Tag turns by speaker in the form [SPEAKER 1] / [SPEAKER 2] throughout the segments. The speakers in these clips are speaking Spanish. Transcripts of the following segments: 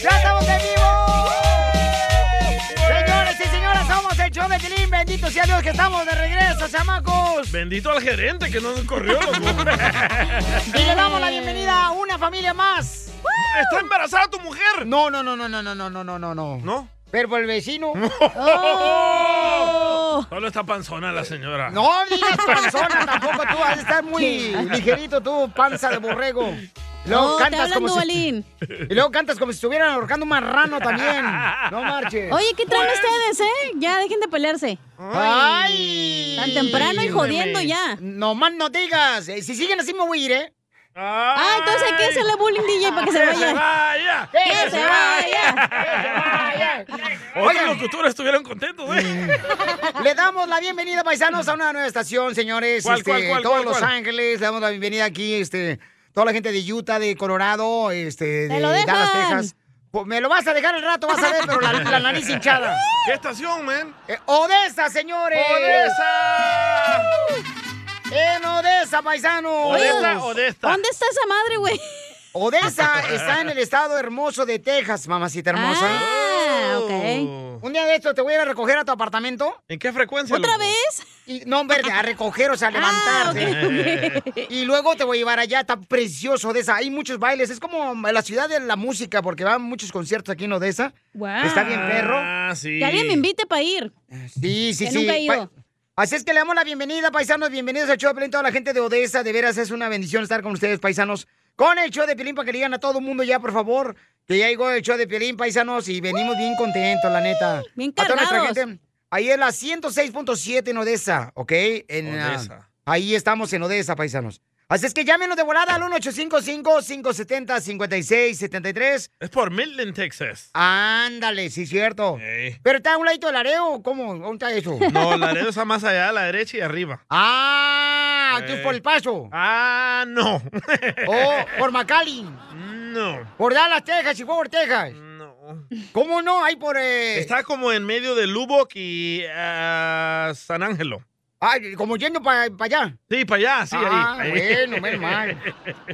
[SPEAKER 1] ¡Ya estamos en vivo! Señores y señoras, somos el show de Pilín. Bendito sea Dios que estamos de regreso, chamacos.
[SPEAKER 2] Pues, Bendito al gerente que no nos corrió, loco.
[SPEAKER 1] Y le damos la bienvenida a una familia más.
[SPEAKER 2] ¿Está embarazada tu mujer?
[SPEAKER 1] No, no, no, no, no, no, no, no, no, no, no.
[SPEAKER 2] ¿No?
[SPEAKER 1] Pero por el vecino.
[SPEAKER 2] Solo está panzona la señora.
[SPEAKER 1] No digas panzona tampoco tú, has de estar muy ligerito tú, panza de borrego. Luego
[SPEAKER 3] No, te
[SPEAKER 1] cantas
[SPEAKER 3] hablan
[SPEAKER 1] como si,
[SPEAKER 3] Duvalín.
[SPEAKER 1] y luego cantas como si estuvieran ahorcando un marrano también. No marches. Pues,
[SPEAKER 3] Oye, ¿qué traen ustedes, eh? Ya dejen de pelearse.
[SPEAKER 1] ¡Ay!
[SPEAKER 3] Tan temprano y jodiendo ya.
[SPEAKER 1] No más no digas. Eh, Si siguen así me voy a ir, ¿eh?
[SPEAKER 3] Ah, entonces hay que hacerle bullying DJ para que se
[SPEAKER 2] ¡Que se
[SPEAKER 3] vaya.
[SPEAKER 2] vaya!
[SPEAKER 3] ¡Que se vaya!
[SPEAKER 2] Otros locutores estuvieron contentos,
[SPEAKER 1] Mm.
[SPEAKER 2] ¿eh?
[SPEAKER 1] Le damos la bienvenida, paisanos, a una nueva estación, señores.
[SPEAKER 2] ¿Cuál,
[SPEAKER 1] este,
[SPEAKER 2] cuál, cuál,
[SPEAKER 1] todos
[SPEAKER 2] cuál,
[SPEAKER 1] Los
[SPEAKER 2] cuál?
[SPEAKER 1] Ángeles, le damos la bienvenida aquí, este, toda la gente de Utah, de Colorado, este,
[SPEAKER 3] ¡Te
[SPEAKER 1] de
[SPEAKER 3] lo dejan!
[SPEAKER 1] Dallas, Texas. Po- me lo vas a dejar el rato, vas a ver, pero la, la nariz hinchada.
[SPEAKER 2] ¿Qué estación, man?
[SPEAKER 1] Eh, Odessa, señores.
[SPEAKER 2] ¡Odessa!
[SPEAKER 1] En Odessa, paisanos.
[SPEAKER 2] ¡Odessa, Odessa!
[SPEAKER 3] ¿Dónde está esa madre, güey?
[SPEAKER 1] Odessa está en el estado hermoso de Texas, mamacita hermosa.
[SPEAKER 3] Ah, ok.
[SPEAKER 2] Oh.
[SPEAKER 1] Un día de esto te voy a ir a recoger a tu apartamento.
[SPEAKER 2] ¿En qué frecuencia?
[SPEAKER 3] ¿Otra
[SPEAKER 2] loco?
[SPEAKER 3] vez? Ah,
[SPEAKER 1] Y, no, hombre, a recoger, o sea, a levantarte. Y luego te voy a llevar allá, está precioso Odessa. Hay muchos bailes, es como la ciudad de la música, porque van muchos conciertos aquí en Odessa.
[SPEAKER 3] Wow.
[SPEAKER 1] Está bien, perro.
[SPEAKER 2] Ah, sí.
[SPEAKER 3] Que alguien me invite para ir.
[SPEAKER 1] Sí, sí,
[SPEAKER 3] Que
[SPEAKER 1] sí.
[SPEAKER 3] nunca he ido.
[SPEAKER 1] Pa- Así es que le damos la bienvenida, paisanos. Bienvenidos al show de Pelín, toda la gente de Odessa. De veras, es una bendición estar con ustedes, paisanos. Con el show de Pelín, para que le digan a todo el mundo ya, por favor, que ya llegó el show de Pelín, paisanos, y venimos bien contentos, la neta.
[SPEAKER 3] Bien
[SPEAKER 1] A toda nuestra
[SPEAKER 3] cargados.
[SPEAKER 1] gente. Ahí es la 106.7 en Odessa, ¿ok? En, ah,
[SPEAKER 2] Odessa.
[SPEAKER 1] ahí estamos en Odessa, paisanos. Así es que llámenos de volada al 1855-570-5673.
[SPEAKER 2] Es por Midland, Texas.
[SPEAKER 1] Ándale, sí, cierto.
[SPEAKER 2] Ey.
[SPEAKER 1] Pero está a un ladito del areo, ¿cómo? ¿Dónde está eso?
[SPEAKER 2] No, Laredo está más allá, a la derecha y arriba.
[SPEAKER 1] Ah, tú
[SPEAKER 2] Eh.
[SPEAKER 1] por el paso.
[SPEAKER 2] Ah, no.
[SPEAKER 1] O por McAllen.
[SPEAKER 2] No.
[SPEAKER 1] Por Dallas, Texas y por Texas.
[SPEAKER 2] No.
[SPEAKER 1] ¿Cómo no? Hay por. eh,
[SPEAKER 2] Está como en medio de Lubbock y ah, San Ángelo.
[SPEAKER 1] ay, como yendo para allá.
[SPEAKER 2] Sí, para allá, sí,
[SPEAKER 1] ah,
[SPEAKER 2] ahí.
[SPEAKER 1] bueno, menos mal.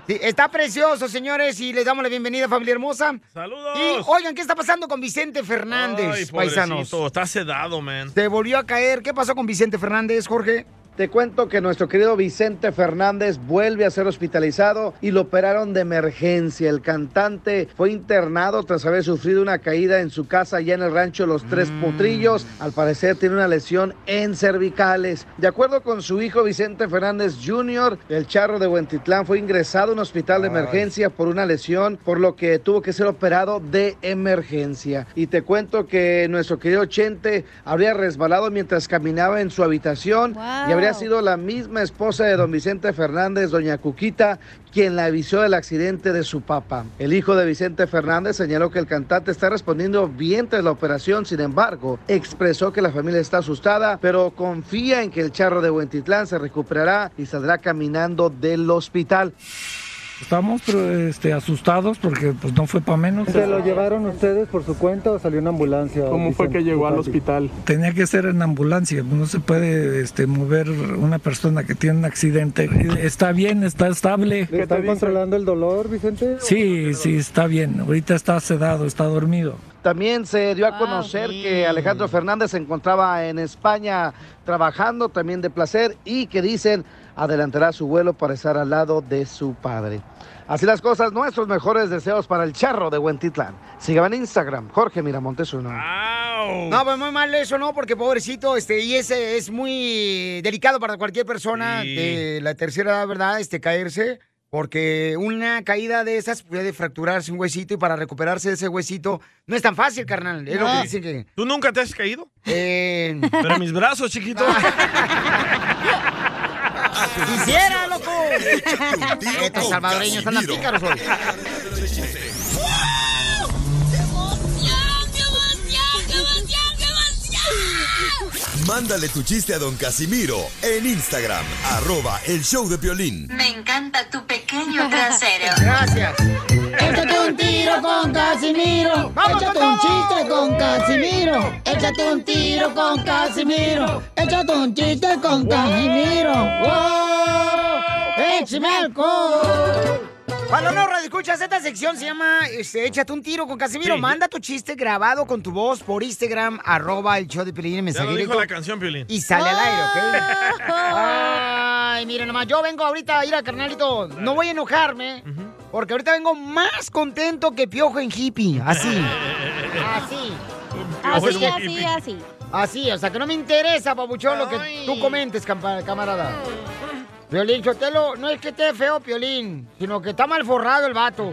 [SPEAKER 1] Sí, está precioso, señores, y les damos la bienvenida, familia hermosa.
[SPEAKER 2] Saludos.
[SPEAKER 1] Y oigan, ¿qué está pasando con Vicente Fernández,
[SPEAKER 2] Ay,
[SPEAKER 1] paisanos?
[SPEAKER 2] pobrecito, Está sedado, man.
[SPEAKER 1] Se volvió a caer. ¿Qué pasó con Vicente Fernández, Jorge?
[SPEAKER 4] Te cuento que nuestro querido Vicente Fernández vuelve a ser hospitalizado y lo operaron de emergencia. El cantante fue internado tras haber sufrido una caída en su casa allá en el rancho Los Tres Potrillos. Al parecer tiene una lesión en cervicales. De acuerdo con su hijo Vicente Fernández Jr., el charro de Huentitlán fue ingresado a un hospital de emergencia por una lesión, por lo que tuvo que ser operado de emergencia. Y te cuento que nuestro querido Chente habría resbalado mientras caminaba en su habitación y habría sido
[SPEAKER 3] Wow.
[SPEAKER 4] sido la misma esposa de don Vicente Fernández, doña Cuquita, quien la avisó del accidente de su papá. El hijo de Vicente Fernández señaló que el cantante está respondiendo bien tras la operación, sin embargo, expresó que la familia está asustada, pero confía en que el charro de Huentitlán se recuperará y saldrá caminando del hospital.
[SPEAKER 5] Estamos pero, este, asustados porque pues no fue para menos.
[SPEAKER 6] ¿Se lo llevaron ustedes por su cuenta o salió una ambulancia?
[SPEAKER 7] ¿Cómo fue
[SPEAKER 6] Vicente?
[SPEAKER 7] que llegó al
[SPEAKER 6] Papi?
[SPEAKER 7] hospital?
[SPEAKER 5] Tenía que ser en ambulancia, pues, no se puede este, mover una persona que tiene un accidente. Está bien, está estable.
[SPEAKER 6] ¿Le
[SPEAKER 7] ¿Qué te
[SPEAKER 6] están
[SPEAKER 7] dice?
[SPEAKER 6] controlando el dolor, Vicente?
[SPEAKER 5] Sí, sí, está bien. Ahorita está sedado, está dormido.
[SPEAKER 4] También se dio a conocer que Alejandro Fernández se encontraba en España trabajando también de placer y que dicen adelantará su vuelo para estar al lado de su padre. Así las cosas, nuestros mejores deseos para el charro de Huentitlán. Síganme en Instagram, Jorge Miramontes uno.
[SPEAKER 1] No, pues muy mal eso, ¿no? Porque pobrecito, este, y ese es muy delicado para cualquier persona
[SPEAKER 2] Sí.
[SPEAKER 1] de la tercera edad, ¿verdad? Este, caerse. Porque una caída de esas puede fracturarse un huesito y para recuperarse de ese huesito no es tan fácil, carnal. Es lo que
[SPEAKER 2] No.
[SPEAKER 1] dicen que.
[SPEAKER 2] ¿Tú nunca te has caído?
[SPEAKER 1] Eh... Ah,
[SPEAKER 2] Pero mis brazos, chiquito.
[SPEAKER 1] ¡Quisiera, loco!
[SPEAKER 8] Échate un tiro
[SPEAKER 1] Estos
[SPEAKER 8] con
[SPEAKER 1] salvadoreños están
[SPEAKER 8] Casimiro.
[SPEAKER 1] pícaros hoy.
[SPEAKER 8] Mándale tu chiste a don Casimiro en Instagram, arroba el show de violín.
[SPEAKER 9] Me encanta tu pequeño trasero.
[SPEAKER 1] Gracias.
[SPEAKER 10] Échate un tiro con Casimiro.
[SPEAKER 1] ¡Vamos
[SPEAKER 10] Échate
[SPEAKER 1] con
[SPEAKER 10] un
[SPEAKER 1] todo!
[SPEAKER 10] chiste con Casimiro. Échate un tiro con Casimiro. Échate un chiste con Casimiro. ¡Wow! ¡Échame alcohol!
[SPEAKER 1] Cuando no escuchas, esta sección se llama este, Échate un tiro con Casimiro.
[SPEAKER 2] Sí.
[SPEAKER 1] Manda tu chiste grabado con tu voz por Instagram, arroba el show de Pelín,
[SPEAKER 2] Ya
[SPEAKER 1] mensaje
[SPEAKER 2] lo dijo
[SPEAKER 1] directo.
[SPEAKER 2] la canción, Piolín.
[SPEAKER 1] Y sale al aire, ¿ok? Ah. Ay, mira nomás, yo vengo ahorita a ir a carnalito. No voy a enojarme, porque ahorita vengo más contento que piojo en hippie. Así. Ah, Así.
[SPEAKER 11] Así, Ah, así, así.
[SPEAKER 1] Así, o sea que no me interesa, papuchón, lo que tú comentes, campa- camarada. Piolín Chotelo, no es que esté feo, Piolín, sino que está mal forrado el vato.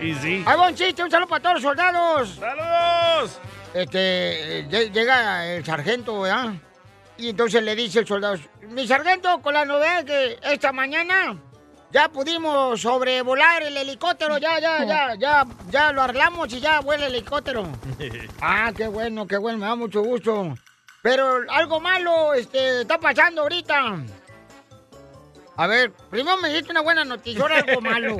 [SPEAKER 2] y sí.
[SPEAKER 1] Hago un chiste, un saludo para todos los soldados.
[SPEAKER 2] ¡Saludos!
[SPEAKER 1] Este, eh, lle- llega el sargento, ¿verdad? Y entonces le dice el soldado, mi sargento, con la novedad que esta mañana ya pudimos sobrevolar el helicóptero, ya, ya, ya, ya, ya lo arreglamos y ya vuela el helicóptero. Ah, qué bueno, qué bueno, me da mucho gusto. Pero algo malo este, está pasando ahorita. A ver, primero me dijiste una buena noticia, ahora algo malo.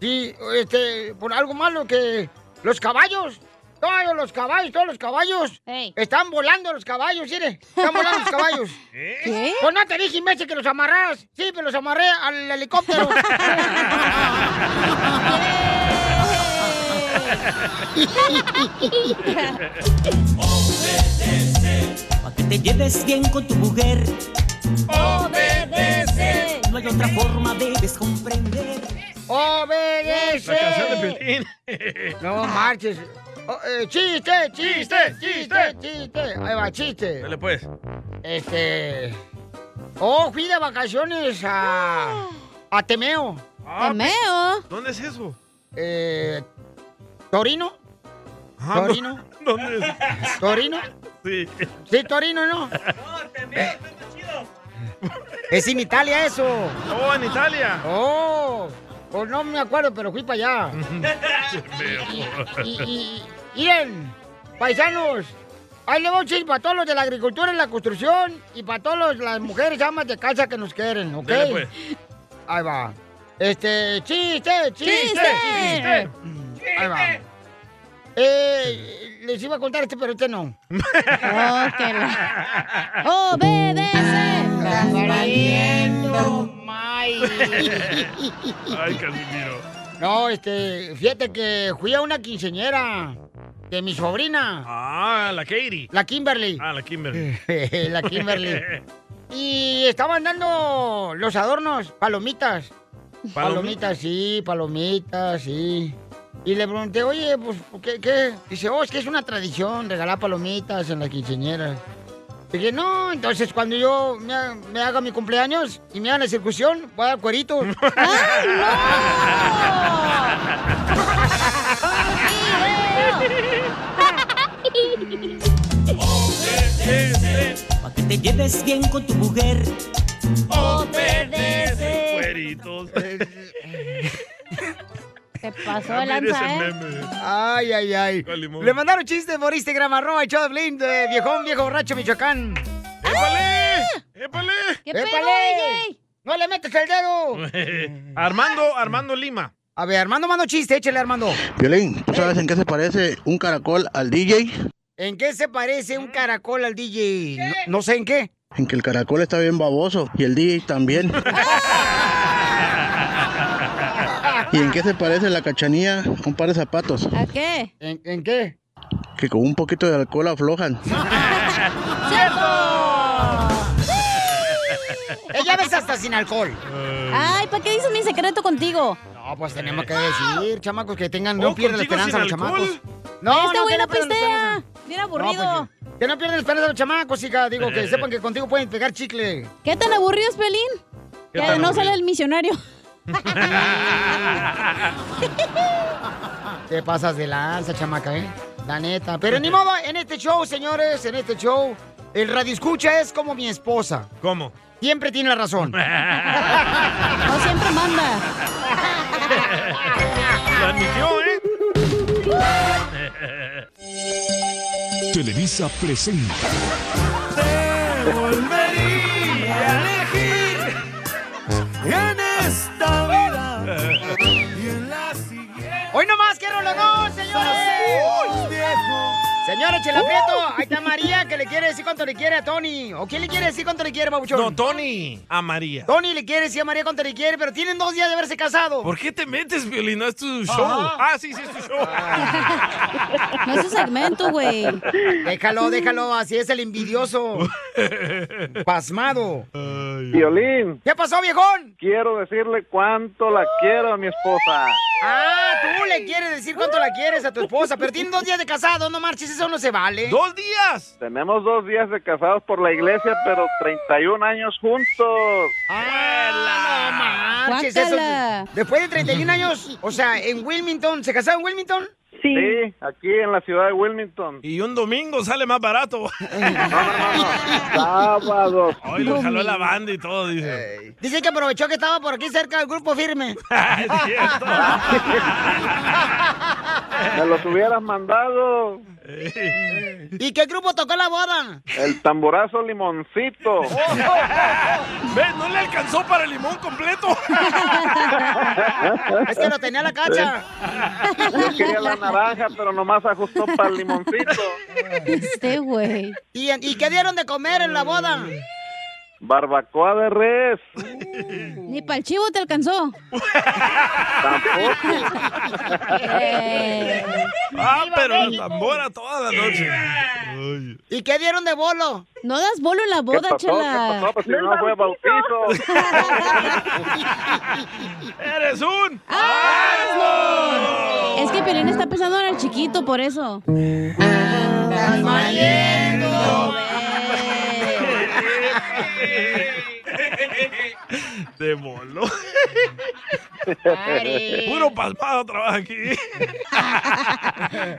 [SPEAKER 1] Sí, este, por algo malo que los caballos, todos los caballos, todos los caballos,
[SPEAKER 11] Ey.
[SPEAKER 1] están volando los caballos, mire, están volando los caballos.
[SPEAKER 11] ¿Qué?
[SPEAKER 1] Pues no te dije, imbécil, que los amarras. Sí, pero los amarré al helicóptero.
[SPEAKER 12] Pa' que te lleves bien con tu mujer.
[SPEAKER 11] Obedece.
[SPEAKER 12] No hay otra forma, debes comprender.
[SPEAKER 1] Obedece.
[SPEAKER 2] La canción de Piolín.
[SPEAKER 1] No marches. Oh, eh, chiste, chiste, chiste, chiste. Ahí va, chiste.
[SPEAKER 2] Dale, pues.
[SPEAKER 1] Este. Oh, fui de vacaciones a. a Temeo.
[SPEAKER 2] Ah,
[SPEAKER 11] Temeo.
[SPEAKER 2] ¿Dónde es eso?
[SPEAKER 1] Eh. Torino.
[SPEAKER 2] Ah, no.
[SPEAKER 1] Torino.
[SPEAKER 2] ¿Dónde es?
[SPEAKER 1] Torino.
[SPEAKER 2] Sí.
[SPEAKER 1] Sí, Torino, ¿no? Eh. Es en Italia eso.
[SPEAKER 2] Oh, en Italia.
[SPEAKER 1] Oh. Pues no me acuerdo, pero fui para allá. Y, y, y- miren, paisanos, ahí le voy a decir para todos los de la agricultura y la construcción y para todas las mujeres amas de casa que nos quieren, ¿ok?
[SPEAKER 2] Dale, pues.
[SPEAKER 1] Ahí va. Este, chiste, chiste,
[SPEAKER 11] Chiste.
[SPEAKER 1] chiste. Ahí va. Eh, les iba a contar este, pero este no.
[SPEAKER 11] Oh, que la- Obedece.
[SPEAKER 2] Ay, Casimiro.
[SPEAKER 1] No, este, fíjate que fui a una quinceñera de mi sobrina,
[SPEAKER 2] Ah, la Katie.
[SPEAKER 1] la Kimberly.
[SPEAKER 2] Ah, la Kimberly.
[SPEAKER 1] la Kimberly. Y estaban dando los adornos, palomitas. Palomitas, sí, palomitas, sí. Y le pregunté, oye, pues, ¿qué, qué? Dice, oh, es que es una tradición regalar palomitas en las quinceañeras. Dije, no, entonces cuando yo me, ha- me haga mi cumpleaños y me haga la circuncisión, voy a dar ¡Ah! cuerito.
[SPEAKER 12] Pa' que te lleves bien con tu mujer.
[SPEAKER 2] Obedece. Cueritos.
[SPEAKER 11] Te pasó
[SPEAKER 2] Ah,
[SPEAKER 11] de lanza, ¿eh?
[SPEAKER 1] Ay, ay, ay.
[SPEAKER 2] Calimón.
[SPEAKER 1] Le mandaron chistes por Instagram, arroba el show de Blin, de viejón, viejo borracho, Michoacán.
[SPEAKER 2] ¡Ah! ¡Épale! ¡Épale!
[SPEAKER 11] ¿Qué pedo,
[SPEAKER 1] ¡Épale!
[SPEAKER 11] DJ?
[SPEAKER 1] ¡No le metes el dedo!
[SPEAKER 2] Armando, Armando Lima.
[SPEAKER 1] A ver, Armando mando chiste, échale, Armando.
[SPEAKER 13] Violín, ¿tú sabes en qué se parece un caracol al DJ?
[SPEAKER 1] ¿En qué se parece un caracol al DJ? No, no sé en qué.
[SPEAKER 13] En que el caracol está bien baboso y el DJ también. ¿Y en qué se parece la cachanía? a Un par de zapatos.
[SPEAKER 11] ¿A qué?
[SPEAKER 1] ¿En, en qué?
[SPEAKER 13] que con un poquito de alcohol aflojan.
[SPEAKER 1] Ella ves hasta sin alcohol.
[SPEAKER 2] Eh.
[SPEAKER 11] Ay, ¿para qué dices mi secreto contigo?
[SPEAKER 1] No, pues tenemos que decir, chamacos, que tengan, no pierdan la
[SPEAKER 11] ¿contigo
[SPEAKER 1] esperanza los
[SPEAKER 11] sin
[SPEAKER 1] chamacos.
[SPEAKER 11] alcohol?
[SPEAKER 1] No,
[SPEAKER 11] Este güey
[SPEAKER 1] que
[SPEAKER 11] no
[SPEAKER 1] pierdan la
[SPEAKER 11] pistea.
[SPEAKER 1] esperanza.
[SPEAKER 11] Bien aburrido.
[SPEAKER 1] No, pues, que- que no pierdan la esperanza los chamacos, hija. Digo,
[SPEAKER 2] Eh,
[SPEAKER 1] que sepan que contigo pueden pegar chicle.
[SPEAKER 11] ¿Qué tan aburrido es Pelín?
[SPEAKER 1] ¿Qué
[SPEAKER 11] Que
[SPEAKER 1] tan
[SPEAKER 11] no
[SPEAKER 1] aburrido?
[SPEAKER 11] sale el misionario.
[SPEAKER 1] Te pasas de lanza, chamaca, ¿eh? La neta. Pero ni modo, en este show, señores, en este show, el radio escucha es como mi esposa.
[SPEAKER 2] ¿Cómo?
[SPEAKER 1] Siempre tiene la razón.
[SPEAKER 11] No siempre manda.
[SPEAKER 2] Lo admitió, ¿eh?
[SPEAKER 14] Televisa presenta.
[SPEAKER 3] Te volvería a elegir en esta vida y en la
[SPEAKER 1] Hoy nomás quiero los dos, ¡Oh, señores. Señores, Chela Prieto, ahí está María que le quiere decir cuánto le quiere a Tony. ¿O quién le quiere decir cuánto le quiere, babuchón?
[SPEAKER 2] No, Tony. A María.
[SPEAKER 1] Tony le quiere decir a María cuánto le quiere, pero tienen dos días de haberse casado.
[SPEAKER 2] ¿Por qué te metes, Violín? No es tu show.
[SPEAKER 1] Ajá.
[SPEAKER 2] Ah, sí, sí, es tu show.
[SPEAKER 11] No es un segmento, güey.
[SPEAKER 1] Déjalo, déjalo, así es el envidioso. Pasmado.
[SPEAKER 15] Violín.
[SPEAKER 1] ¿Qué pasó, viejón?
[SPEAKER 15] Quiero decirle cuánto la quiero a mi esposa.
[SPEAKER 1] Ah, tú le quieres decir cuánto la quieres a tu esposa, pero tienen dos días de casado, no marches, eso no se vale.
[SPEAKER 2] días!
[SPEAKER 15] Tenemos dos días de casados por la iglesia, pero 31 años juntos.
[SPEAKER 1] ¡Ah, no marches! Eso,
[SPEAKER 15] Guácala.
[SPEAKER 1] después de 31 años, o sea, en Wilmington, ¿se casaron en Wilmington?
[SPEAKER 15] Sí, aquí en la ciudad de Wilmington.
[SPEAKER 2] Y un domingo sale más barato.
[SPEAKER 15] Sábado.
[SPEAKER 2] Hoy lo jaló la banda y todo, dice.
[SPEAKER 1] Dice que aprovechó que estaba por aquí cerca del grupo firme.
[SPEAKER 15] Me los hubieras mandado.
[SPEAKER 1] ¿Y qué grupo tocó la boda?
[SPEAKER 15] El tamborazo limoncito.
[SPEAKER 2] ¿Ves? No le alcanzó para el limón completo.
[SPEAKER 1] Es que lo tenía la cacha.
[SPEAKER 15] Yo quería la naranja, pero nomás ajustó para el limoncito.
[SPEAKER 11] Este güey.
[SPEAKER 1] ¿Y, ¿Y qué dieron de comer en la boda?
[SPEAKER 15] Barbacoa de res.
[SPEAKER 11] Ni para el chivo te alcanzó. Eh.
[SPEAKER 2] Ah, pero la tambora toda la noche.
[SPEAKER 1] ¿Y qué dieron de bolo?
[SPEAKER 11] No das bolo en la boda,
[SPEAKER 2] pasó? ¿Qué
[SPEAKER 11] chela.
[SPEAKER 2] pasó? Pues si no fue bautizo. ¡Eres un!
[SPEAKER 11] Es que Pelín está pensando en el chiquito, por eso.
[SPEAKER 2] De molo.
[SPEAKER 1] Pare.
[SPEAKER 2] Puro palmado trabaja aquí.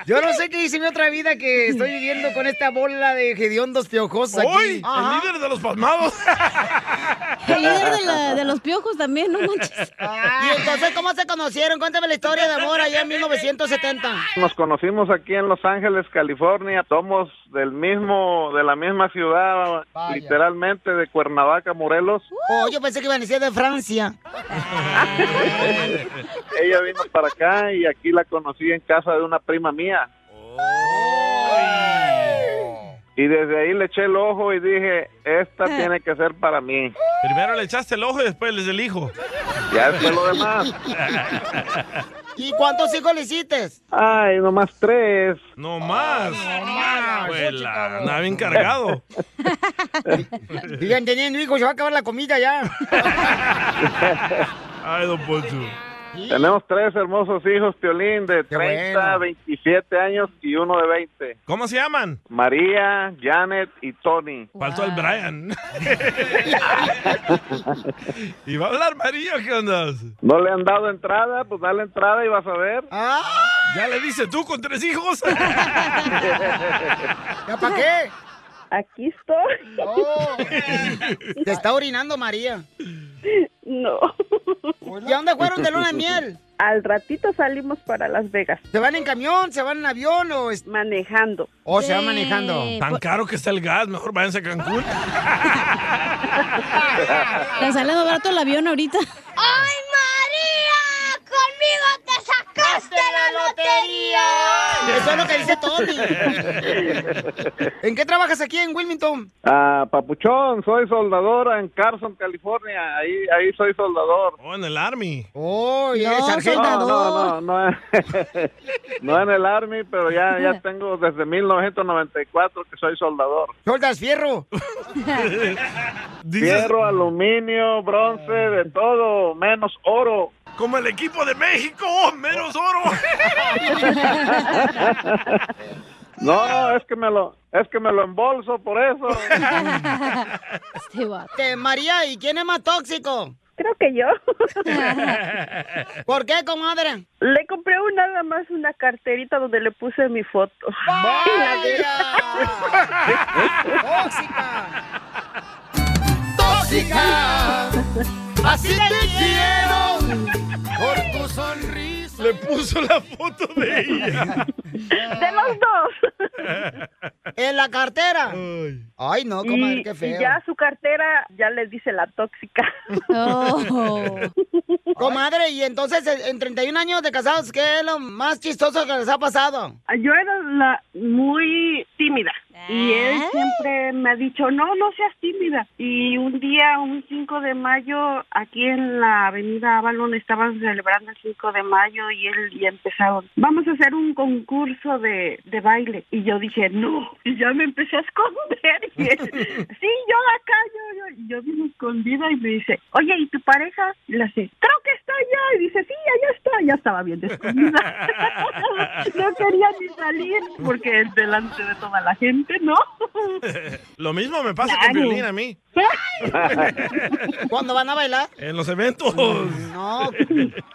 [SPEAKER 1] Yo no sé qué hice en mi otra vida que estoy viviendo con esta bola de hediondos piojosos aquí.
[SPEAKER 2] Hoy,
[SPEAKER 1] Ajá.
[SPEAKER 2] el líder de los palmados.
[SPEAKER 11] El líder de, la- de los piojos también, no manches.
[SPEAKER 1] Ah. ¿Y entonces cómo se conocieron? Cuéntame la historia de amor allá en 1970.
[SPEAKER 15] Nos conocimos aquí en Los Ángeles, California. Somos del mismo, de la misma ciudad,
[SPEAKER 1] Vaya.
[SPEAKER 15] literalmente de Cuernavaca, Morelos.
[SPEAKER 1] Oh, yo pensé que iban a decir de Francia.
[SPEAKER 15] Ella vino para acá y aquí la conocí en casa de una prima mía. Y desde ahí le eché el ojo y dije, esta tiene que ser para mí.
[SPEAKER 2] Primero le echaste el ojo y después les el hijo.
[SPEAKER 15] Ya después lo demás.
[SPEAKER 1] ¿Y cuántos hijos le hiciste?
[SPEAKER 15] Ay, nomás tres.
[SPEAKER 2] No más.
[SPEAKER 1] Ah,
[SPEAKER 2] Abuela, Pues andaba bien cargado.
[SPEAKER 1] Sigan teniendo hijos, se va a acabar la comida ya.
[SPEAKER 2] Ay, don Poncho.
[SPEAKER 15] Tenemos tres hermosos hijos, Piolín, de 30,
[SPEAKER 2] bueno.
[SPEAKER 15] 27 años y uno de 20.
[SPEAKER 2] ¿Cómo se llaman?
[SPEAKER 15] María, Janet y Tony.
[SPEAKER 2] Faltó el Brian. ¿Y va a hablar María o qué onda?
[SPEAKER 15] No le han dado entrada, pues dale entrada y vas a ver.
[SPEAKER 2] Ya le dice tú con tres hijos.
[SPEAKER 1] ¿Ya para qué?
[SPEAKER 16] Aquí estoy.
[SPEAKER 1] Te está orinando María.
[SPEAKER 16] No.
[SPEAKER 1] ¿Y a dónde fueron de luna de miel?
[SPEAKER 16] Al ratito salimos para Las Vegas.
[SPEAKER 1] ¿Se van en camión? ¿Se van en avión o
[SPEAKER 16] manejando?
[SPEAKER 1] O Oh, se va manejando.
[SPEAKER 2] Tan caro que está el gas, mejor váyanse a Cancún.
[SPEAKER 11] Le sale más barato el avión ahorita.
[SPEAKER 3] ¡Ay, María! ¡Conmigo te sacaste la
[SPEAKER 10] lotería!
[SPEAKER 1] Eso es lo que dice Tony. ¿En qué trabajas aquí en Wilmington?
[SPEAKER 15] Ah, Papuchón, soy soldadora en Carson, California. Ahí, ahí soy soldador.
[SPEAKER 2] Oh, en el Army.
[SPEAKER 1] Oh,
[SPEAKER 15] No, no, no, no, no, no en el Army, pero ya, ya tengo desde 1994 que soy soldador.
[SPEAKER 1] ¿Soldas fierro?
[SPEAKER 15] Fierro, aluminio, bronce, de todo, menos oro.
[SPEAKER 2] Como el equipo de México, ¡Oh, menos oro.
[SPEAKER 15] No, no, es que me lo, es que me lo embolso por eso.
[SPEAKER 1] Este, María, ¿y quién es más tóxico?
[SPEAKER 16] Creo que yo.
[SPEAKER 1] ¿Por qué, comadre?
[SPEAKER 16] Le compré un- nada más una carterita donde le puse mi foto.
[SPEAKER 3] ¡Tóxica!
[SPEAKER 1] ¡Así
[SPEAKER 3] te quiero!
[SPEAKER 1] Por tu sonrisa.
[SPEAKER 2] Le puso la foto de ella.
[SPEAKER 16] De los dos.
[SPEAKER 1] En la cartera. Ay, no, comadre,
[SPEAKER 16] y,
[SPEAKER 1] qué
[SPEAKER 16] y
[SPEAKER 1] feo.
[SPEAKER 16] ya su cartera ya le dice la tóxica.
[SPEAKER 1] Comadre, y entonces eh, en en 31 años de casados, ¿qué es lo más chistoso que les ha pasado?
[SPEAKER 16] Yo era la muy tímida y él siempre me ha dicho, no, no seas tímida. Y un día, un 5 de mayo, aquí en la avenida Avalon estaban celebrando el 5 de mayo y él y empezaron, vamos a hacer un concurso de, de baile. Y yo dije, no, y ya me empecé a esconder. Y él, sí, yo acá, yo, yo, y yo vine escondida y me dice, oye, ¿y tu pareja? Y le hace, creo que está allá. Y dice, sí, allá está, ya estaba bien escondida. No quería ni salir porque es delante de toda la gente, ¿no?
[SPEAKER 2] Lo mismo me pasa con
[SPEAKER 16] Claro.
[SPEAKER 2] Violín a mí.
[SPEAKER 1] ¿Cuándo van a bailar?
[SPEAKER 2] En los eventos.
[SPEAKER 1] No.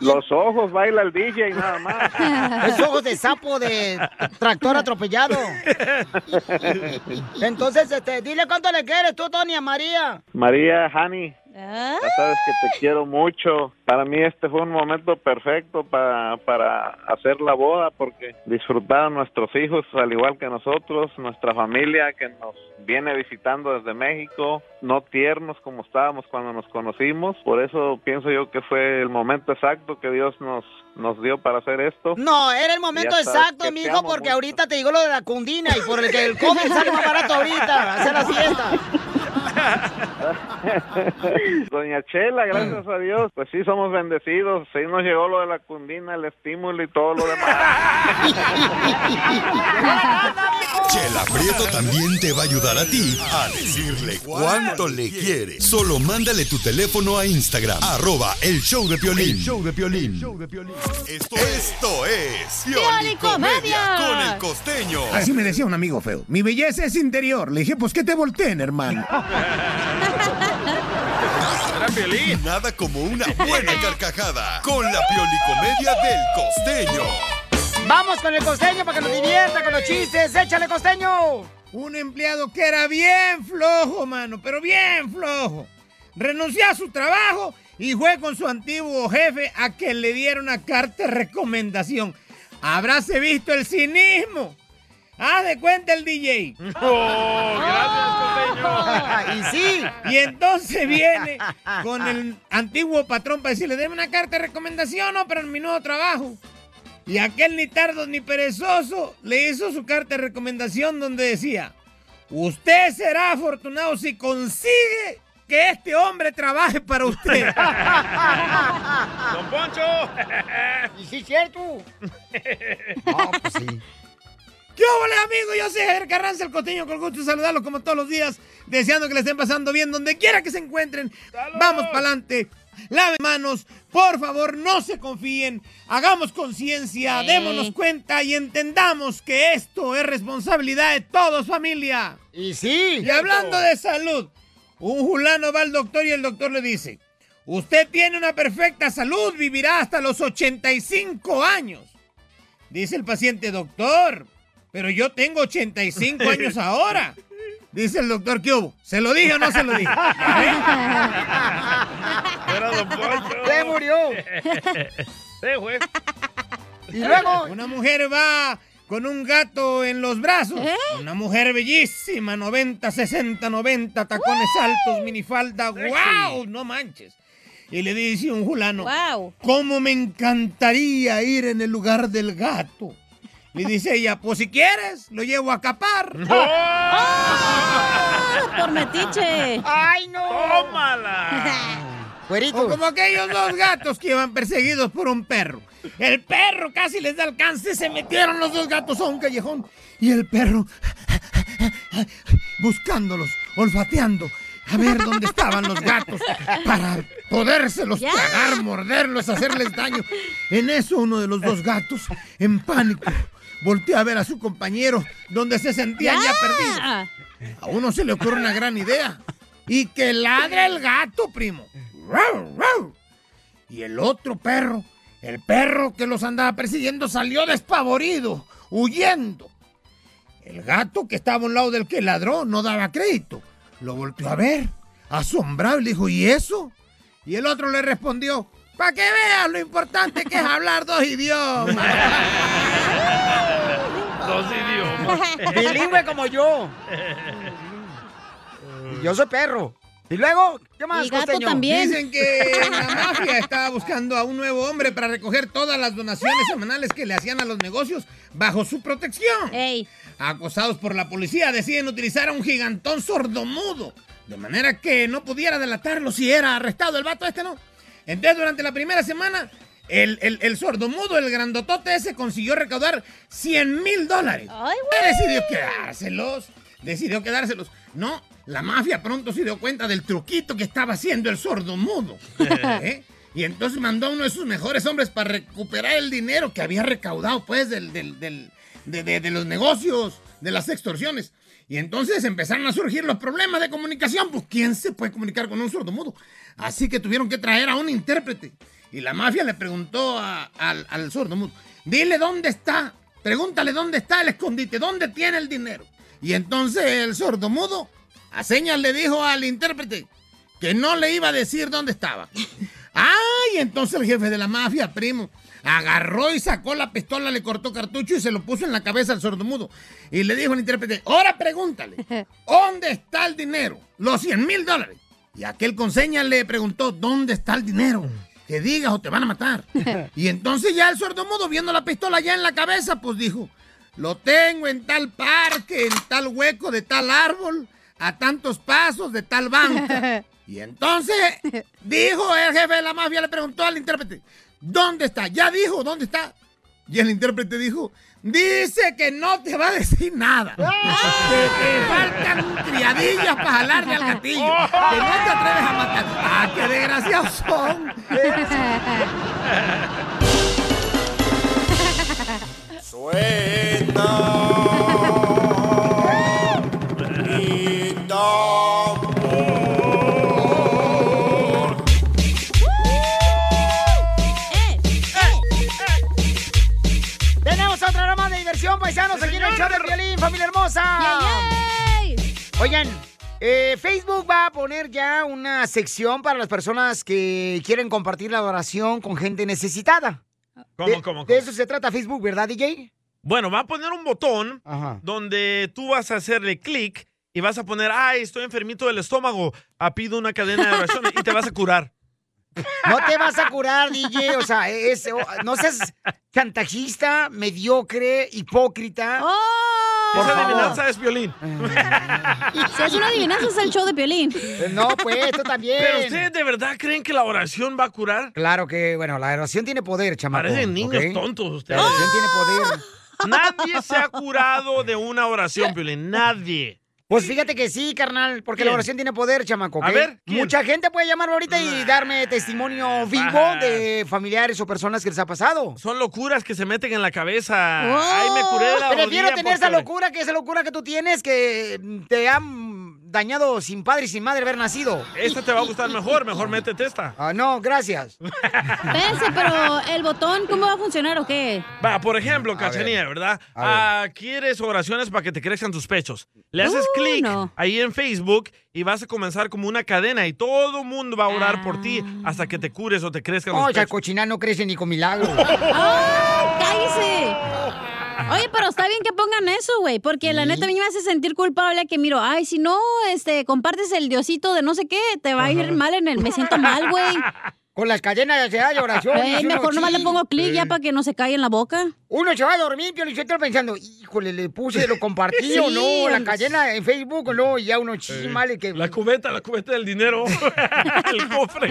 [SPEAKER 15] Los ojos baila el DJ y nada más.
[SPEAKER 1] Es ojos de sapo de tractor atropellado. Entonces, este, dile cuánto le quieres tú, Tony, a María.
[SPEAKER 15] María, Hani, ya sabes que te quiero mucho. Para mí este fue un momento perfecto para, para hacer la boda porque disfrutaron nuestros hijos al igual que nosotros, nuestra familia que nos viene visitando desde México, no tiernos como estábamos cuando nos conocimos. Por eso pienso yo que fue el momento exacto que Dios nos, nos dio para hacer esto.
[SPEAKER 1] No, era el momento
[SPEAKER 15] Ya sabes que
[SPEAKER 1] exacto,
[SPEAKER 15] te
[SPEAKER 1] mijo,
[SPEAKER 15] amo
[SPEAKER 1] porque
[SPEAKER 15] mucho.
[SPEAKER 1] ahorita te digo lo de la cundina y por el que el COVID sale más barato ahorita, hacer la fiesta.
[SPEAKER 15] Doña Chela, gracias a Dios, pues sí somos bendecidos, sí nos llegó lo de la cundina, el estímulo y todo lo demás.
[SPEAKER 8] Chela Prieto también te va a ayudar a ti a decirle cuánto le quiere. Solo mándale tu teléfono a Instagram, arroba el show de Piolín.
[SPEAKER 3] El
[SPEAKER 8] show de Piolín. Esto, esto es Pioli Comedia con el costeño.
[SPEAKER 17] Así me decía un amigo feo. Mi belleza es interior. Le dije, pues que te volteen, hermano.
[SPEAKER 8] Nada como una buena carcajada con la piolicomedia del costeño.
[SPEAKER 1] Vamos con el costeño para que nos divierta con los chistes. eh, Échale, costeño.
[SPEAKER 17] Un empleado que era bien flojo, mano, pero bien flojo. Renunció a su trabajo y fue con su antiguo jefe a que le diera una carta de recomendación. Habráse visto el cinismo. Haz de cuenta el DJ.
[SPEAKER 3] gracias,
[SPEAKER 1] y sí.
[SPEAKER 17] Y entonces viene con el antiguo patrón para decirle, deme una carta de recomendación, no, para mi nuevo trabajo. Y aquel ni tardo ni perezoso le hizo su carta de recomendación donde decía, usted será afortunado si consigue que este hombre trabaje para usted.
[SPEAKER 2] Don Poncho.
[SPEAKER 1] Y sí, cierto.
[SPEAKER 17] ¿Qué hola amigos? Yo soy Javier Carranza, el costeño, con gusto de saludarlos como todos los días, deseando que le estén pasando bien donde quiera que se encuentren. Vamos para adelante. Laven manos, por favor, no se confíen, hagamos conciencia,
[SPEAKER 10] Sí.
[SPEAKER 17] démonos cuenta y entendamos que esto es responsabilidad de todos, familia.
[SPEAKER 1] Y sí.
[SPEAKER 17] Y hablando de salud, un fulano va al doctor y el doctor le dice, usted tiene una perfecta salud, vivirá hasta los 85 años. Dice el paciente, doctor, pero yo tengo 85 años ahora. Dice el doctor, ¿qué hubo? ¿Se lo dije o no se lo dije?
[SPEAKER 1] Se murió.
[SPEAKER 2] Sí, güey.
[SPEAKER 17] Y luego, una mujer va con un gato en los brazos. Una mujer bellísima, 90, 60, 90, tacones altos, minifalda. ¡Wow! No manches. Y le dice un fulano,
[SPEAKER 11] wow.
[SPEAKER 17] ¿cómo me encantaría ir en el lugar del gato? Le dice ella, pues si quieres, lo llevo a capar.
[SPEAKER 11] Por metiche.
[SPEAKER 10] ¡Ay, no!
[SPEAKER 17] ¡Tómala!
[SPEAKER 1] O
[SPEAKER 17] como aquellos dos gatos que iban perseguidos por un perro. El perro casi les da alcance, se metieron los dos gatos a un callejón. Y el perro buscándolos, olfateando, a ver dónde estaban los gatos para podérselos tragar, morderlos, hacerles daño. En eso uno de los dos gatos, en pánico, volteó a ver a su compañero donde se sentía ya perdido. A uno se le ocurre una gran idea. Y que ladra el gato, primo. ¡Rau, rau! Y el otro perro, el perro que los andaba persiguiendo, salió despavorido, huyendo. El gato que estaba a un lado del que ladró no daba crédito. Lo volteó a ver, asombrado, y le dijo, ¿y eso? Y el otro le respondió, para que veas lo importante que es hablar dos idiomas.
[SPEAKER 3] Dos idiomas.
[SPEAKER 1] Bilingüe como yo. Yo soy perro. Y luego, ¿qué más, costeño?
[SPEAKER 17] Dicen que la mafia estaba buscando a un nuevo hombre para recoger todas las donaciones semanales que le hacían a los negocios bajo su protección. Acosados por la policía, deciden utilizar a un gigantón sordomudo, de manera que no pudiera delatarlo si era arrestado. El vato este no. Entonces, durante la primera semana, el, el, el sordomudo, el grandotote ese, consiguió recaudar 100 mil dólares. Decidió quedárselos. Decidió quedárselos. No, la mafia pronto se dio cuenta del truquito que estaba haciendo el sordomudo. ¿eh? Y entonces mandó a uno de sus mejores hombres para recuperar el dinero que había recaudado, pues, del, del- del- de, de- de los negocios, de las extorsiones. Y entonces empezaron a surgir los problemas de comunicación. Pues, ¿quién se puede comunicar con un sordomudo? Así que tuvieron que traer a un intérprete. Y la mafia le preguntó a- al, al sordomudo, dile dónde está, pregúntale dónde está el escondite, dónde tiene el dinero. Y entonces el sordomudo a señas le dijo al intérprete que no le iba a decir dónde estaba. Ay, entonces el jefe de la mafia, primo, agarró y sacó la pistola, le cortó cartucho y se lo puso en la cabeza al sordomudo. Y le dijo al intérprete, ahora pregúntale, ¿dónde está el dinero? Los 100 mil dólares. Y aquel con señas le preguntó, ¿dónde está el dinero? Que digas o te van a matar. Y entonces ya el sordomudo, viendo la pistola ya en la cabeza, pues dijo, lo tengo en tal parque, en tal hueco de tal árbol, a tantos pasos de tal banca. Y entonces dijo el jefe de la mafia, le preguntó al intérprete, ¿dónde está? Ya dijo, ¿dónde está? Y el intérprete dijo, dice que no te va a decir nada. Que te faltan criadillas para jalarle al gatillo. Que no te atreves a matar. ¡Ah, qué desgraciados son!
[SPEAKER 1] Tenemos otra broma de diversión, paisanos, aquí en el show de Piolín, familia hermosa. Oigan, eh, Facebook va a poner ya una sección para las personas que quieren compartir la adoración con gente necesitada.
[SPEAKER 2] ¿Cómo,
[SPEAKER 1] de,
[SPEAKER 2] cómo,
[SPEAKER 1] De eso se trata Facebook, ¿verdad, DJ?
[SPEAKER 2] Bueno, va a poner un botón
[SPEAKER 1] Ajá.
[SPEAKER 2] donde tú vas a hacerle clic y vas a poner, ay, estoy enfermito del estómago, ah, pido una cadena de oración y te vas a curar.
[SPEAKER 1] No te vas a curar, DJ. O sea, es- o- no seas chantajista, mediocre, hipócrita. Por
[SPEAKER 2] Oh. Esa
[SPEAKER 1] favor.
[SPEAKER 2] adivinanza es violín.
[SPEAKER 11] Si es una adivinanza, es el show de Piolín.
[SPEAKER 1] No, pues, tú también.
[SPEAKER 2] ¿Pero ustedes de verdad creen que la oración va a curar?
[SPEAKER 1] Claro que, bueno, la oración tiene poder, chamaco.
[SPEAKER 2] Parecen niños
[SPEAKER 1] ¿ok?
[SPEAKER 2] tontos
[SPEAKER 1] La
[SPEAKER 2] ustedes.
[SPEAKER 1] oración tiene poder.
[SPEAKER 2] Nadie se ha curado de una oración, Piolín. Nadie.
[SPEAKER 1] Pues fíjate que sí, carnal, porque
[SPEAKER 2] ¿Quién?
[SPEAKER 1] la oración tiene poder, chamaco. ¿ok?
[SPEAKER 2] A ver, ¿quién? Ah.
[SPEAKER 1] mucha gente puede llamar ahorita y darme testimonio vivo
[SPEAKER 2] bah.
[SPEAKER 1] de familiares o personas que les ha pasado. Oh.
[SPEAKER 2] Son locuras que se meten en la cabeza. Ay, me curé de la
[SPEAKER 1] Prefiero
[SPEAKER 2] rodilla
[SPEAKER 1] tener esa
[SPEAKER 2] porque-
[SPEAKER 1] locura que esa locura que tú tienes que mm, te han dañado sin padre y sin madre haber nacido.
[SPEAKER 2] Esta te va a gustar mejor, mejor métete esta.
[SPEAKER 1] Ah, no, gracias.
[SPEAKER 11] Espérense, pero el botón, ¿cómo va a funcionar o qué?
[SPEAKER 2] Va, por ejemplo, Cachanía, ¿verdad? Ah, quieres oraciones para que te crezcan tus pechos. Le haces
[SPEAKER 11] Uh,
[SPEAKER 2] clic
[SPEAKER 11] no.
[SPEAKER 2] ahí en Facebook y vas a comenzar como una cadena y todo mundo va a orar por ti
[SPEAKER 11] Ah.
[SPEAKER 2] hasta que te cures o te crezcan
[SPEAKER 1] No,
[SPEAKER 2] los
[SPEAKER 1] esa
[SPEAKER 2] pechos.
[SPEAKER 1] cochina no crece ni con milagro.
[SPEAKER 11] ¡Ah! ¡Cállese! Oye, pero está bien que pongan eso, güey, porque la neta a mí me hace sentir culpable que miro, ay, si no, este, compartes el diosito de no sé qué, te va a ir mal en el, me siento mal, güey.
[SPEAKER 1] Con las cadenas de ansiedad y oración,
[SPEAKER 11] Güey,
[SPEAKER 1] dice uno,
[SPEAKER 11] Eh, mejor nomás
[SPEAKER 1] sí.
[SPEAKER 11] le pongo clic ya
[SPEAKER 1] Sí.
[SPEAKER 11] para que no se caiga en la boca.
[SPEAKER 1] Uno se va a dormir, Pio Lichotero, pensando, híjole, le puse, lo compartí o
[SPEAKER 11] Sí,
[SPEAKER 1] no, la
[SPEAKER 11] hombre.
[SPEAKER 1] cadena en Facebook o no, y ya uno chimale que...
[SPEAKER 2] La cubeta, la cubeta del dinero. el cofre.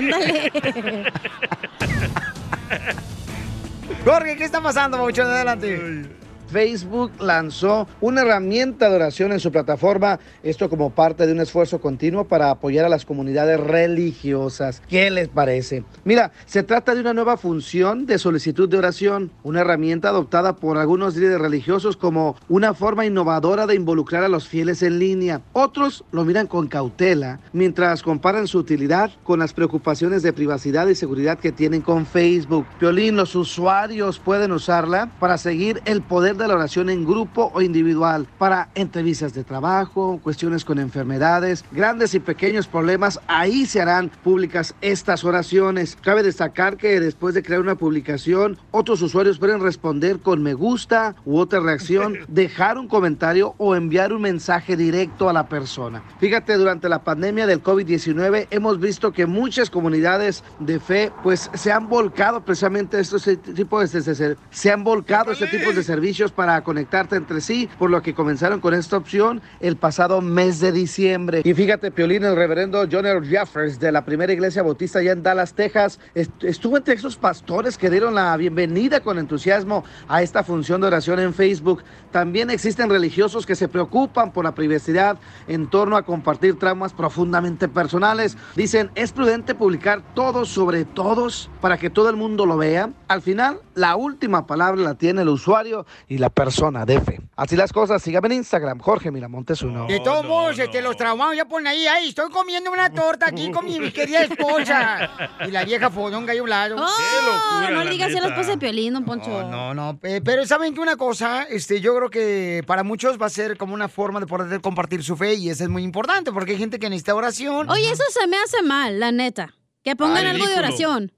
[SPEAKER 1] Jorge, ¿qué está pasando, Mauchón? Adelante.
[SPEAKER 4] Facebook lanzó una herramienta de oración en su plataforma, esto como parte de un esfuerzo continuo para apoyar a las comunidades religiosas. ¿Qué les parece? Mira, se trata de una nueva función de solicitud de oración, una herramienta adoptada por algunos líderes religiosos como una forma innovadora de involucrar a los fieles en línea. Otros lo miran con cautela, mientras comparan su utilidad con las preocupaciones de privacidad y seguridad que tienen con Facebook. Piolín, los usuarios pueden usarla para seguir el poder de la oración en grupo o individual, para entrevistas de trabajo, cuestiones con enfermedades, grandes y pequeños problemas. Ahí se harán públicas estas oraciones. Cabe destacar que después de crear una publicación, otros usuarios pueden responder con me gusta u otra reacción, dejar un comentario o enviar un mensaje directo a la persona. Fíjate, durante la pandemia del COVID-19 hemos visto que muchas comunidades de fe pues se han volcado precisamente a estos tipos de, se- se han volcado a este tipo de servicios para conectarte entre sí, por lo que comenzaron con esta opción el pasado mes de diciembre. Y fíjate, Piolín, el reverendo John L. Jeffers de la primera iglesia bautista allá en Dallas, Texas, est- estuvo entre esos pastores que dieron la bienvenida con entusiasmo a esta función de oración en Facebook. También existen religiosos que se preocupan por la privacidad en torno a compartir tramas profundamente personales. Dicen, es prudente publicar todo sobre todos para que todo el mundo lo vea. Al final, la última palabra la tiene el usuario y la persona de fe. Así las cosas, síganme en Instagram, Jorge Miramontes uno.
[SPEAKER 1] De todos modos, este, los traumados ya ponen ahí, ay, estoy comiendo una torta aquí con mi querida esposa. Y la vieja fodonga ahí a un lado.
[SPEAKER 11] Oh, no le digas así a la esposa de Piolín, don Poncho.
[SPEAKER 1] No, no, eh, pero saben que una cosa, este, yo creo que para muchos va a ser como una forma de poder compartir su fe y eso es muy importante porque hay gente que necesita oración.
[SPEAKER 11] Oye, eso se me hace mal, la neta. Que pongan
[SPEAKER 1] Ay,
[SPEAKER 11] algo de
[SPEAKER 1] ridículo.
[SPEAKER 11] oración.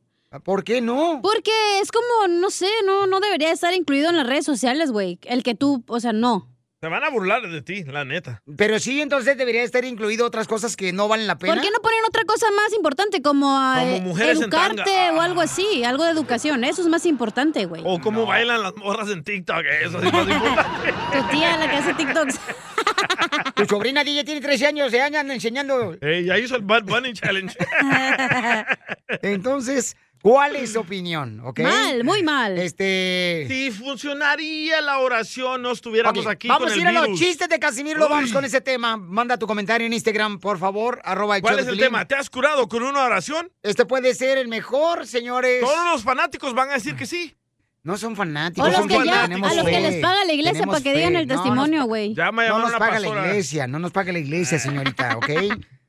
[SPEAKER 1] ¿Por qué no?
[SPEAKER 11] Porque es como, no sé, no, no debería estar incluido en las redes sociales, güey. El que tú, o sea, no.
[SPEAKER 2] Se van a burlar de ti, la neta.
[SPEAKER 1] Pero sí, entonces debería estar incluido otras cosas que no valen la pena.
[SPEAKER 11] ¿Por qué no ponen otra cosa más importante como, ah,
[SPEAKER 1] Como
[SPEAKER 11] eh,
[SPEAKER 1] mujeres en
[SPEAKER 11] educarte
[SPEAKER 1] tanga.
[SPEAKER 11] o algo así? Algo de educación. Eso es más importante, güey.
[SPEAKER 2] O cómo bailan las morras en TikTok, eso sí más importante.
[SPEAKER 11] Tu tía, la que hace TikToks.
[SPEAKER 1] Tu sobrina DJ tiene 13 años, se andan enseñando.
[SPEAKER 2] Ey, ya hizo el Bad Bunny Eh, Challenge.
[SPEAKER 1] Entonces, ¿cuál es su opinión? ¿Ok?
[SPEAKER 2] Mal,
[SPEAKER 11] muy mal.
[SPEAKER 1] Este.
[SPEAKER 2] Si funcionaría la oración, no estuviéramos
[SPEAKER 1] Ok,
[SPEAKER 2] aquí
[SPEAKER 1] vamos
[SPEAKER 2] con
[SPEAKER 1] a ir
[SPEAKER 2] el
[SPEAKER 1] a los
[SPEAKER 2] virus.
[SPEAKER 1] chistes de Casimiro, lo vamos
[SPEAKER 2] Uy.
[SPEAKER 1] con ese tema. Manda tu comentario en Instagram, por favor, arroba
[SPEAKER 2] ¿Cuál
[SPEAKER 1] show de
[SPEAKER 2] es el
[SPEAKER 1] Piolín.
[SPEAKER 2] tema? ¿Te has curado con una oración?
[SPEAKER 1] Este puede ser el mejor, señores.
[SPEAKER 2] Todos los fanáticos van a decir que sí.
[SPEAKER 1] No son
[SPEAKER 11] O
[SPEAKER 1] fanáticos.
[SPEAKER 11] los
[SPEAKER 1] son
[SPEAKER 11] que ya,
[SPEAKER 1] tenemos
[SPEAKER 11] a los que
[SPEAKER 1] fe.
[SPEAKER 11] les paga la iglesia
[SPEAKER 1] Tenemos
[SPEAKER 11] para que
[SPEAKER 1] fe.
[SPEAKER 11] digan el
[SPEAKER 1] No, nos-
[SPEAKER 11] testimonio, güey.
[SPEAKER 1] no nos paga la iglesia, no nos paga la iglesia, señorita, ¿ok?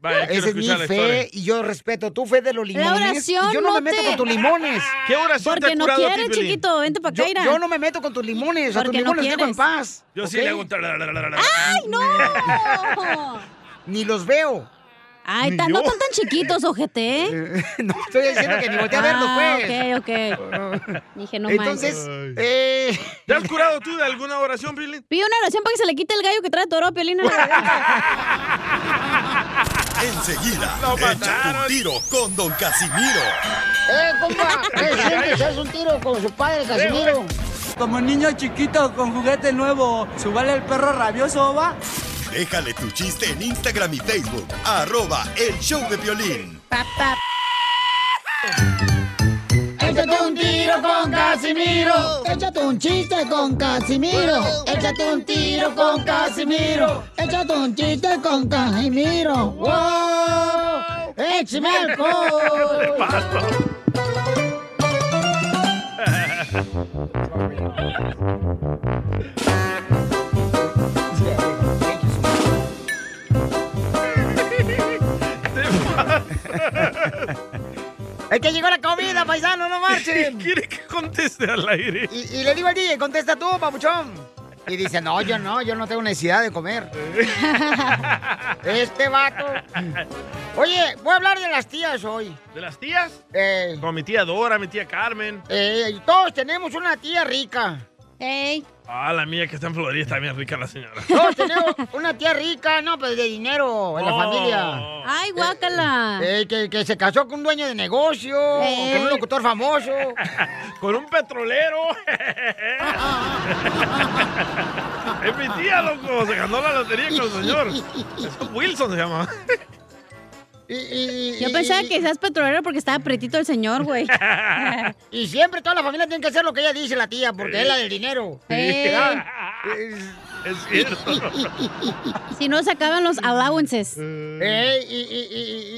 [SPEAKER 2] Vaya, quiero
[SPEAKER 1] Esa es mi
[SPEAKER 2] escuchar la
[SPEAKER 1] fe
[SPEAKER 2] historia.
[SPEAKER 1] y yo respeto tu fe de los limones.
[SPEAKER 11] oración
[SPEAKER 1] y yo no, me
[SPEAKER 11] no
[SPEAKER 1] meto
[SPEAKER 11] te-
[SPEAKER 1] con tus limones.
[SPEAKER 2] ¿Qué oración
[SPEAKER 11] Porque no quiere, chiquito. Vente para
[SPEAKER 1] Yo,
[SPEAKER 11] acá, Ira.
[SPEAKER 1] yo no me meto con tus limones, a tus
[SPEAKER 11] Porque no
[SPEAKER 1] limones los dejo en
[SPEAKER 11] quieres.
[SPEAKER 1] paz.
[SPEAKER 2] Yo sí
[SPEAKER 1] ¿ok?
[SPEAKER 2] le hago un tra- tra- tra- tra-
[SPEAKER 18] Ah,
[SPEAKER 11] ¡Ay, no!
[SPEAKER 1] Ni los veo.
[SPEAKER 11] Ay,
[SPEAKER 1] Ni
[SPEAKER 11] tan-
[SPEAKER 1] yo.
[SPEAKER 11] no están tan chiquitos, ojete.
[SPEAKER 1] no, estoy diciendo que ni volteé a verlos,
[SPEAKER 11] Ah, ok, ok. Dije, no
[SPEAKER 1] Entonces,
[SPEAKER 11] manches.
[SPEAKER 2] ¿Te has curado tú de alguna oración, Pilín?
[SPEAKER 11] Pide una oración para que se le quite el gallo que trae toro, Piolín. en la garganta.
[SPEAKER 8] Enseguida, échate un tiro con Don Casimiro.
[SPEAKER 10] ¡Eh, compa! ¿Qué sientes? ¿Haz un tiro con su padre, Casimiro?
[SPEAKER 18] Como niño chiquito con juguete nuevo, subale el perro rabioso, va.
[SPEAKER 8] Déjale tu chiste en Instagram y Facebook, arroba el show de violín.
[SPEAKER 10] Échate un tiro con Casimiro. Échate un chiste con Casimiro. Échate un tiro con Casimiro. Échate un chiste con Casimiro. ¡Wow! ¡Échame alcohol!
[SPEAKER 1] Es que llegó la comida, paisano, no marchen.
[SPEAKER 2] Quiere que conteste al aire.
[SPEAKER 1] Y, y le digo al DJ, contesta tú, papuchón. Y dice, no, yo no, yo no tengo necesidad de comer. este vato. Oye, voy a hablar de las tías hoy.
[SPEAKER 2] ¿De las tías?
[SPEAKER 1] Eh,
[SPEAKER 2] Con mi tía Dora, mi tía Carmen.
[SPEAKER 1] eh, todos tenemos una tía rica. Ey.
[SPEAKER 2] Ah, la mía que está en Florida está bien rica la señora.
[SPEAKER 1] No, tenemos una tía rica, no, pues de dinero en la
[SPEAKER 2] Oh.
[SPEAKER 1] familia.
[SPEAKER 11] Ay, guácala.
[SPEAKER 1] Eh, que, que se casó con un dueño de negocio, o
[SPEAKER 11] Eh.
[SPEAKER 1] con un locutor famoso.
[SPEAKER 2] con un petrolero. es mi tía, loco. Se ganó la lotería con el señor. Es Wilson se llama.
[SPEAKER 11] Yo pensaba que seas petrolero porque estaba pretito el señor, güey.
[SPEAKER 1] Y siempre toda la familia tiene que hacer lo que ella dice, la tía, porque
[SPEAKER 11] Sí.
[SPEAKER 1] es la del dinero.
[SPEAKER 11] Sí.
[SPEAKER 1] Ah,
[SPEAKER 2] Es cierto.
[SPEAKER 11] Si no, se acaban los allowances.
[SPEAKER 1] eh, y, y-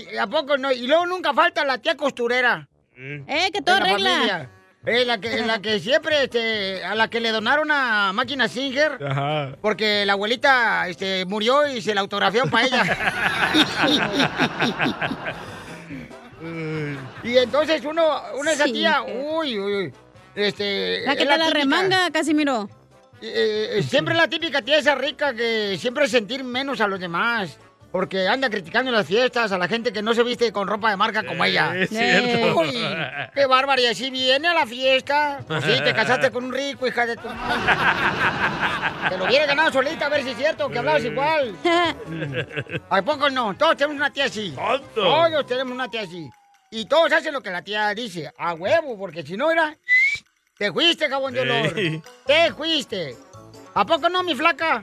[SPEAKER 1] y- y- ¿A poco no? Y luego nunca falta la tía costurera.
[SPEAKER 11] Eh, que todo
[SPEAKER 1] En la
[SPEAKER 11] arregla.
[SPEAKER 1] familia. Eh, la que, la que siempre, este, a la que le donaron a máquina Singer.
[SPEAKER 2] Ajá.
[SPEAKER 1] Porque la abuelita este, murió y se la autografiaron para ella. y entonces uno, una esa
[SPEAKER 11] Sí,
[SPEAKER 1] tía,
[SPEAKER 11] mujer.
[SPEAKER 1] uy, uy, uy, este,
[SPEAKER 11] La que
[SPEAKER 1] es
[SPEAKER 11] te la
[SPEAKER 1] típica.
[SPEAKER 11] remanga, Casimiro.
[SPEAKER 1] Eh, eh, siempre la típica tía esa rica que siempre es sentir menos a los demás. Porque anda criticando en las fiestas a la gente que no se viste con ropa de marca como
[SPEAKER 3] Eh,
[SPEAKER 1] ella.
[SPEAKER 3] es cierto.
[SPEAKER 1] Uy, qué bárbara. Y así viene a la fiesta. Pues sí, te casaste con un rico, hija de tu madre. Te lo hubiera ganado solita, a ver si es cierto, que hablabas igual. ¿A poco no? Todos tenemos una tía así. Todos tenemos una tía así. Y todos hacen lo que la tía dice. A huevo, porque si no era... Te fuiste,
[SPEAKER 10] Este,
[SPEAKER 1] jabón de olor.
[SPEAKER 3] Ey.
[SPEAKER 1] Te fuiste. ¿A poco no, mi flaca?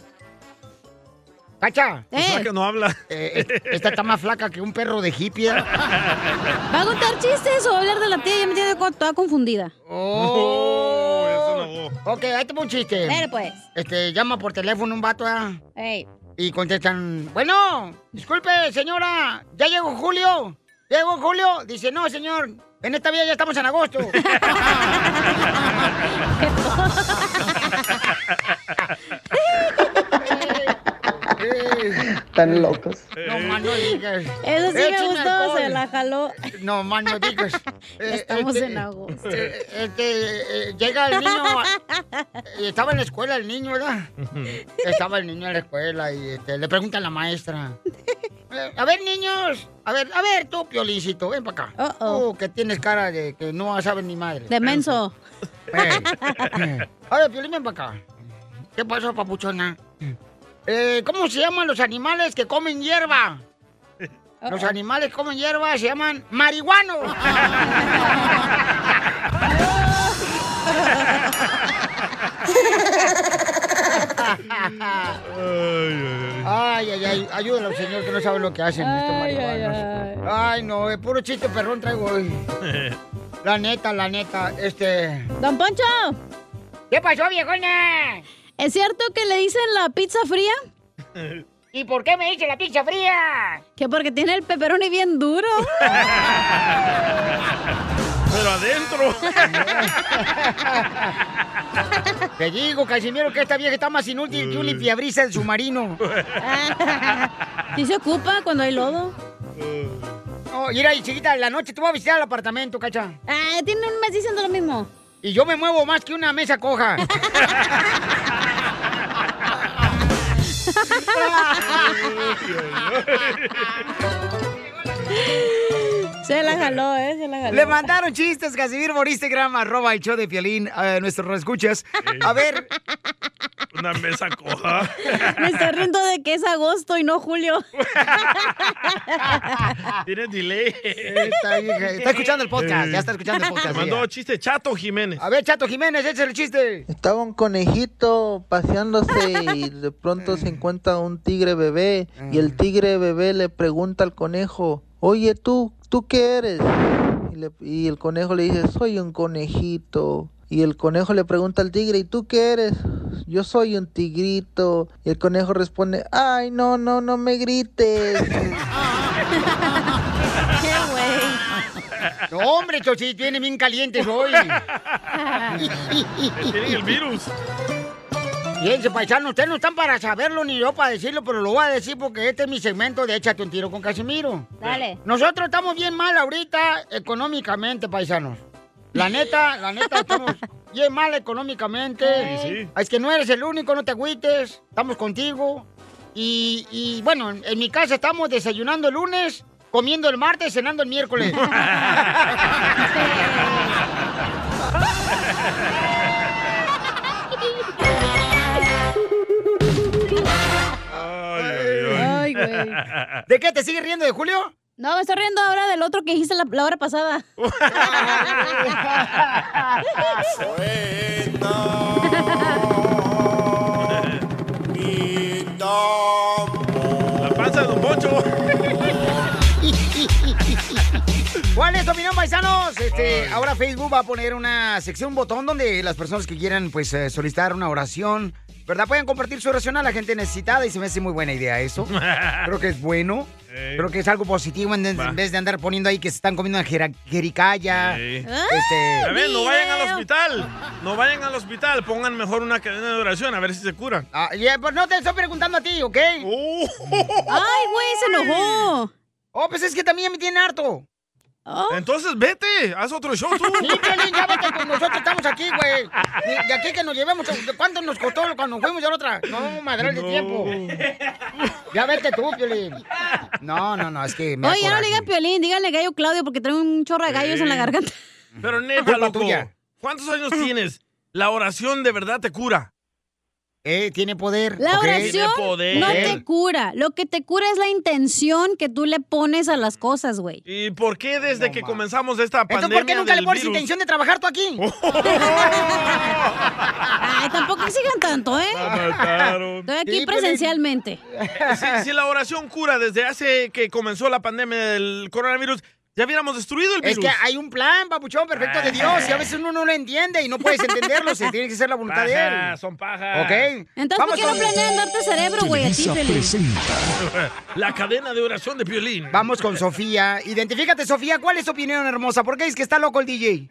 [SPEAKER 1] Cacha.
[SPEAKER 2] Mi Eh. flaca no habla.
[SPEAKER 1] Eh, es- esta está más flaca que un perro de hippie. ¿eh?
[SPEAKER 11] ¿Va a contar chistes o va a hablar de la tía? Ya me tiene co- toda confundida.
[SPEAKER 1] Oh. ok, ahí te pongo un chiste.
[SPEAKER 11] Dale, pues.
[SPEAKER 1] Este, llama por teléfono un vato, ¿eh?
[SPEAKER 11] Ey.
[SPEAKER 1] Y contestan, bueno, disculpe, señora, ya llegó Julio. ¿Llegó Julio? Dice, no, señor, en esta vida ya estamos en agosto.
[SPEAKER 19] Tan locos.
[SPEAKER 1] No más no digas.
[SPEAKER 11] Eso sí me
[SPEAKER 1] Échame
[SPEAKER 11] gustó,
[SPEAKER 1] alcohol.
[SPEAKER 11] se la jaló.
[SPEAKER 1] No más no digas.
[SPEAKER 10] este,
[SPEAKER 1] Eh,
[SPEAKER 11] estamos en agosto.
[SPEAKER 1] eh, este, eh, llega el niño. a- eh, estaba en la escuela el niño, ¿verdad? Estaba el niño en la escuela y este, le pregunta a la maestra. eh, a ver, niños. A ver, a ver, tú, Piolincito, ven para acá. Tú, que tienes cara de que no sabes ni madre.
[SPEAKER 11] De menso.
[SPEAKER 1] Eh. A ver, Piolín, ven para acá. ¿Qué pasó, papuchona? Eh, ¿Cómo se llaman los animales que comen hierba? Los animales que comen hierba se llaman marihuanos. Ay, ay, ay, ayúdalo, señor, que no sabe lo que hacen estos marihuanos. Ay, no, es puro chiste perrón traigo hoy. La neta, la neta, este...
[SPEAKER 11] Don Poncho.
[SPEAKER 1] ¿Qué pasó, viejona?
[SPEAKER 11] ¿Es cierto que le dicen la pizza fría?
[SPEAKER 1] ¿Y por qué me dice la pizza fría?
[SPEAKER 11] Que porque tiene el pepperoni bien duro.
[SPEAKER 2] Pero adentro.
[SPEAKER 1] Te digo, Casimiro, que esta vieja está más inútil que un limpiabrisa del submarino.
[SPEAKER 11] Sí se ocupa cuando hay lodo.
[SPEAKER 1] No, Oh, mira, y chiquita, en la noche tú vas a visitar el apartamento, cacha.
[SPEAKER 11] Ah, tiene un mes diciendo lo mismo.
[SPEAKER 1] Y yo me muevo más que una mesa coja.
[SPEAKER 11] Se la jaló, ¿eh? Se la jaló.
[SPEAKER 1] Le mandaron chistes, Casimiro, por Instagram, arroba el show de Piolín, a nuestros escuchas. A ver,
[SPEAKER 2] Una mesa coja.
[SPEAKER 11] Me está riendo de que es agosto y no julio.
[SPEAKER 2] Tiene delay.
[SPEAKER 1] Esta hija, está escuchando el podcast, ya está escuchando el podcast,
[SPEAKER 2] Mandó
[SPEAKER 1] ella.
[SPEAKER 2] chiste Chato Jiménez.
[SPEAKER 1] a ver, Chato Jiménez, ese es el chiste.
[SPEAKER 19] Estaba un conejito paseándose y de pronto se encuentra un tigre bebé y el tigre bebé le pregunta al conejo, oye tú, ¿tú qué eres? Y, le- y el conejo le dice, soy un conejito. Y el conejo le pregunta al tigre, ¿y tú qué eres? Yo soy un tigrito. Y el conejo responde, ay, no, no, no me grites.
[SPEAKER 11] ¡Qué güey!
[SPEAKER 1] No, hombre, Chochi, viene bien calientes hoy.
[SPEAKER 2] Tienen el virus.
[SPEAKER 1] Fíjense, paisano, ustedes no están para saberlo ni yo para decirlo, pero lo voy a decir porque este es mi segmento de Échate un tiro con Casimiro.
[SPEAKER 11] Dale.
[SPEAKER 1] Nosotros estamos bien mal ahorita económicamente, paisanos. La neta, la neta, estamos bien mal económicamente.
[SPEAKER 3] Sí, sí.
[SPEAKER 1] Es que no eres el único, no te agüites. Estamos contigo. Y, y, bueno, en, en mi casa estamos desayunando el lunes, comiendo el martes, cenando el miércoles. ¿De qué? ¿Te sigues riendo de Julio?
[SPEAKER 11] No, me estoy riendo ahora del otro que hice la, la hora pasada.
[SPEAKER 2] La panza de Don Poncho.
[SPEAKER 1] ¿Cuál es tu opinión, paisanos? Este, ahora Facebook va a poner una sección, un botón donde las personas que quieran pues eh, solicitar una oración, ¿verdad? Pueden compartir su oración a la gente necesitada y se me hace muy buena idea eso. Creo que es bueno.
[SPEAKER 3] Ey.
[SPEAKER 1] Creo que es algo positivo en, en
[SPEAKER 3] Va.
[SPEAKER 1] vez de andar poniendo ahí que se están comiendo una jera- jericaya.
[SPEAKER 2] Sí.
[SPEAKER 1] Este,
[SPEAKER 2] A ver, no vayan al hospital. No vayan al hospital. Pongan mejor una cadena de oración a ver si se curan.
[SPEAKER 1] Ah, ya, pues no te estoy preguntando a ti, ¿ok?
[SPEAKER 11] ¡Ay, güey, se enojó!
[SPEAKER 1] Oh, pues es que también me tiene harto. Oh.
[SPEAKER 2] Entonces vete, haz otro show tú.
[SPEAKER 1] Sí, Piolín, ya vete, pues nosotros estamos aquí, güey. De- De aquí que nos llevemos, ¿cuánto nos costó cuando nos fuimos a la otra? No, madre de
[SPEAKER 3] No.
[SPEAKER 1] tiempo. Ya vete tú, Piolín. No, no, no, es que me da
[SPEAKER 11] Oye, ya no le
[SPEAKER 1] coraje.
[SPEAKER 11] digan piolín, díganle gallo Claudio porque trae un chorro de gallos en la garganta.
[SPEAKER 2] Pero neta, loco, ¿cuántos años tienes? La oración de verdad te cura.
[SPEAKER 1] Eh, tiene poder.
[SPEAKER 11] La
[SPEAKER 2] Tiene
[SPEAKER 11] oración
[SPEAKER 2] poder.
[SPEAKER 11] no te cura. Lo que te cura es la intención que tú le pones a las cosas, güey.
[SPEAKER 2] ¿Y por qué desde que comenzamos esta pandemia
[SPEAKER 11] ¿por qué nunca le
[SPEAKER 2] del
[SPEAKER 11] pones
[SPEAKER 2] virus-
[SPEAKER 11] intención?
[SPEAKER 1] de trabajar tú aquí?
[SPEAKER 11] Ay, tampoco sigan tanto, ¿eh?
[SPEAKER 2] mataron.
[SPEAKER 11] Estoy aquí
[SPEAKER 2] Sí, Piolín.
[SPEAKER 11] presencialmente.
[SPEAKER 2] si, si la oración cura desde hace que comenzó la pandemia del coronavirus, ya hubiéramos destruido el
[SPEAKER 1] Es
[SPEAKER 2] virus.
[SPEAKER 1] que hay un plan, papuchón, perfecto de Dios. Y a veces uno no lo entiende y no puedes entenderlo. Se tiene que ser la voluntad de él.
[SPEAKER 2] Pajas, son pajas.
[SPEAKER 1] ¿Ok?
[SPEAKER 11] Entonces, ¿por
[SPEAKER 1] Vamos
[SPEAKER 11] qué no
[SPEAKER 1] con-
[SPEAKER 11] planean darte cerebro, güey, a ti,
[SPEAKER 14] Televisa
[SPEAKER 11] Piolín?
[SPEAKER 14] presenta.
[SPEAKER 2] La cadena de oración de violín.
[SPEAKER 1] Vamos con Sofía. Identifícate, Sofía. ¿Cuál es tu opinión, hermosa? ¿Por qué es que está loco el DJ?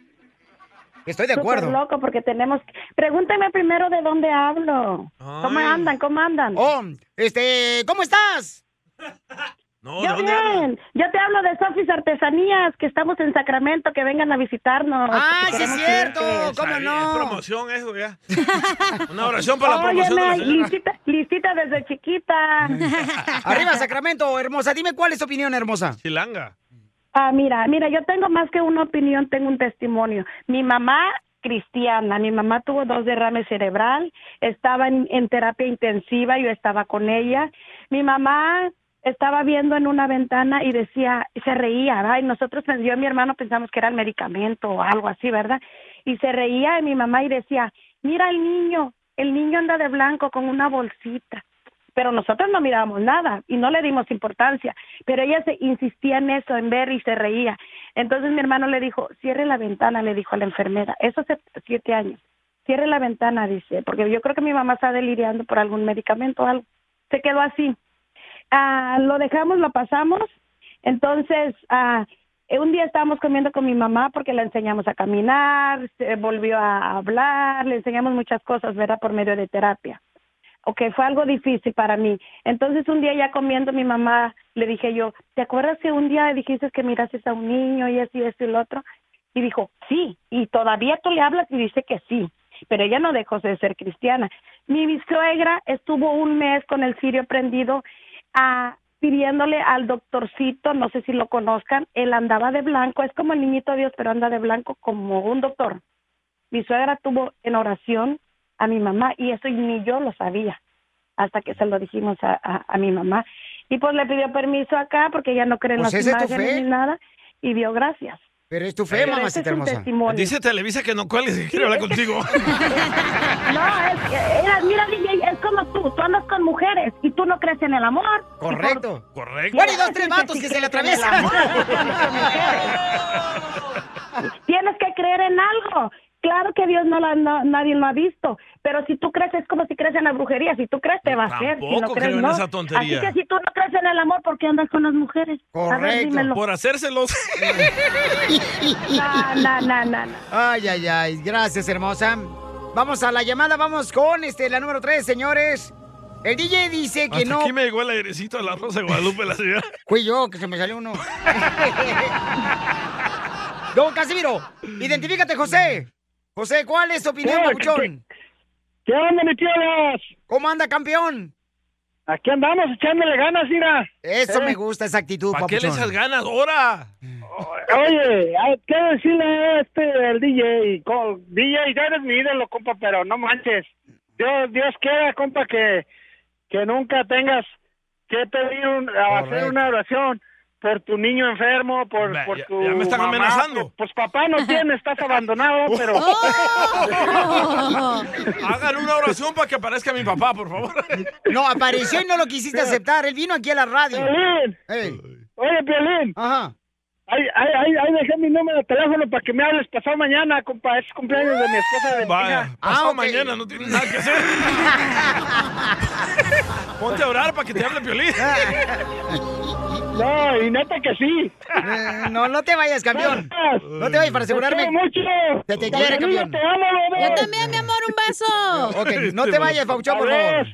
[SPEAKER 1] Estoy de
[SPEAKER 20] Súper
[SPEAKER 1] acuerdo.
[SPEAKER 20] loco porque tenemos... Pregúntame primero de dónde hablo. ¿Cómo
[SPEAKER 1] Ay.
[SPEAKER 20] andan? ¿Cómo andan?
[SPEAKER 1] Oh, este, ¿cómo estás?
[SPEAKER 2] No,
[SPEAKER 20] Yo bien. Yo te hablo de Sofis Artesanías, que estamos en Sacramento, que vengan a visitarnos.
[SPEAKER 2] Ah,
[SPEAKER 20] porque
[SPEAKER 2] sí es
[SPEAKER 20] queremos
[SPEAKER 2] cierto,
[SPEAKER 20] clientes.
[SPEAKER 2] cómo no. Es promoción eso ya. Una oración para la
[SPEAKER 20] Óyeme,
[SPEAKER 2] promoción de la señora.
[SPEAKER 20] listita, listita desde chiquita.
[SPEAKER 1] Arriba, Sacramento, hermosa. Dime cuál es tu opinión, hermosa.
[SPEAKER 2] Chilanga.
[SPEAKER 20] Ah, mira, mira, yo tengo más que una opinión, tengo un testimonio. Mi mamá cristiana, mi mamá tuvo dos derrames cerebral, estaba en, en terapia intensiva, yo estaba con ella. Mi mamá estaba viendo en una ventana y decía, y se reía, ¿verdad? Y nosotros, pens- yo y mi hermano pensamos que era el medicamento o algo así, ¿verdad? Y se reía de mi mamá y decía, mira el niño, el niño anda de blanco con una bolsita pero nosotros no mirábamos nada y no le dimos importancia, pero ella se insistía en eso, en ver y se reía. Entonces mi hermano le dijo, cierre la ventana, le dijo a la enfermera, eso hace siete años, cierre la ventana, dice, porque yo creo que mi mamá está deliriando por algún medicamento o algo. Se quedó así. Ah, lo dejamos, lo pasamos, entonces ah, eh, un día estábamos comiendo con mi mamá porque la enseñamos a caminar, se volvió a hablar, le enseñamos muchas cosas, ¿verdad? Por medio de terapia ok, fue algo difícil para mí. Entonces un día ya comiendo mi mamá, le dije yo, ¿te acuerdas que un día dijiste que miraste a un niño y así, esto y lo otro? Y dijo, sí, y todavía tú le hablas y dice que sí, pero ella no dejó de ser cristiana. Mi suegra estuvo un mes con el cirio prendido a pidiéndole al doctorcito, no sé si lo conozcan, él andaba de blanco, es como el niñito Dios, pero anda de blanco como un doctor mi suegra tuvo en oración a mi mamá y eso ni yo lo sabía hasta que se lo dijimos a, a- a mi mamá y pues le pidió permiso acá porque ella no cree en
[SPEAKER 2] Pues
[SPEAKER 20] las
[SPEAKER 2] esa es tu fe.
[SPEAKER 20] imágenes ni nada y dio gracias.
[SPEAKER 1] Pero es tu
[SPEAKER 2] fe,
[SPEAKER 20] Pero ese
[SPEAKER 2] mamacita
[SPEAKER 20] es un
[SPEAKER 2] hermosa.
[SPEAKER 20] testimonio.
[SPEAKER 2] Dice Televisa que no cuelgues, que quiere hablar contigo.
[SPEAKER 20] No, es, era- mira, DJ, es como tú, tú andas con mujeres y tú no crees en el amor.
[SPEAKER 1] Correcto.
[SPEAKER 2] Correcto.
[SPEAKER 20] Bueno, y dos, tres vatos que se le atraviesan. Tienes que creer en algo. Claro que Dios no, la, no- nadie lo ha visto, pero si tú crees es como si crees en la brujería, si tú crees te va a hacer, si no
[SPEAKER 2] Tampoco
[SPEAKER 20] crees
[SPEAKER 2] creo en
[SPEAKER 20] no.
[SPEAKER 2] esa tontería.
[SPEAKER 20] Así que si tú no crees en el amor, ¿por qué andas con las mujeres? A ver, dímelo.
[SPEAKER 2] Por hacérselos.
[SPEAKER 20] No, no, no, no, no.
[SPEAKER 1] Ay, ay, ay. Gracias, hermosa. Vamos a la llamada, vamos con este, la número 3, señores. El DJ dice que
[SPEAKER 2] Hasta
[SPEAKER 1] no.
[SPEAKER 2] aquí me llegó el airecito de la Rosa de Guadalupe, la señora.
[SPEAKER 1] Fui yo, que se me salió uno. Don Casimiro, identifícate, José. José, ¿cuál es tu opinión,
[SPEAKER 21] ¿Qué?
[SPEAKER 1] papuchón?
[SPEAKER 21] ¿Qué onda, mi piolas?
[SPEAKER 1] ¿Cómo anda, campeón?
[SPEAKER 21] Aquí andamos echándole ganas, mira.
[SPEAKER 1] Eso
[SPEAKER 21] Eh.
[SPEAKER 1] me gusta, esa actitud,
[SPEAKER 2] ¿Para qué le
[SPEAKER 1] papuchón.
[SPEAKER 2] echas ganas ahora?
[SPEAKER 21] Oye, hay que decirle a este, al DJ, col- DJ, ya eres mi ídolo, compa, pero no manches. Dios, Dios quiera, compa, que, que nunca tengas que pedir un- a hacer
[SPEAKER 2] Correcto.
[SPEAKER 21] una oración por tu niño enfermo, por,
[SPEAKER 2] Ya-
[SPEAKER 21] por
[SPEAKER 2] ya-
[SPEAKER 21] tu
[SPEAKER 2] ya me están
[SPEAKER 21] mamá,
[SPEAKER 2] amenazando.
[SPEAKER 21] que, Pues papá no tiene, estás abandonado, Eh, pero...
[SPEAKER 2] ¡Oh! Hagan una oración para que aparezca mi papá, por favor.
[SPEAKER 1] No, apareció y no lo quisiste aceptar. Él vino aquí a la radio.
[SPEAKER 21] Piolín. Oye, Piolín.
[SPEAKER 1] Ajá.
[SPEAKER 21] Ahí, ahí, ahí, ahí dejé mi número de teléfono para que me hables pasado mañana, compa. Es cumpleaños de mi esposa de
[SPEAKER 2] Vaya,
[SPEAKER 1] Ah,
[SPEAKER 2] pasado mañana, no tienes nada que hacer. Ponte a orar para que te hable Piolín.
[SPEAKER 21] No, y neta que sí.
[SPEAKER 1] Mm, No, no te vayas, campeón. No te vayas para asegurarme.
[SPEAKER 21] Te quiero mucho.
[SPEAKER 1] Se te quiere, campeón.
[SPEAKER 11] Yo también, mi amor, un beso.
[SPEAKER 1] Ok, no
[SPEAKER 11] Este
[SPEAKER 1] te vayas, Pauchón, por favor.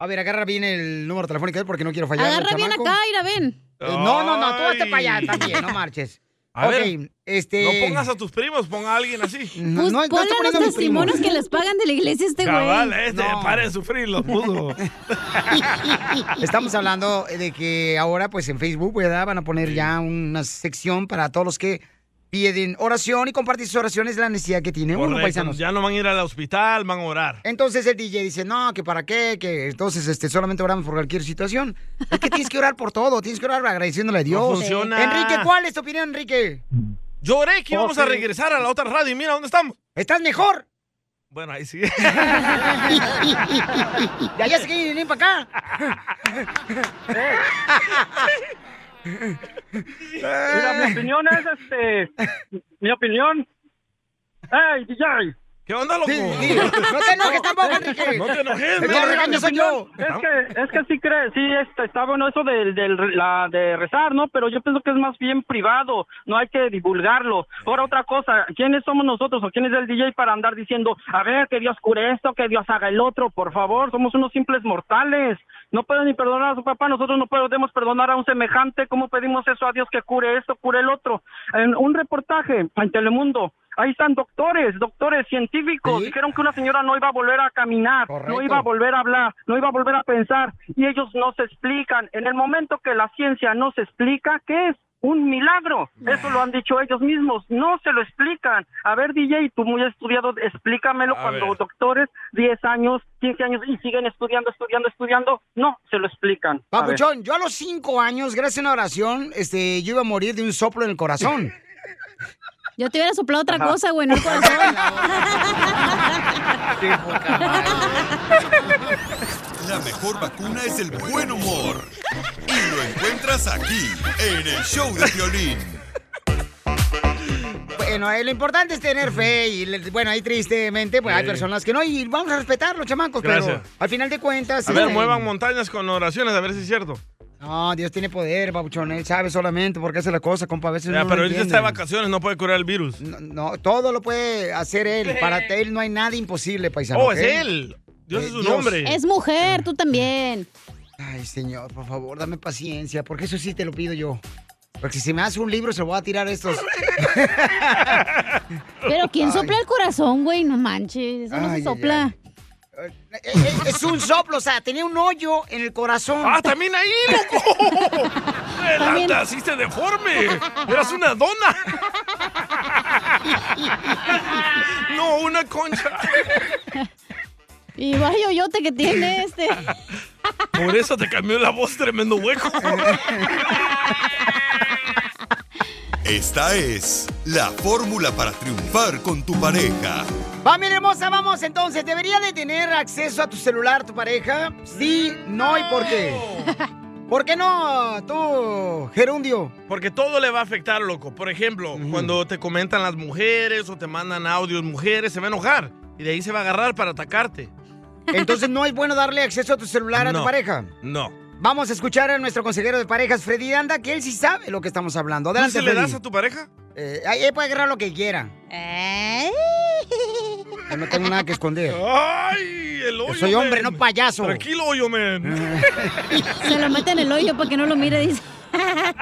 [SPEAKER 1] A ver, agarra bien el número telefónico de él porque no quiero fallar.
[SPEAKER 11] Agarra bien acá, Ira, ven.
[SPEAKER 1] Eh, No, no, no, tú hazte
[SPEAKER 2] Ay.
[SPEAKER 1] para allá también, no marches.
[SPEAKER 2] A
[SPEAKER 1] ok,
[SPEAKER 2] ver,
[SPEAKER 1] este...
[SPEAKER 2] No pongas a tus primos, ponga a alguien así.
[SPEAKER 1] No, no, no estoy
[SPEAKER 11] Ponle
[SPEAKER 1] poniendo a
[SPEAKER 11] los
[SPEAKER 1] mis primos.
[SPEAKER 11] testimonios que les pagan de la iglesia este güey.
[SPEAKER 2] Cabal, este,
[SPEAKER 1] No.
[SPEAKER 2] pare de sufrir, los mudos.
[SPEAKER 1] Estamos hablando de que ahora, pues en Facebook, ¿verdad? Van a poner ya una sección para todos los que piden oración y compartir sus oraciones la necesidad que tiene uno,
[SPEAKER 2] Correcto,
[SPEAKER 1] paisanos.
[SPEAKER 2] Ya no van a ir al hospital, van a orar.
[SPEAKER 1] Entonces el DJ dice, no, que para qué, que entonces este, solamente oramos por cualquier situación. Es que tienes que orar por todo, tienes que orar agradeciéndole a Dios.
[SPEAKER 2] funciona.
[SPEAKER 1] Enrique, ¿cuál es tu opinión, Enrique?
[SPEAKER 2] Lloré que íbamos a regresar a la otra radio y mira dónde estamos.
[SPEAKER 1] ¿Estás mejor?
[SPEAKER 2] Bueno, ahí sí.
[SPEAKER 1] Ya, ya sé que vienen para acá.
[SPEAKER 21] Mira, mi opinión es este. Mi opinión. ¡Ey, DJ!
[SPEAKER 2] ¿Qué onda, loco?
[SPEAKER 1] No te enojes tampoco, Enrique.
[SPEAKER 3] No te enojes,
[SPEAKER 1] El que
[SPEAKER 3] no.
[SPEAKER 1] regaña soy yo.
[SPEAKER 6] Es que, es que sí, cree, sí este, está bueno eso del, del- la, de rezar, ¿no? Pero yo pienso que es más bien privado, no hay que divulgarlo. Ahora, otra cosa, ¿quiénes somos nosotros o quién es el DJ para andar diciendo, a ver, que Dios cure esto, que Dios haga el otro, por favor? Somos unos simples mortales. No pueden ni perdonar a su papá, nosotros no podemos perdonar a un semejante. ¿Cómo pedimos eso a Dios que cure esto, cure el otro? En un reportaje en Telemundo. Ahí están doctores, doctores científicos. Dijeron que una señora no iba a volver a caminar, no iba a volver a hablar, no iba a volver a pensar. Y ellos no se explican. En el momento que la ciencia no se explica, ¿qué es? Un milagro. Eso lo han dicho ellos mismos. No se lo explican. A ver, DJ, tú muy estudiado, explícamelo
[SPEAKER 22] A
[SPEAKER 6] cuando
[SPEAKER 22] ver.
[SPEAKER 6] doctores, 10 años, 15 años, y siguen estudiando, estudiando, estudiando. No, se lo explican. A ver.
[SPEAKER 1] Papuchón, yo a los cinco años, gracias a una oración, este, yo iba a morir de un soplo en el corazón.
[SPEAKER 11] Yo te hubiera soplado otra
[SPEAKER 1] Ajá.
[SPEAKER 11] cosa, güey, no el corazón.
[SPEAKER 8] La mejor vacuna es el buen humor. Y lo encuentras aquí, en el show de violín.
[SPEAKER 1] Bueno, eh, lo importante es tener fe y, le- bueno, ahí tristemente, pues hay
[SPEAKER 2] Sí.
[SPEAKER 1] personas que no, y vamos a respetar los chamacos, pero
[SPEAKER 2] Gracias.
[SPEAKER 1] al final de cuentas...
[SPEAKER 2] A ver,
[SPEAKER 1] este,
[SPEAKER 2] muevan montañas con oraciones, a ver si es cierto.
[SPEAKER 1] No, Dios tiene poder, Papuchón, él sabe solamente por qué hace la cosa, compa, a veces
[SPEAKER 2] Ya,
[SPEAKER 1] uno no
[SPEAKER 2] pero ahorita
[SPEAKER 1] entiende.
[SPEAKER 2] está de vacaciones, no puede curar el virus.
[SPEAKER 1] No, todo lo puede hacer él, para él no hay nada imposible, paisano.
[SPEAKER 2] Oh,
[SPEAKER 1] ¿ok?
[SPEAKER 2] es él. Dios
[SPEAKER 1] Eh,
[SPEAKER 2] es un
[SPEAKER 1] Dios.
[SPEAKER 2] hombre.
[SPEAKER 11] Es mujer, tú también.
[SPEAKER 1] Ay, señor, por favor, dame paciencia, porque eso sí te lo pido yo. Porque si me hace un libro, se lo voy a tirar a estos.
[SPEAKER 11] Pero ¿quién
[SPEAKER 1] Ay.
[SPEAKER 11] sopla el corazón, güey? No manches, eso no
[SPEAKER 1] Ay, ay,
[SPEAKER 11] se sopla.
[SPEAKER 1] Eh, eh, Es un soplo, o sea, tenía un hoyo en el corazón.
[SPEAKER 2] ¡Ah, también ahí, loco!
[SPEAKER 1] También.
[SPEAKER 2] ¡Adelanta, así te deforme! ¡Eras una dona! ¡No, una concha!
[SPEAKER 11] Y vaya hoyote que tiene este.
[SPEAKER 2] Por eso te cambió la voz, tremendo hueco.
[SPEAKER 8] Esta es la fórmula para triunfar con tu pareja.
[SPEAKER 1] Familia hermosa, vamos entonces. ¿Debería de tener acceso a tu celular tu pareja? Sí, no y por qué. ¿Por qué no tú, Gerundio?
[SPEAKER 2] Porque todo le va a afectar, loco. Por ejemplo, cuando te comentan las mujeres o te mandan audios mujeres, se va a enojar. Y de ahí se va a agarrar para atacarte.
[SPEAKER 1] Entonces no es bueno darle acceso a tu celular a tu
[SPEAKER 2] No.
[SPEAKER 1] pareja.
[SPEAKER 2] No.
[SPEAKER 1] Vamos a escuchar a nuestro consejero de parejas, Freddy Anda, que él sí sabe lo que estamos hablando.
[SPEAKER 2] ¿Tú
[SPEAKER 1] Adelante,
[SPEAKER 2] si le
[SPEAKER 1] Freddy.
[SPEAKER 2] das a tu pareja?
[SPEAKER 1] Eh, ahí él puede agarrar lo que quiera.
[SPEAKER 11] ¿Eh?
[SPEAKER 1] Yo no tengo nada que esconder.
[SPEAKER 2] ¡Ay! El
[SPEAKER 1] Yo
[SPEAKER 2] hoyo.
[SPEAKER 1] soy hombre, no payaso.
[SPEAKER 2] Tranquilo, hoyo, men.
[SPEAKER 11] Se lo mete en el hoyo para que no lo mire, dice.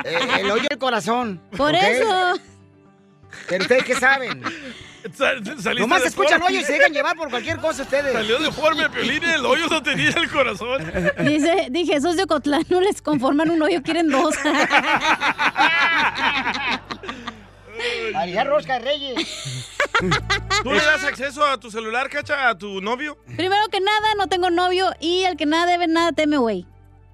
[SPEAKER 1] Eh, el hoyo del corazón.
[SPEAKER 11] Por
[SPEAKER 1] ¿ok?
[SPEAKER 11] eso.
[SPEAKER 1] Pero ustedes qué saben.
[SPEAKER 2] Sal- saliste
[SPEAKER 1] Nomás
[SPEAKER 2] de
[SPEAKER 1] escuchan
[SPEAKER 2] forma.
[SPEAKER 1] hoyo y se dejan llevar por cualquier cosa ustedes.
[SPEAKER 2] Salió deforme, Piolín, el hoyo no tenía el corazón.
[SPEAKER 11] Dice, dije, esos de Ocotlán no les conforman un hoyo, quieren dos.
[SPEAKER 1] María Rosca de Reyes.
[SPEAKER 2] ¿Tú le das acceso a tu celular, cacha, a tu novio?
[SPEAKER 11] Primero que nada, no tengo novio y el que nada debe, nada teme, güey.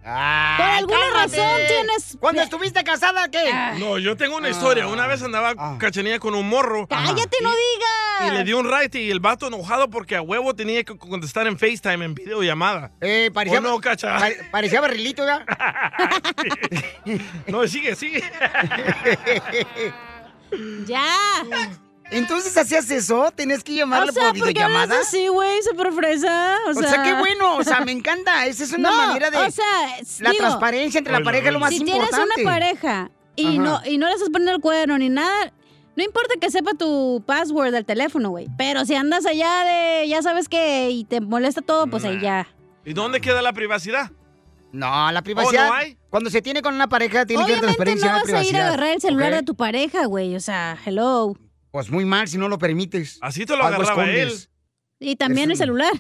[SPEAKER 1] Ah,
[SPEAKER 11] Por alguna razón tienes.
[SPEAKER 1] Cuando estuviste casada, ¿qué?
[SPEAKER 2] No, yo tengo una
[SPEAKER 1] Ah,
[SPEAKER 2] historia. Una vez andaba cachanilla con un morro.
[SPEAKER 11] ¡Cállate, no digas!
[SPEAKER 2] Y le dio un right y el vato enojado porque a huevo tenía que contestar en FaceTime, en videollamada.
[SPEAKER 1] Eh, parecía-
[SPEAKER 2] ¿O no, cacha?
[SPEAKER 1] pare- parecía barrilito, ¿verdad?
[SPEAKER 2] no, sigue, sigue.
[SPEAKER 11] ¡Ya!
[SPEAKER 1] Entonces hacías eso, tenías que llamarle
[SPEAKER 11] o sea,
[SPEAKER 1] por
[SPEAKER 11] ¿por qué hablas
[SPEAKER 1] videollamada.
[SPEAKER 11] así, güey, súper fresa. O
[SPEAKER 1] O
[SPEAKER 11] sea,
[SPEAKER 1] sea, qué bueno, o sea, me encanta. Esa es una
[SPEAKER 11] No,
[SPEAKER 1] manera de.
[SPEAKER 11] o sea,
[SPEAKER 1] la
[SPEAKER 11] digo,
[SPEAKER 1] transparencia entre la pareja es lo más
[SPEAKER 11] si
[SPEAKER 1] importante.
[SPEAKER 11] tienes una pareja y
[SPEAKER 1] Ajá.
[SPEAKER 11] no, y no le estás poniendo el cuerno ni nada, no importa que sepa tu password del teléfono, güey. Pero si andas allá de, ya sabes que, y te molesta todo, pues ahí ya.
[SPEAKER 2] ¿Y dónde queda la privacidad?
[SPEAKER 1] No, la privacidad.
[SPEAKER 2] ¿no hay?
[SPEAKER 1] Cuando se tiene con una pareja, tiene que haber
[SPEAKER 11] Obviamente no
[SPEAKER 1] transparencia en la
[SPEAKER 11] vas a ir
[SPEAKER 1] privacidad.
[SPEAKER 11] a agarrar el celular
[SPEAKER 1] ¿ok?
[SPEAKER 11] de tu pareja, güey. O sea, hello.
[SPEAKER 1] Pues muy mal si no lo permites.
[SPEAKER 2] Así te lo
[SPEAKER 1] Algo
[SPEAKER 2] agarraba
[SPEAKER 1] escondes.
[SPEAKER 11] Y también el celular.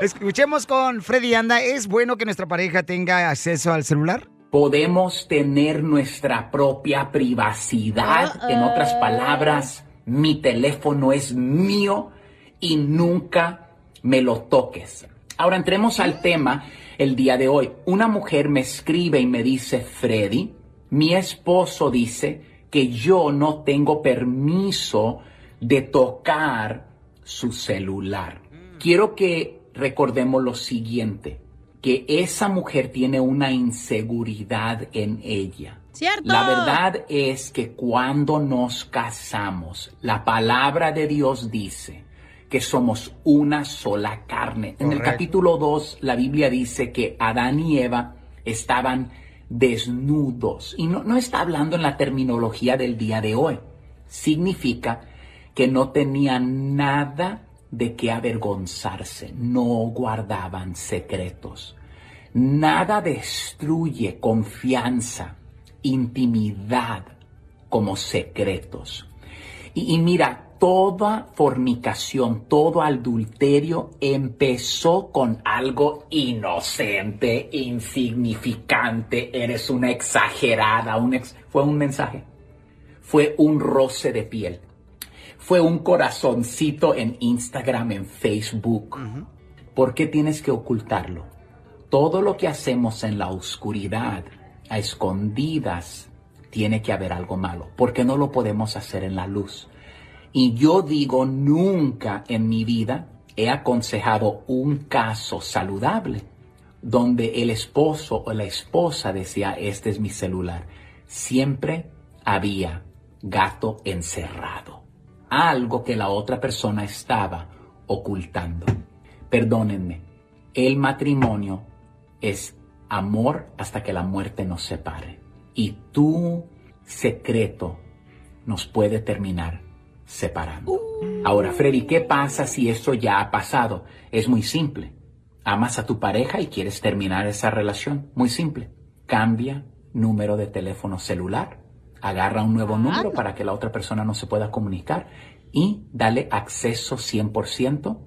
[SPEAKER 1] Escuchemos con Freddy Anda. ¿Es bueno que nuestra pareja tenga acceso al celular?
[SPEAKER 22] podemos tener nuestra propia privacidad. En otras palabras, mi teléfono es mío y nunca me lo toques. Ahora entremos al tema el día de hoy. Una mujer me escribe y me dice, Freddy, mi esposo dice que yo no tengo permiso de tocar su celular. Quiero que recordemos lo siguiente, que esa mujer tiene una inseguridad en ella.
[SPEAKER 11] ¿Cierto?
[SPEAKER 22] La verdad es que cuando nos casamos, la palabra de Dios dice que somos una sola carne. En el
[SPEAKER 23] Correcto.
[SPEAKER 22] capítulo 2, la Biblia dice que Adán y Eva estaban desnudos. Y no, no está hablando en la terminología del día de hoy. Significa que no tenían nada de qué avergonzarse, no guardaban secretos. Nada destruye confianza, intimidad como secretos. Y, y mira, toda fornicación, todo adulterio empezó con algo inocente, insignificante, eres una exagerada, un ex- fue un mensaje, fue un roce de piel, fue un corazoncito en Instagram, en Facebook. ¿Por qué tienes que ocultarlo? Todo lo que hacemos en la oscuridad, a escondidas, tiene que haber algo malo, porque no lo podemos hacer en la luz. Y yo digo, nunca en mi vida he aconsejado un caso saludable donde el esposo o la esposa decía, este es mi celular. Siempre había gato encerrado, algo que la otra persona estaba ocultando. Perdónenme, el matrimonio es amor hasta que la muerte nos separe. Y tu secreto nos puede terminar separando. Ahora, Freddy, ¿qué pasa si eso ya ha pasado? Es muy simple. Amas a tu pareja y quieres terminar esa relación. Muy simple. Cambia número de teléfono celular, agarra un nuevo número para que la otra persona no se pueda comunicar y dale acceso 100%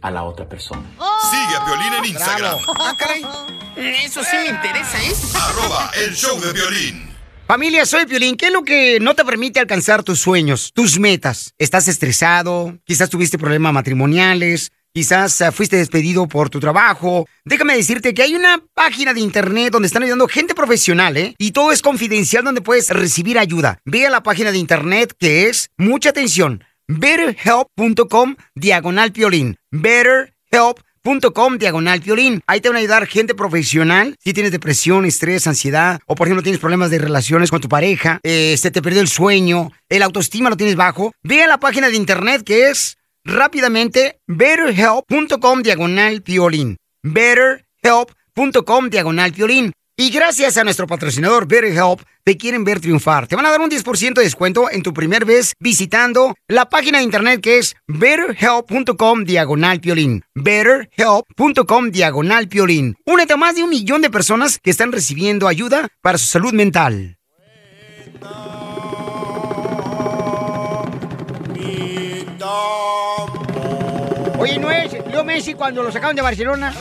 [SPEAKER 22] a la otra persona.
[SPEAKER 8] Sigue a Violín en Instagram.
[SPEAKER 3] Ah, Eso sí me interesa, ¿eh? ¿es?
[SPEAKER 8] Arroba el show de violín.
[SPEAKER 1] Familia, soy Piolín. ¿Qué es lo que no te permite alcanzar tus sueños, tus metas? ¿Estás estresado? ¿Quizás tuviste problemas matrimoniales? ¿Quizás eh, fuiste despedido por tu trabajo? Déjame decirte que hay una página de internet donde están ayudando gente profesional, ¿eh? Y todo es confidencial donde puedes recibir ayuda. Ve a la página de internet que es, mucha atención, betterhelp.com diagonal piolín. BetterHelp.com diagonal piolín. Ahí te van a ayudar gente profesional. Si tienes depresión, estrés, ansiedad, o por ejemplo tienes problemas de relaciones con tu pareja, eh, se te perdió el sueño, el autoestima lo tienes bajo, ve a la página de internet que es rápidamente betterhelp.com diagonal piolín. Betterhelp.com diagonal piolín. Y gracias a nuestro patrocinador BetterHelp, te quieren ver triunfar. Te van a dar un 10% de descuento en tu primer vez visitando la página de internet que es betterhelp.com diagonal piolín. Betterhelp.com diagonal piolín. Únete a más de un millón de personas que están recibiendo ayuda para su salud mental. Oye, ¿no es Leo Messi cuando lo sacaron de Barcelona?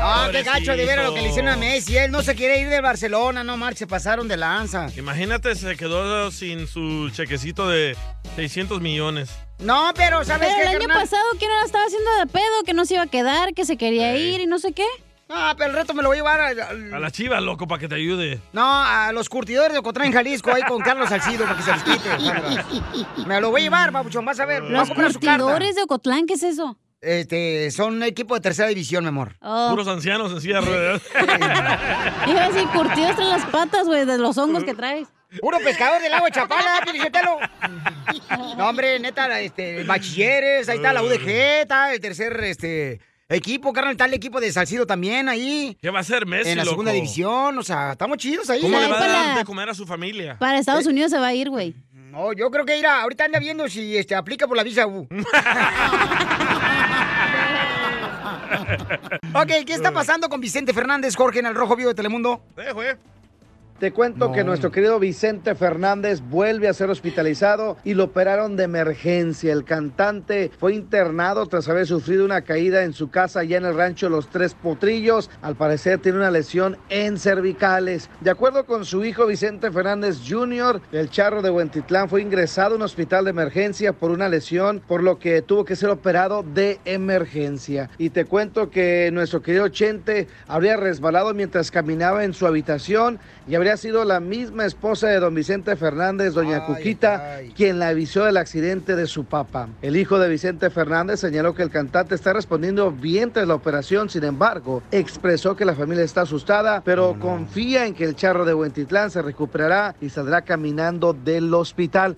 [SPEAKER 1] Ah, qué gacho de ver lo que le hicieron a Messi. Él no se quiere ir de Barcelona, no marche, pasaron de lanza.
[SPEAKER 2] Imagínate, se quedó sin su chequecito de 600 millones.
[SPEAKER 1] No, pero ¿sabes
[SPEAKER 11] Pero
[SPEAKER 1] qué,
[SPEAKER 11] el año
[SPEAKER 1] carnal?
[SPEAKER 11] pasado, ¿quién la estaba haciendo de pedo? Que no se iba a quedar, que se quería ir y no sé qué.
[SPEAKER 1] Ah, pero el reto me lo voy a llevar a,
[SPEAKER 2] A la chiva, loco, para que te ayude.
[SPEAKER 1] No, a los curtidores de Ocotlán, Jalisco, ahí con Carlos Salcido, para que se los quite. Me lo voy a llevar, papuchón, vas a ver. voy a
[SPEAKER 11] Los
[SPEAKER 1] comprar su carta.
[SPEAKER 11] curtidores de Ocotlán, ¿qué es eso?
[SPEAKER 1] Este, son un equipo de tercera división, mi amor.
[SPEAKER 11] Oh.
[SPEAKER 2] Puros ancianos en silla de ruedas.
[SPEAKER 11] Iba a decir curtidos tras las patas, güey, de los hongos que traes.
[SPEAKER 1] Puro pescador del agua de Chapala, Pilicetelo. No, hombre, neta, este, bachilleres, ahí está la UDG, está el tercer, este, equipo, carnal, está el equipo de Salcido también ahí.
[SPEAKER 2] ¿Qué va a hacer Messi,
[SPEAKER 1] En la segunda
[SPEAKER 2] loco?
[SPEAKER 1] división, o sea, estamos chidos ahí. ¿Eh?
[SPEAKER 2] ¿Cómo le va a dar de comer a su familia?
[SPEAKER 11] Para Estados Unidos se va a ir, güey.
[SPEAKER 1] No, yo creo que irá, ahorita anda viendo si este, aplica por la visa U. ok, ¿qué está pasando con Vicente Fernández, Jorge, en el Rojo Vivo de Telemundo?
[SPEAKER 2] eh.
[SPEAKER 4] Te cuento que nuestro querido Vicente Fernández vuelve a ser hospitalizado y lo operaron de emergencia. El cantante fue internado tras haber sufrido una caída en su casa allá en el rancho Los Tres Potrillos. Al parecer tiene una lesión en cervicales. De acuerdo con su hijo Vicente Fernández Jr., el charro de Huentitlán fue ingresado a un hospital de emergencia por una lesión, por lo que tuvo que ser operado de emergencia. Y te cuento que nuestro querido Chente habría resbalado mientras caminaba en su habitación y habría sido la misma esposa de don Vicente Fernández, doña Cuquita, quien la avisó del accidente de su papá. El hijo de Vicente Fernández señaló que el cantante está respondiendo bien tras la operación, sin embargo, expresó que la familia está asustada, pero confía en que el charro de Huentitlán se recuperará y saldrá caminando del hospital.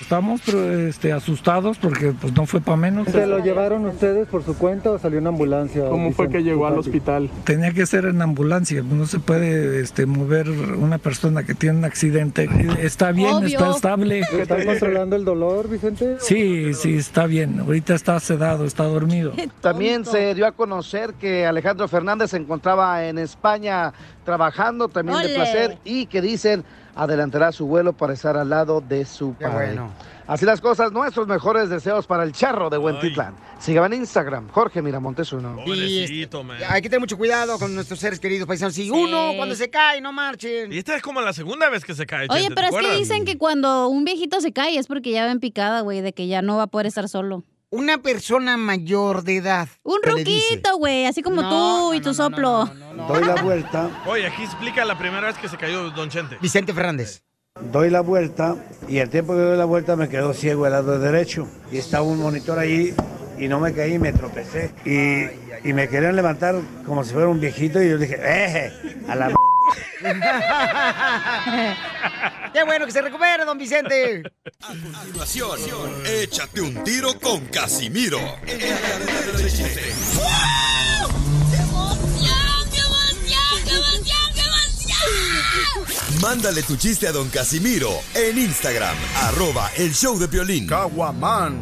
[SPEAKER 5] Estamos pero, este, asustados porque pues no fue para menos.
[SPEAKER 23] ¿Se lo llevaron ustedes por su cuenta o salió una ambulancia?
[SPEAKER 5] ¿Cómo fue que llegó al
[SPEAKER 23] hospital?
[SPEAKER 5] Tenía que ser en ambulancia, pues, no se puede este, mover una persona que tiene un accidente. Está bien,
[SPEAKER 23] Obvio.
[SPEAKER 5] está estable.
[SPEAKER 23] ¿Está controlando el dolor, Vicente?
[SPEAKER 5] Sí, sí, está bien. Ahorita está sedado, está dormido.
[SPEAKER 4] También se dio a conocer que Alejandro Fernández se encontraba en España trabajando también
[SPEAKER 5] ¡Ole!
[SPEAKER 4] de placer y que dicen adelantará su vuelo para estar al lado de su
[SPEAKER 1] Qué
[SPEAKER 4] padre.
[SPEAKER 1] bueno.
[SPEAKER 4] Así las cosas, nuestros mejores deseos para el charro de Huentitlán. Síganme en Instagram, Jorge Miramontes uno.
[SPEAKER 2] Pobrecito, man.
[SPEAKER 1] este, Hay que tener mucho cuidado con nuestros seres queridos paisanos. Si uno, cuando se cae, no marchen.
[SPEAKER 2] Y esta es como la segunda vez que se cae.
[SPEAKER 11] Oye,
[SPEAKER 2] Chente, ¿te
[SPEAKER 11] pero es que
[SPEAKER 2] acuerdas?
[SPEAKER 11] dicen que cuando un viejito se cae es porque ya va en picada, güey, de que ya no va a poder estar solo.
[SPEAKER 1] Una persona mayor de edad.
[SPEAKER 11] Un
[SPEAKER 1] ¿qué le dice?
[SPEAKER 11] ruquito, güey, así como tú y tu soplo.
[SPEAKER 23] Doy la vuelta,
[SPEAKER 2] Oye, aquí explica la primera vez que se cayó Don Chente.
[SPEAKER 1] Vicente Fernández.
[SPEAKER 23] doy la vuelta y al tiempo que doy la vuelta me quedo ciego el lado derecho. Y estaba un monitor ahí y no me caí, me tropecé. Y, y me querían levantar como si fuera un viejito y yo dije, ¡eh! A la m-".
[SPEAKER 1] Qué bueno que se recupere, don Vicente.
[SPEAKER 8] Continuación, échate un tiro con Casimiro. Mándale tu chiste a don Casimiro en Instagram, arroba el show de violín. Caguaman.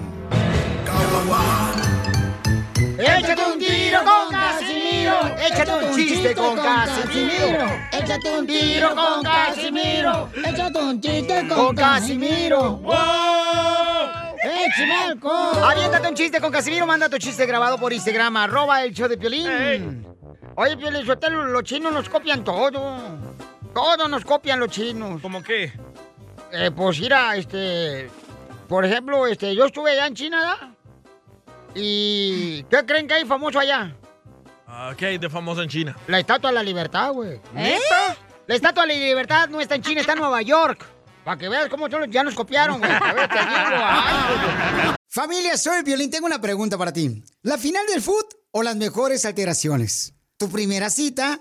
[SPEAKER 10] Échate un tiro con Casimiro. Échate un chiste con Casimiro. Échate un tiro con Casimiro. Échate un chiste con Casimiro.
[SPEAKER 1] ¡Échame Aviéntate un chiste con Casimiro, manda tu chiste grabado por Instagram, arroba el show de Piolín. Oye, Piolín, Sotelo, los chinos nos copian todo. Todo nos copian los chinos.
[SPEAKER 2] ¿Cómo qué?
[SPEAKER 1] Eh, pues mira, este... Por ejemplo, este, yo estuve allá en China, ¿da? ¿Y qué creen que hay famoso allá?
[SPEAKER 2] Ah, ¿Qué hay de famoso en China?
[SPEAKER 1] La Estatua de la Libertad, güey. ¿Neta? La Estatua de la Libertad no está en China, está en Nueva York. Para que veas cómo son los- ya nos copiaron, güey. A ver, te digo, ay.
[SPEAKER 24] Familia, soy el Violín. Tengo una pregunta para ti. ¿La final del foot o las mejores alteraciones? ¿Tu primera cita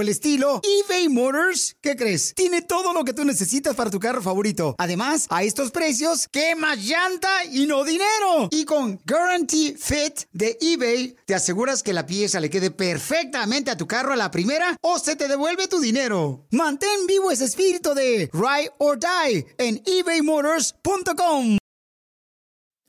[SPEAKER 25] o el estilo, eBay Motors, ¿qué crees? Tiene todo lo que tú necesitas para tu carro favorito. Además, a estos precios, ¿qué más llanta y no dinero? Y con Guarantee Fit de eBay, te aseguras que la pieza le quede perfectamente a tu carro a la primera o se te devuelve tu dinero. Mantén vivo ese espíritu de Ride or Die en ebaymotors.com.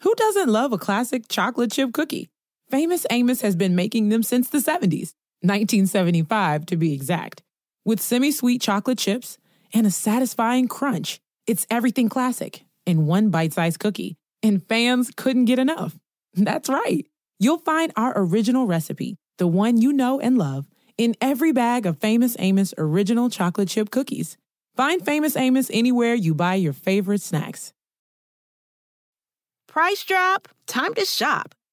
[SPEAKER 9] Who doesn't love a classic chocolate chip cookie? Famous Amos has been making them since the 70s, 1975 to be exact. With semi sweet chocolate chips and a satisfying crunch, it's everything classic in one bite sized cookie, and fans couldn't get enough. That's right. You'll find our original recipe, the one you know and love, in every bag of Famous Amos original chocolate chip cookies. Find Famous Amos anywhere you buy your favorite snacks.
[SPEAKER 26] Price drop? Time to shop.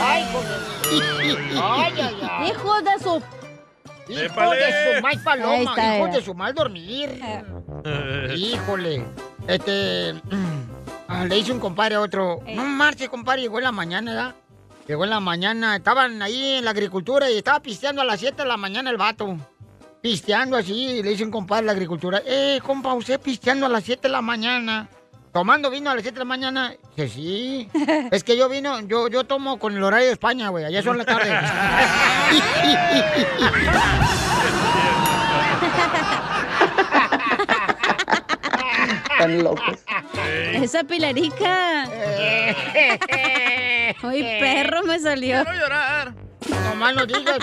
[SPEAKER 1] Ay, ay, ay, ay.
[SPEAKER 11] Hijo de su...
[SPEAKER 1] Hijo
[SPEAKER 11] Épale.
[SPEAKER 1] de su mal
[SPEAKER 11] Ahí
[SPEAKER 1] paloma,
[SPEAKER 10] é.
[SPEAKER 11] está,
[SPEAKER 1] hijo
[SPEAKER 11] era.
[SPEAKER 1] de su mal dormir. Híjole. Este. ah, Le hice un compadre a otro. No marche, compadre. Llegó en la mañana, ¿verdad? Llegó en la mañana. Estaban ahí en la agricultura y estaba pisteando a las 7 de la mañana el vato. Pisteando así. y Le hice un compadre a la agricultura. Eh, compa, usted pisteando a las 7 de la mañana. Tomando vino a las 7 de la mañana. Dice, sí. Es que yo vino, yo, yo tomo con el horario de España, güey. Allá son las tardes.
[SPEAKER 13] Están locos.
[SPEAKER 11] Esa pilarica. Uy, perro me salió.
[SPEAKER 1] Quiero llorar. Nomás no digas.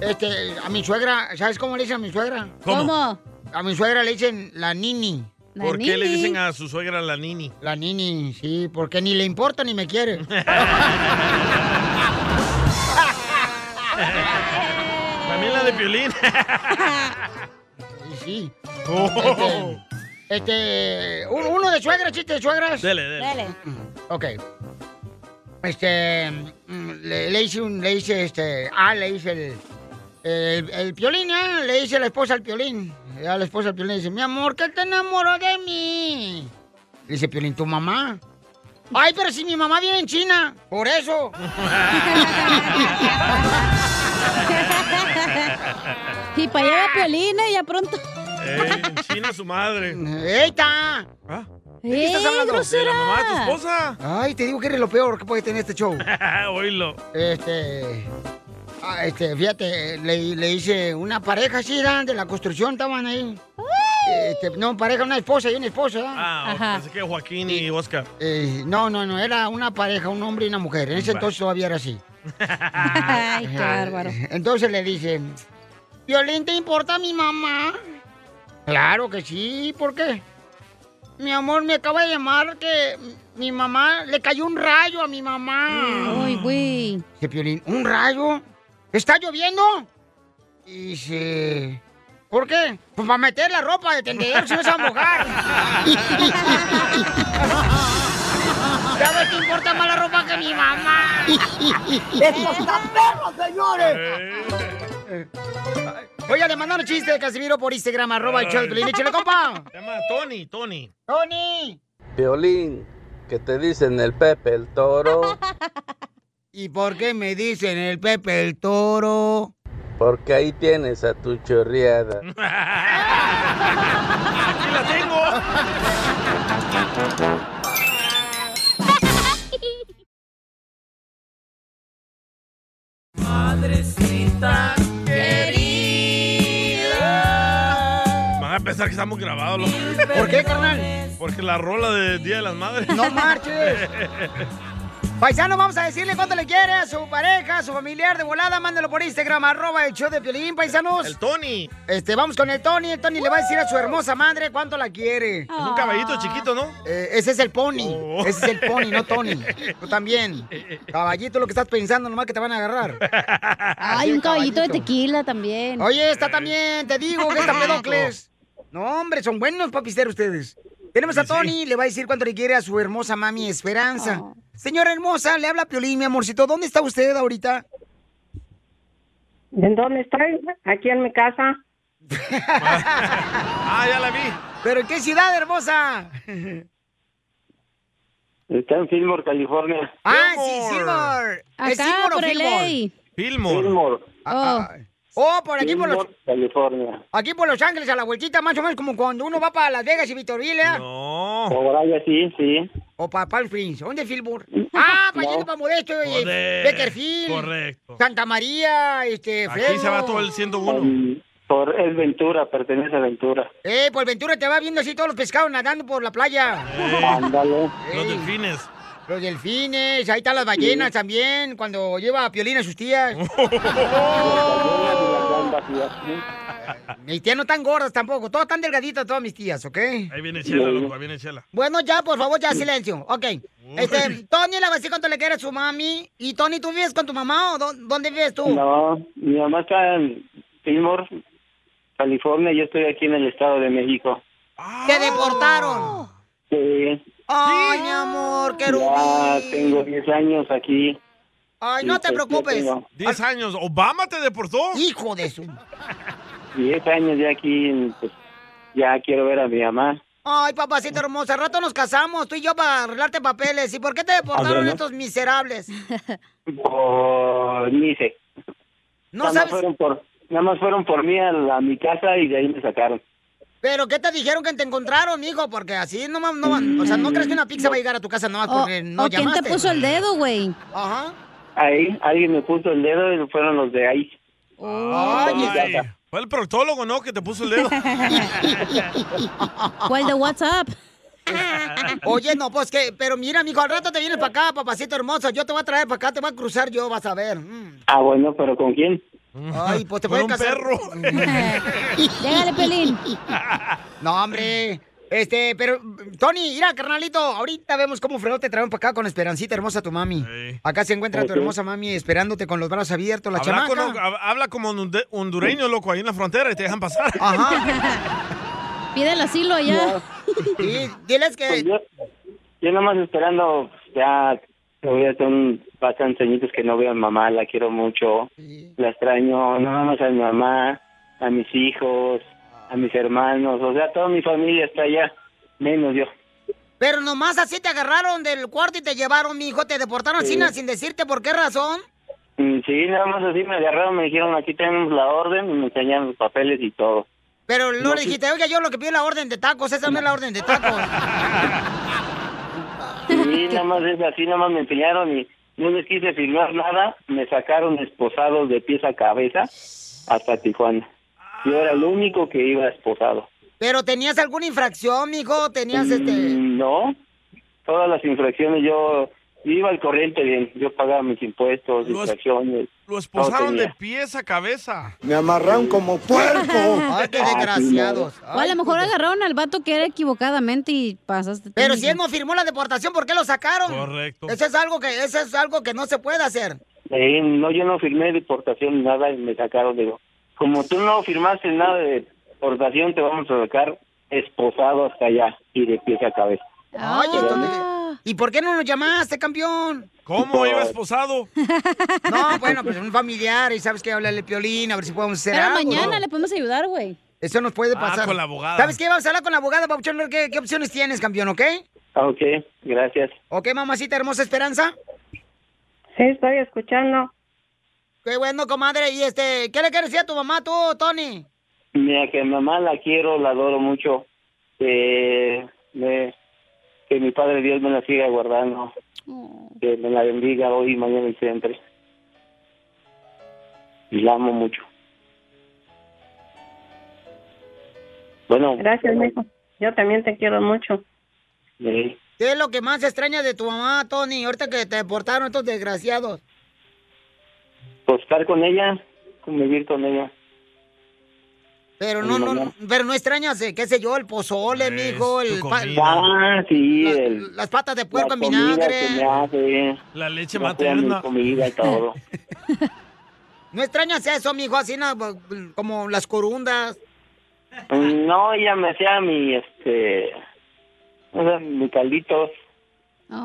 [SPEAKER 1] Este, a mi suegra, ¿sabes cómo le dicen a mi suegra?
[SPEAKER 3] ¿Cómo?
[SPEAKER 1] A mi suegra le dicen la nini.
[SPEAKER 3] ¿Por qué le dicen a su suegra la nini?
[SPEAKER 1] La nini, sí, porque ni le importa ni me quiere.
[SPEAKER 3] También la é de Piolín.
[SPEAKER 1] Y sí. Oh. Este, este, un- uno de suegra, chiste de suegras.
[SPEAKER 3] Dele, dele. Dele.
[SPEAKER 1] Ok. Este, mm, le, le hice un, le hice este, ah, le hice el, el, el piolín, ah, le hice la esposa al piolín. A la esposa al piolín le dice, mi amor, ¿qué te enamoró de mí? Le dice piolín, tu mamá. Ay, pero si mi mamá vive en China, por eso.
[SPEAKER 11] Y para allá va Piolina y ya pronto.
[SPEAKER 3] Eh, en China su madre.
[SPEAKER 1] ¡Eita!
[SPEAKER 3] ¿Ah?
[SPEAKER 1] ¿De qué
[SPEAKER 11] ¡Eh,
[SPEAKER 1] estás hablando?
[SPEAKER 3] ¿De la mamá de tu esposa?
[SPEAKER 1] Ay, te digo que eres lo peor que puede tener este show.
[SPEAKER 3] Oílo.
[SPEAKER 1] Este. ah, este, fíjate, le, le hice una pareja así, ¿verdad? de la construcción, estaban ahí. Este, no, pareja, una esposa y una esposa, ¿verdad?
[SPEAKER 3] Ah, pensé que Joaquín y Oscar.
[SPEAKER 1] Eh, no, no, no, era una pareja, un hombre y una mujer. En ese
[SPEAKER 3] Va.
[SPEAKER 1] entonces todavía era así.
[SPEAKER 11] Ay, qué bárbaro.
[SPEAKER 1] Entonces le dice, ¿Violín te importa mi mamá? Claro que sí, ¿por qué? Mi amor, me acaba de llamar que mi mamá le cayó un rayo a mi mamá.
[SPEAKER 11] Uy, güey.
[SPEAKER 1] Dice Piolín, ¿un rayo? ¿Está lloviendo? Y dice, ¿por qué? Pues para meter la ropa de tendedero si no se va a mojar. ¿Sabes qué importa más la ropa que mi mamá? ¡Esto está perro, señores! Oye, Eh. le mandaron chiste de Casimiro por Instagram, arroba el show de Piolín. Échale, compa!
[SPEAKER 3] Se llama Tony, Tony.
[SPEAKER 1] ¡Tony!
[SPEAKER 2] Violín, que te dicen el Pepe el Toro,
[SPEAKER 1] ¿Y por qué me dicen el Pepe el Toro?
[SPEAKER 2] porque ahí tienes a tu chorreada.
[SPEAKER 3] ¡Aquí la tengo!
[SPEAKER 1] Madrecita querida.
[SPEAKER 2] estamos grabados, loco.
[SPEAKER 1] ¿Por qué, carnal?
[SPEAKER 2] Porque la rola de Día de las Madres.
[SPEAKER 1] No marches. Paisano, vamos a decirle cuánto le quiere a su pareja, a su familiar de volada. Mándelo por Instagram, arroba el show de Piolín, paisanos. El
[SPEAKER 2] Tony.
[SPEAKER 1] Este, vamos con el Tony. El Tony le va a decir a su hermosa madre cuánto la quiere. Es
[SPEAKER 2] un caballito chiquito, ¿no? Oh.
[SPEAKER 1] ese es el Pony. Ese es el Pony, no Tony. Tú también. Caballito, lo que estás pensando, nomás que te van a agarrar.
[SPEAKER 11] Ay, un caballito de tequila también.
[SPEAKER 1] Oye, está también, te digo que está pedocles. No, hombre, son buenos papisteros ustedes. Tenemos a Tony, le va a decir cuánto le quiere a su hermosa mami Esperanza.
[SPEAKER 11] Ah.
[SPEAKER 1] Señora hermosa, le habla Piolín, mi amorcito. ¿Dónde está usted ahorita?
[SPEAKER 16] ¿De dónde estoy? Aquí en mi casa.
[SPEAKER 2] ah, ya la vi.
[SPEAKER 1] ¿Pero en qué ciudad, hermosa?
[SPEAKER 21] Está en Fillmore, California.
[SPEAKER 1] Ah, sí, Silmore. ¿Es
[SPEAKER 11] Acá,
[SPEAKER 1] Silmore o
[SPEAKER 11] por
[SPEAKER 1] Fillmore?
[SPEAKER 11] LA.
[SPEAKER 2] Fillmore.
[SPEAKER 1] Ah, ah. Oh, por aquí por los...
[SPEAKER 21] Fillmore, California.
[SPEAKER 1] Aquí por Los Ángeles, a la vueltita, más o menos como cuando uno va para Las Vegas y ¿eh? Victorville.
[SPEAKER 21] Por allá sí, sí. Mm.
[SPEAKER 1] O para Palm Springs. ¿Dónde es Fillmore? Ah, para allá, para Modesto, eh,
[SPEAKER 21] Joder.
[SPEAKER 1] Beckerfield.
[SPEAKER 21] Correcto.
[SPEAKER 1] Santa María, este,
[SPEAKER 21] Aquí
[SPEAKER 1] Fresno.
[SPEAKER 21] se va todo el 101. Por el Ventura, pertenece a Ventura.
[SPEAKER 1] Eh, por Ventura te va viendo así todos los pescados nadando por la playa.
[SPEAKER 21] Eh. Ándale.
[SPEAKER 2] Los delfines.
[SPEAKER 1] Los delfines, ahí están las ballenas también, cuando lleva a Piolín a sus tías. Mis tías no tan gordas tampoco, todas tan delgaditas todas mis tías, ¿ok?
[SPEAKER 2] Ahí viene Chela, loco, ahí viene Chela.
[SPEAKER 1] Bueno, ya, por favor, ya, silencio. Ok. Este, Tony le va a decir cuánto le quiere a su mami. Y Tony, ¿tú vives con tu mamá o dó- dónde vives tú?
[SPEAKER 21] No, mi mamá está en Fillmore, California. Yo estoy aquí en el Estado de México.
[SPEAKER 1] Te deportaron.
[SPEAKER 21] Ah. Sí,
[SPEAKER 1] Ay, mi amor, qué
[SPEAKER 21] ya tengo 10 años aquí.
[SPEAKER 1] Ay,
[SPEAKER 21] Sí,
[SPEAKER 1] no te
[SPEAKER 21] pues, yo
[SPEAKER 1] preocupes.
[SPEAKER 21] tengo
[SPEAKER 2] 10 años. ¿Obama te deportó?
[SPEAKER 1] Hijo de su...
[SPEAKER 21] 10 años ya aquí. en- pues, ya quiero ver a mi mamá.
[SPEAKER 1] Ay, papacito hermoso, al rato nos casamos, tú y yo para arreglarte papeles. ¿Y por qué te
[SPEAKER 21] A ver,
[SPEAKER 1] deportaron
[SPEAKER 21] ¿no?
[SPEAKER 1] estos miserables?
[SPEAKER 21] Por ni sé.
[SPEAKER 1] No
[SPEAKER 21] nada
[SPEAKER 1] sabes-
[SPEAKER 21] Más fueron por, nada más fueron por mí a, la- a mi casa y de ahí me sacaron.
[SPEAKER 1] ¿Pero qué te dijeron que te encontraron, hijo? Porque así no más, no O sea, ¿no crees que una pizza va a llegar a tu casa nomás
[SPEAKER 11] O,
[SPEAKER 1] porque no
[SPEAKER 11] o quién te
[SPEAKER 1] llamaste?
[SPEAKER 11] puso el dedo, güey.
[SPEAKER 1] Ajá.
[SPEAKER 21] Ahí alguien me puso el dedo y fueron los de ahí.
[SPEAKER 2] Ay, Fue el proctólogo, ¿no? Que te puso el dedo.
[SPEAKER 11] O el de WhatsApp.
[SPEAKER 1] Oye, no, pues que... Pero mira, mijo, al rato te vienes para acá, papacito hermoso. Yo te voy a traer para acá, te voy a cruzar yo, vas a ver. Mm.
[SPEAKER 21] Ah, bueno, pero ¿con quién?
[SPEAKER 1] Ay, pues te
[SPEAKER 21] Con
[SPEAKER 1] puedes
[SPEAKER 21] un
[SPEAKER 1] casar.
[SPEAKER 21] perro.
[SPEAKER 1] Llegale, Pelín. No, hombre. Este, pero, Tony, mira, carnalito, ahorita vemos cómo fregó te traen para acá con Esperancita hermosa tu mami. Acá se encuentra tu
[SPEAKER 2] Ok.
[SPEAKER 1] hermosa mami esperándote con los brazos abiertos, la
[SPEAKER 2] Habla,
[SPEAKER 1] chamaca.
[SPEAKER 2] con- hab- habla como honde- hondureño, loco, ahí en la frontera y te dejan pasar.
[SPEAKER 11] Pide el asilo allá.
[SPEAKER 1] Sí, diles que...
[SPEAKER 21] Pues yo, yo nomás esperando, ya todavía son bastantes añitos que no veo a mi mamá, la quiero mucho, la extraño, no más a mi mamá, a mis hijos, a mis hermanos, o sea, toda mi familia está allá, menos yo.
[SPEAKER 1] Pero nomás así te agarraron del cuarto y te llevaron, mi hijo, te deportaron
[SPEAKER 21] Sí.
[SPEAKER 1] sin, sin decirte por qué razón.
[SPEAKER 21] Mm, Sí, nada más así me agarraron, me dijeron, aquí tenemos la orden, y me enseñaron los papeles y todo.
[SPEAKER 1] Pero Pues no,
[SPEAKER 21] No,
[SPEAKER 1] le
[SPEAKER 21] sí.
[SPEAKER 1] dijiste, oiga, yo lo que pido es la orden de tacos, esa no es la orden de tacos.
[SPEAKER 21] Sí, nada más es así, nada más me enseñaron y no les quise firmar nada, me sacaron esposados de pies a cabeza hasta Tijuana. Yo era el único que iba esposado.
[SPEAKER 1] Pero tenías alguna infracción, mijo, tenías este...
[SPEAKER 21] Mm, No, todas las infracciones yo iba al corriente bien, yo pagaba mis impuestos,
[SPEAKER 2] Lo es-
[SPEAKER 21] infracciones.
[SPEAKER 2] Lo
[SPEAKER 21] todo
[SPEAKER 2] esposaron de
[SPEAKER 21] tenía.
[SPEAKER 2] pies a cabeza.
[SPEAKER 21] Me amarraron como
[SPEAKER 1] puerco. Ay, qué desgraciados. pues,
[SPEAKER 11] O a lo mejor agarraron al vato que era equivocadamente y pasaste.
[SPEAKER 1] Pero si él no firmó la deportación, ¿por qué lo sacaron?
[SPEAKER 21] Correcto.
[SPEAKER 1] Eso es algo que, eso es algo que no se puede hacer.
[SPEAKER 21] Eh, no, yo no firmé deportación ni nada y me sacaron. Digo, como tú no firmaste nada de deportación, te vamos a sacar esposado hasta allá y de pies a cabeza.
[SPEAKER 1] Ay, entonces, ¿Y por qué no nos llamaste, campeón?
[SPEAKER 21] ¿Cómo iba
[SPEAKER 2] esposado?
[SPEAKER 1] No, bueno, pues un familiar y sabes que hablarle piolín, a ver si podemos hacer
[SPEAKER 11] Pero
[SPEAKER 1] algo,
[SPEAKER 11] mañana
[SPEAKER 1] ¿no?
[SPEAKER 11] le podemos ayudar, güey.
[SPEAKER 1] Eso nos puede
[SPEAKER 21] Ah,
[SPEAKER 1] pasar.
[SPEAKER 21] con la abogada.
[SPEAKER 1] ¿Sabes qué? Vamos a hablar con la abogada, Papuchón, a ver qué, qué opciones tienes, campeón, ¿ok?
[SPEAKER 21] Ah, Ok, gracias.
[SPEAKER 1] ¿Ok, mamacita hermosa Esperanza?
[SPEAKER 16] Sí, estoy escuchando.
[SPEAKER 1] Qué bueno, comadre. Y este, ¿qué le quieres decir a tu mamá tú, Tony?
[SPEAKER 21] Mira, que a mi mamá la quiero, la adoro mucho. Eh, me- que mi Padre Dios me la siga guardando. Que me la bendiga hoy, mañana y siempre. Y la amo mucho. Bueno,
[SPEAKER 16] Gracias, mijo. Yo también te quiero mucho.
[SPEAKER 21] eh,
[SPEAKER 1] ¿Qué es lo que más extraña de tu mamá, Tony? Ahorita que te deportaron estos desgraciados.
[SPEAKER 21] pues estar con ella, convivir con ella.
[SPEAKER 1] Pero no,
[SPEAKER 21] Mi
[SPEAKER 1] no,
[SPEAKER 21] mamá.
[SPEAKER 1] pero no extrañas, eh, qué sé yo, el pozole, mijo, el pa-
[SPEAKER 21] Ah, sí, el-
[SPEAKER 1] las patas de puerco
[SPEAKER 21] la
[SPEAKER 1] en
[SPEAKER 21] comida
[SPEAKER 1] vinagre.
[SPEAKER 21] que me hace.
[SPEAKER 2] La leche
[SPEAKER 21] me hace
[SPEAKER 2] materna.
[SPEAKER 21] mi comida y todo.
[SPEAKER 1] No extrañas eso, mijo, así na- como las corundas.
[SPEAKER 21] Mm, No, ella me hacía mi, este, o sea, mi caldito.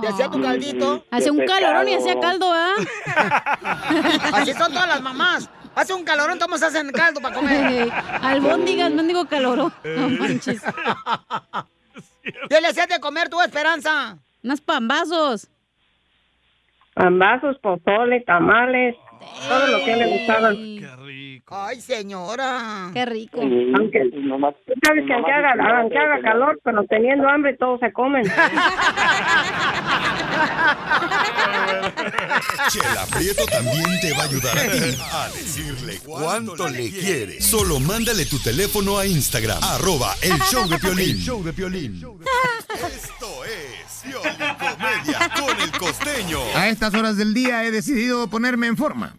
[SPEAKER 1] Te hacía tu caldito.
[SPEAKER 11] Hace un
[SPEAKER 21] Ah. Mm, Qué
[SPEAKER 11] calorón y
[SPEAKER 21] pecado.
[SPEAKER 11] hacía caldo, ¿ah?
[SPEAKER 1] Así son todas las mamás. Hace un calorón, todos hacen caldo para comer.
[SPEAKER 11] Albóndigas, no digo calorón. No manches.
[SPEAKER 1] ¿Qué le hacías de comer tu esperanza?
[SPEAKER 11] Unas pambazos.
[SPEAKER 16] Ambazos, pozole, tamales, todo lo que le gustaba.
[SPEAKER 1] Ay, señora.
[SPEAKER 11] Qué rico.
[SPEAKER 16] Aunque, sabes que aunque haga, aunque haga calor, pero teniendo hambre todos se comen.
[SPEAKER 8] Chela Prieto también te va a ayudar a ti a decirle cuánto le quiere. Solo mándale tu teléfono a Instagram, arroba el show de Piolín.
[SPEAKER 17] El
[SPEAKER 8] show de Esto es Piolín Comedia con el costeño.
[SPEAKER 17] A estas horas del día he decidido ponerme en forma.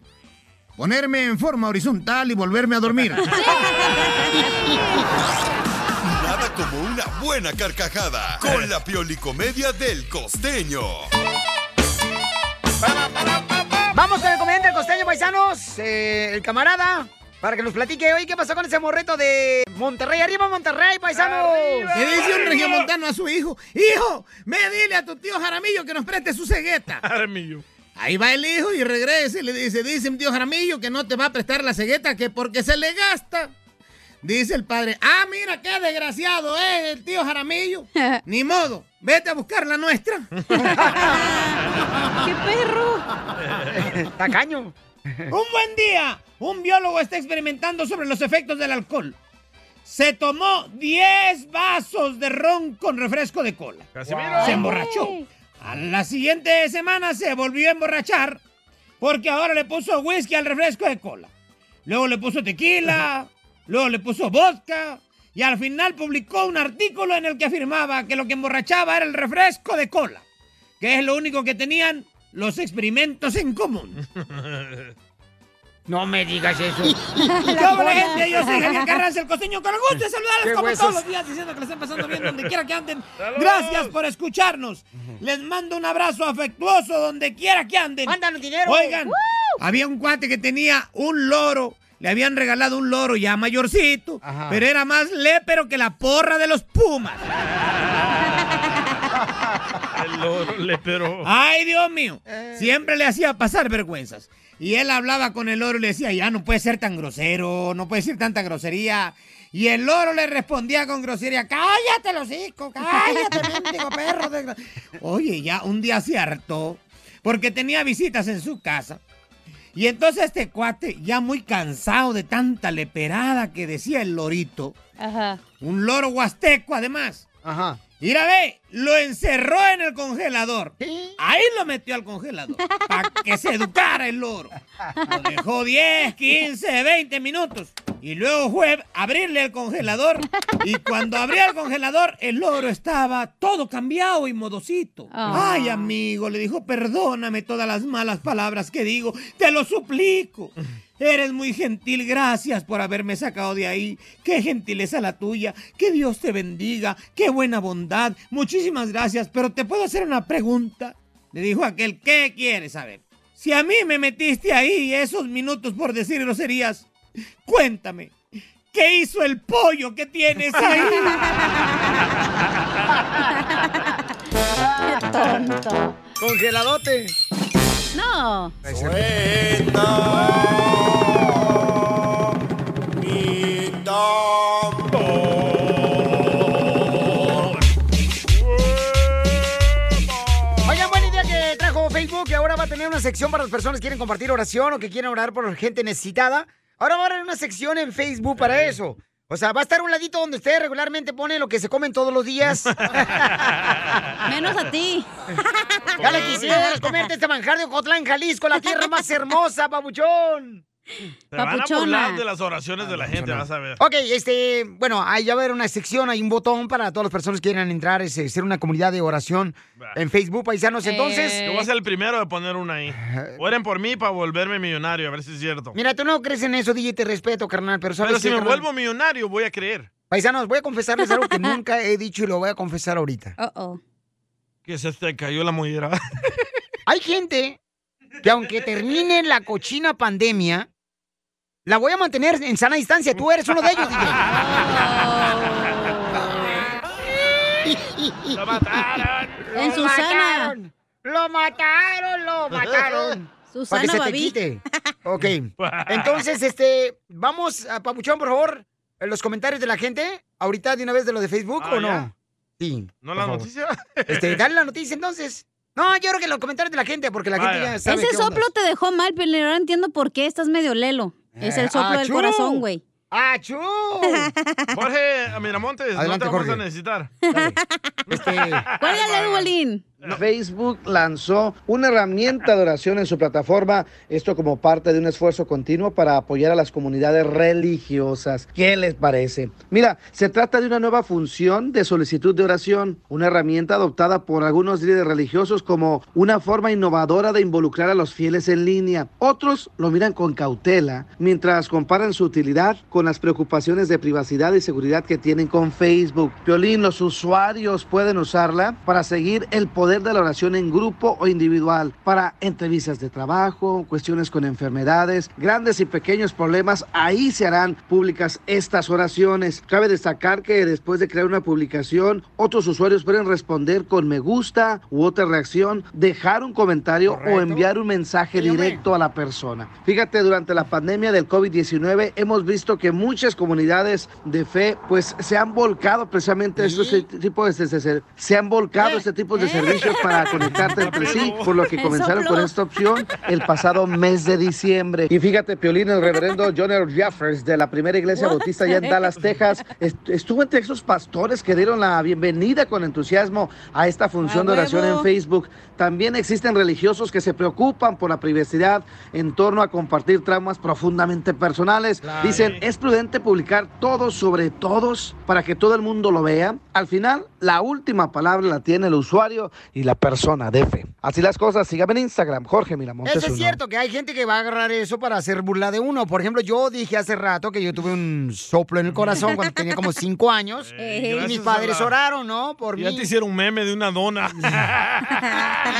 [SPEAKER 17] Ponerme en forma horizontal y volverme a dormir.
[SPEAKER 8] Nada como una buena carcajada con la piolicomedia del costeño.
[SPEAKER 1] Vamos con el comediante del costeño, paisanos. Eh, el camarada, para que nos platique hoy qué pasó con ese morreto de Monterrey. ¡Arriba, Monterrey, paisanos!
[SPEAKER 17] Le dice un regiomontano a su hijo, hijo, me dile a tu tío Jaramillo que nos preste su cegueta.
[SPEAKER 2] Jaramillo.
[SPEAKER 17] Ahí va el hijo y regresa y le dice, dice mi tío Jaramillo que no te va a prestar la cegueta que porque se le gasta. Dice el padre, ah, mira qué desgraciado es el tío Jaramillo. Ni modo, vete a buscar la nuestra. ¡Qué perro!
[SPEAKER 1] ¡Tacaño!
[SPEAKER 17] Un buen día, un biólogo está experimentando sobre los efectos del alcohol. Se tomó 10 vasos de ron con refresco de cola.
[SPEAKER 2] Casimiro.
[SPEAKER 17] Se emborrachó. A la siguiente semana se volvió a emborrachar porque ahora le puso whisky al refresco de cola. Luego le puso tequila, luego le puso vodka y al final publicó un artículo en el que afirmaba que lo que emborrachaba era el refresco de cola, que es lo único que tenían los experimentos en común.
[SPEAKER 1] No me digas eso.
[SPEAKER 17] ¿Qué hubo, gente? Yo soy Javier Carranza, el costeño, con el gusto de
[SPEAKER 1] Qué
[SPEAKER 17] saludarles como
[SPEAKER 1] huesos.
[SPEAKER 17] todos los días, diciendo que les están pasando bien donde quiera que anden. Gracias por escucharnos. Les mando un abrazo afectuoso donde quiera que anden.
[SPEAKER 1] Mándanos dinero.
[SPEAKER 17] Oigan,
[SPEAKER 1] ¡Woo!
[SPEAKER 17] había un cuate que tenía un loro. Le habían regalado un loro ya mayorcito, pero era más lépero que la porra de los Pumas.
[SPEAKER 2] El loro le pero.
[SPEAKER 17] Ay, Dios mío. Siempre le hacía pasar vergüenzas. Y él hablaba con el loro y le decía, ya no puede ser tan grosero, no puede decir tanta grosería. Y el loro le respondía con grosería, cállate los hijos, cállate, mendigo perro. de gra-". Oye, ya un día se hartó porque tenía visitas en su casa. Y entonces este cuate, ya muy cansado de tanta leperada que decía el lorito,
[SPEAKER 11] Ajá.
[SPEAKER 17] un loro huasteco además. Ajá. Mira, ve, lo encerró en el congelador. Ahí lo metió al congelador. Para que se educara el loro. Lo dejó 10, 15, 20 minutos. Y luego fue a abrirle el congelador. Y cuando abría el congelador, el loro estaba todo cambiado y modosito.
[SPEAKER 27] Ah.
[SPEAKER 17] Ay, amigo, le dijo, perdóname todas las malas palabras que digo. Te lo suplico. Eres muy gentil, gracias por haberme sacado de ahí. Qué gentileza la tuya, que Dios te bendiga, qué buena bondad. Muchísimas gracias, pero te puedo hacer una pregunta. Le dijo aquel, ¿qué quieres saber? Si a mí me metiste ahí esos minutos por decir groserías, cuéntame, ¿qué hizo el pollo que tienes ahí?
[SPEAKER 1] tonto. Congeladote.
[SPEAKER 11] No.
[SPEAKER 1] Oigan, buena idea que trajo Facebook, que ahora va a tener una sección para las personas que quieren compartir oración o que quieren orar por gente necesitada. Ahora va a haber una sección en Facebook para eso. O sea, va a estar un ladito donde ustedes regularmente ponen lo que se comen todos los días.
[SPEAKER 11] Menos a ti.
[SPEAKER 1] Ya le quisieras comerte este manjar de Ocotlán, Jalisco, la tierra más hermosa, pabuchón.
[SPEAKER 2] Te van a
[SPEAKER 1] Papuchona.
[SPEAKER 2] burlar de las oraciones de la gente, vas a ver.
[SPEAKER 1] Ok, este, bueno, ahí ya va a haber una sección, hay un botón para todas las personas que quieran entrar, es, eh, ser una comunidad de oración en Facebook, paisanos. Pues Entonces,
[SPEAKER 2] Eh.
[SPEAKER 1] Eh.
[SPEAKER 2] Yo voy a ser el primero de poner una ahí. Oren por mí para volverme millonario, a ver si es cierto.
[SPEAKER 1] mira, tú no crees en eso, DJ, te respeto, carnal, pero sabes
[SPEAKER 2] Pero si
[SPEAKER 1] qué,
[SPEAKER 2] me
[SPEAKER 1] carnal?
[SPEAKER 2] vuelvo millonario, voy a creer.
[SPEAKER 1] Paisanos, voy a confesarles algo que nunca he dicho y lo voy a confesar ahorita.
[SPEAKER 2] Que se te cayó la mollera.
[SPEAKER 1] Hay gente que aunque termine la cochina pandemia, la voy a mantener en sana distancia. Tú eres uno de ellos, DJ.
[SPEAKER 3] ¡Lo mataron!
[SPEAKER 1] En Susana. Lo mataron, lo
[SPEAKER 3] mataron.
[SPEAKER 1] Para que se te quite. Ok. Entonces, este, vamos a Papuchón, por favor, en los comentarios de la gente. Ahorita de una vez de lo de Facebook
[SPEAKER 2] Ah,
[SPEAKER 1] o no.
[SPEAKER 2] ya.
[SPEAKER 1] Sí.
[SPEAKER 2] ¿No
[SPEAKER 1] por
[SPEAKER 2] la
[SPEAKER 1] favor.
[SPEAKER 2] noticia?
[SPEAKER 1] Este, dale la noticia entonces. No, yo creo que los comentarios de la gente, porque la gente ya sabe.
[SPEAKER 11] Ese
[SPEAKER 1] qué onda.
[SPEAKER 11] soplo te dejó mal, pero ahora entiendo por qué estás medio lelo. Es
[SPEAKER 1] Eh, Ah,
[SPEAKER 11] el soplo del
[SPEAKER 2] achú.
[SPEAKER 11] corazón, güey.
[SPEAKER 1] ¡Achú!
[SPEAKER 2] Jorge a Miramontes, no
[SPEAKER 4] Adelante,
[SPEAKER 2] te vamos
[SPEAKER 4] Jorge.
[SPEAKER 2] a necesitar.
[SPEAKER 1] Este,
[SPEAKER 4] Facebook lanzó una herramienta de oración en su plataforma, esto como parte de un esfuerzo continuo para apoyar a las comunidades religiosas. ¿Qué les parece? Mira, se trata de una nueva función de solicitud de oración, una herramienta adoptada por algunos líderes religiosos como una forma innovadora de involucrar a los fieles en línea. Otros lo miran con cautela, mientras comparan su utilidad con las preocupaciones de privacidad y seguridad que tienen con Facebook. Piolín, los usuarios pueden usarla para seguir el poder de la oración en grupo o individual, para entrevistas de trabajo, cuestiones con enfermedades, grandes y pequeños problemas. Ahí se harán públicas estas oraciones. Cabe destacar que después de crear una publicación, otros usuarios pueden responder con me gusta u otra reacción, dejar un comentario o enviar un mensaje directo a la persona. Fíjate, durante la pandemia del COVID-19 hemos visto que muchas comunidades de fe pues se han volcado precisamente a estos tipos de, se- se- se han volcado
[SPEAKER 14] ¿Eh?
[SPEAKER 4] a este tipo de servicios para conectarte entre sí, por lo que
[SPEAKER 14] El
[SPEAKER 4] comenzaron con
[SPEAKER 14] soplo.
[SPEAKER 4] esta opción el pasado mes de diciembre. Y fíjate, Piolín, el reverendo John L. Jeffers de la primera iglesia bautista allá en Dallas, Texas, est- estuvo entre esos pastores que dieron la bienvenida con entusiasmo a esta función
[SPEAKER 14] ¡A
[SPEAKER 4] de oración en
[SPEAKER 14] huevo!
[SPEAKER 4] Facebook. También existen religiosos que se preocupan por la privacidad en torno a compartir traumas profundamente personales. Dicen, es prudente publicar todo sobre todos para que todo el mundo lo vea. Al final, la última palabra la tiene el usuario y la persona de fe. Así las cosas, síganme en Instagram, Jorge Miramontes.
[SPEAKER 1] Eso es
[SPEAKER 4] uno.
[SPEAKER 1] cierto, que hay gente que va a agarrar eso para hacer burla de uno. Por ejemplo, yo dije hace rato que yo tuve un soplo en el corazón cuando tenía como cinco años. y mis
[SPEAKER 2] gracias a
[SPEAKER 1] padres
[SPEAKER 2] la-
[SPEAKER 1] oraron, ¿no? Por
[SPEAKER 2] Ya
[SPEAKER 1] mí.
[SPEAKER 2] te hicieron un meme de una dona.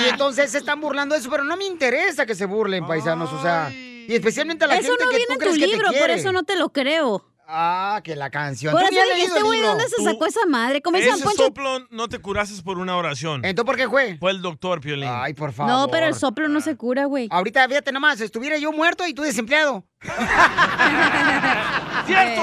[SPEAKER 1] Y entonces se están burlando de eso, pero no me interesa que se burlen, paisanos. O sea, y especialmente a la
[SPEAKER 11] Eso
[SPEAKER 1] gente
[SPEAKER 11] no
[SPEAKER 1] que
[SPEAKER 11] viene
[SPEAKER 1] tú
[SPEAKER 11] en tu
[SPEAKER 1] crees que te
[SPEAKER 11] libro, por
[SPEAKER 1] quiere.
[SPEAKER 11] eso no te lo creo.
[SPEAKER 1] Ah, que la canción.
[SPEAKER 11] Por
[SPEAKER 1] Tú
[SPEAKER 11] eso
[SPEAKER 1] ni has
[SPEAKER 11] dije,
[SPEAKER 1] leído
[SPEAKER 11] este
[SPEAKER 1] el
[SPEAKER 11] güey,
[SPEAKER 1] libro.
[SPEAKER 11] ¿dónde se sacó esa madre? ¿Cómo
[SPEAKER 2] Ese
[SPEAKER 11] dicen, Poncho?
[SPEAKER 2] soplo no te curases por una oración.
[SPEAKER 1] ¿Entonces por qué fue?
[SPEAKER 2] Fue el doctor, Piolín.
[SPEAKER 1] Ay, por favor.
[SPEAKER 11] No, pero el soplo no se cura, güey.
[SPEAKER 1] Ahorita, fíjate nomás, estuviera yo muerto y tú desempleado.
[SPEAKER 2] ¡Cierto!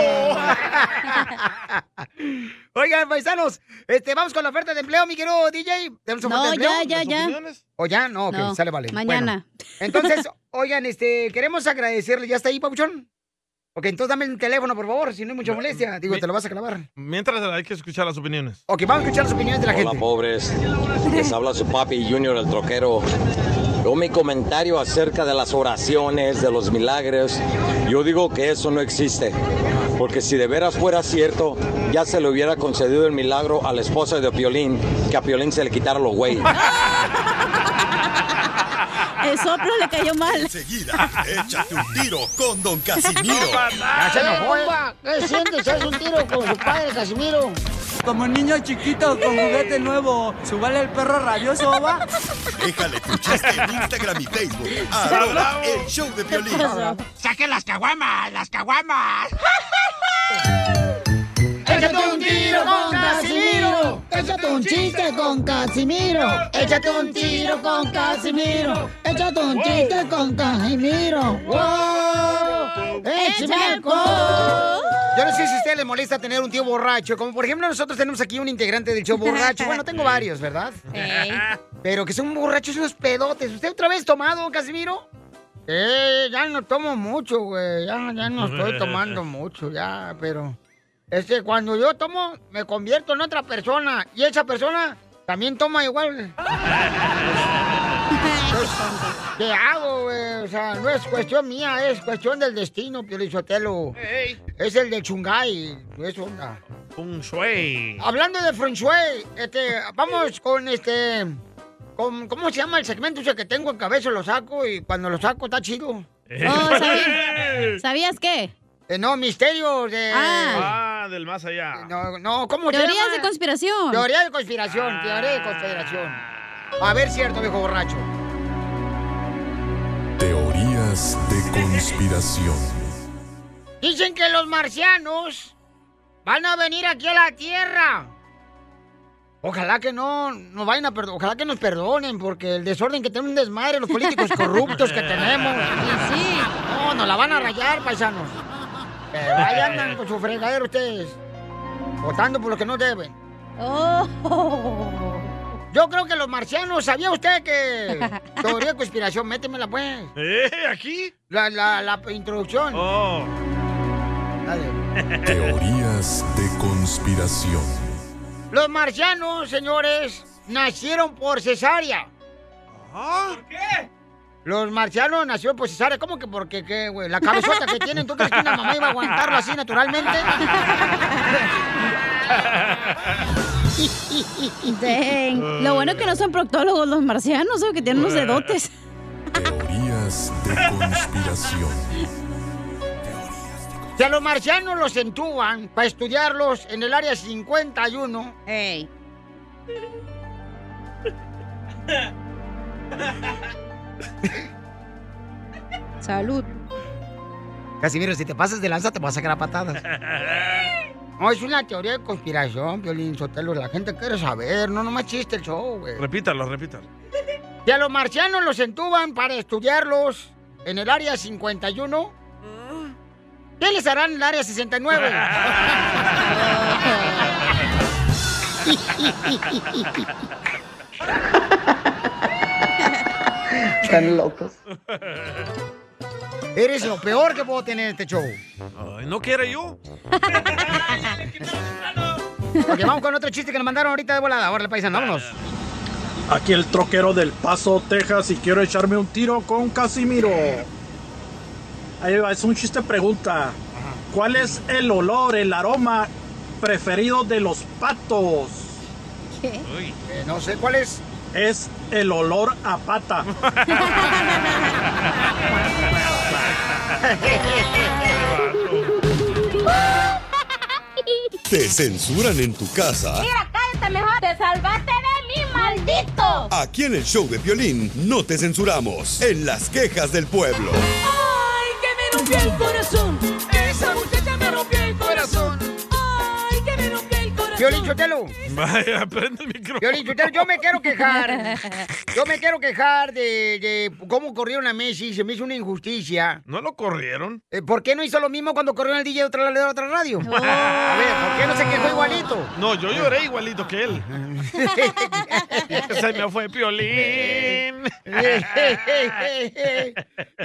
[SPEAKER 1] Oigan, paisanos, este, vamos con la oferta de empleo, mi querido DJ. ¿Tenemos oferta
[SPEAKER 11] No,
[SPEAKER 1] de empleo?
[SPEAKER 11] ya, ya, ¿Las ya. opiniones?
[SPEAKER 1] ¿O ya? No, ok,
[SPEAKER 11] No,
[SPEAKER 1] sale, vale.
[SPEAKER 11] mañana.
[SPEAKER 1] Bueno, entonces, oigan, este, queremos agradecerle. ¿Ya está ahí, Pauchón? Ok, entonces dame el teléfono, por favor, si no hay mucha molestia. Digo, te lo vas a clavar.
[SPEAKER 2] Mientras eh, hay que escuchar las opiniones.
[SPEAKER 1] Ok, vamos a escuchar las opiniones de la
[SPEAKER 17] Hola,
[SPEAKER 1] gente.
[SPEAKER 17] pobres. Les habla su papi Junior, el troquero. Yo mi comentario acerca de las oraciones, de los milagros, yo digo que eso no existe. Porque si de veras fuera cierto, ya se le hubiera concedido el milagro a la esposa de Piolín, que a Piolín se le quitaron los güeyes.
[SPEAKER 11] El soplo le cayó mal.
[SPEAKER 8] Enseguida, échate un tiro con Don Casimiro.
[SPEAKER 10] Eh,
[SPEAKER 1] eh.
[SPEAKER 10] Bomba, ¿Qué sientes? ¿Haz un tiro con su padre, Casimiro?
[SPEAKER 18] Como niño chiquito con juguete nuevo, subale el perro rabioso, va.
[SPEAKER 8] Déjale tu chiste en Instagram y Facebook. Arroba el show de violín.
[SPEAKER 10] ¡Saque las caguamas! ¡Las caguamas! ¡Échate un tiro con Casimiro! ¡Échate un chiste con Casimiro! ¡Échate un tiro con Casimiro! ¡Échate un chiste con Casimiro! ¡Wow! ¡Échame alcohol!
[SPEAKER 1] Yo no sé si a ustedes les molesta tener un tío borracho. Como por ejemplo, nosotros tenemos aquí un integrante del show borracho. Bueno, tengo varios, ¿verdad? Pero que son borrachos unos pedotes. ¿Usted otra vez tomado, Casimiro? Eh, ya no tomo mucho, güey. Ya, ya no estoy tomando mucho, ya, pero. Es que cuando yo tomo, me convierto en otra persona. Y esa persona también toma igual. ¿Qué hago, güey? O sea, no es cuestión mía, es cuestión del destino, Piolizotelo. Es el de Chungay, no es onda.
[SPEAKER 3] Feng Shui.
[SPEAKER 1] Hablando de Feng Shui, este, vamos con este. Con, ¿Cómo se llama el segmento ese que tengo en cabeza? Lo saco y cuando lo saco está chido.
[SPEAKER 11] Oh, ¿sabí- ¿Sabías qué?
[SPEAKER 1] Eh, no, misterios de.
[SPEAKER 3] Ah, del más allá.
[SPEAKER 1] Eh, No, no, ¿cómo se
[SPEAKER 11] Teorías
[SPEAKER 1] llama?
[SPEAKER 11] de conspiración.
[SPEAKER 1] Teoría de conspiración, teoría de conspiración. A ver, cierto, viejo borracho.
[SPEAKER 24] Teorías de conspiración.
[SPEAKER 1] Dicen que los marcianos van a venir aquí a la Tierra. Ojalá que no nos vayan a perdo- ojalá que nos perdonen, porque el desorden que tenemos un desmadre, los políticos corruptos que tenemos.
[SPEAKER 11] Sí, sí.
[SPEAKER 1] No, nos la van a rayar, paisanos. Pero ahí andan con su fregadero ustedes. Votando por lo que no deben. Yo creo que los marcianos, ¿sabía usted que... Teoría de conspiración, métemela pues.
[SPEAKER 3] ¿Eh? ¿Aquí?
[SPEAKER 1] La, la, la introducción.
[SPEAKER 3] Oh.
[SPEAKER 24] Teorías de conspiración.
[SPEAKER 1] Los marcianos, señores, nacieron por cesárea. ¿Por qué? ¿Ah? Los marcianos nacieron por cesárea. ¿Cómo que por qué, qué, güey? La cabezota que tienen, ¿tú crees que una mamá iba a aguantarlo así naturalmente?
[SPEAKER 11] Dang. Lo bueno que no son proctólogos los marcianos, ¿o? que tienen unos dedotes.
[SPEAKER 24] Teorías de conspiración.
[SPEAKER 1] Si a los marcianos los entuban para estudiarlos en el área 51. ¡Ey!
[SPEAKER 11] Salud.
[SPEAKER 1] Casimiro, si te pasas de lanza, te vas a sacar a patadas. No, es una teoría de conspiración, Violín Sotelo. La gente quiere saber, no nomás chiste el show, güey.
[SPEAKER 3] Repítalo, repítalo.
[SPEAKER 1] Si a los marcianos los entuban para estudiarlos en el área 51, ¿qué les harán en el área 69?
[SPEAKER 7] Están locos.
[SPEAKER 1] Eres lo peor que puedo tener en este show.
[SPEAKER 3] Ay, ¿No quiere yo?
[SPEAKER 1] Ok, vamos con otro chiste que nos mandaron ahorita de volada. Órale, paisano, vámonos.
[SPEAKER 2] Aquí el troquero del Paso, Texas, y quiero echarme un tiro con Casimiro. Ahí va, es un chiste pregunta. ¿Cuál es el olor, el aroma preferido de los patos?
[SPEAKER 1] no sé cuál es.
[SPEAKER 2] Es el olor a pata.
[SPEAKER 24] Te censuran en tu casa.
[SPEAKER 10] cállate mejor. Te salvaste de mí, maldito.
[SPEAKER 24] Aquí en el show de violín no te censuramos. En las quejas del pueblo.
[SPEAKER 10] Ay, que me rompió el corazón. Esa muchacha me rompió el corazón. Ay, que me rompió el corazón.
[SPEAKER 1] Violín Sotelo.
[SPEAKER 3] Vaya, prende el micrófono.
[SPEAKER 1] Piolín Sotelo, yo me quiero quejar. Yo me quiero quejar de, de cómo corrieron a Messi. Se me hizo una injusticia.
[SPEAKER 3] ¿No lo corrieron?
[SPEAKER 1] Eh, ¿Por qué no hizo lo mismo cuando corrió en el DJ de otra, de otra radio? A ver, ¿por qué no se quejó igualito?
[SPEAKER 3] Ah. No, yo lloré igualito que él. Se me fue
[SPEAKER 1] Eh,
[SPEAKER 3] Piolín.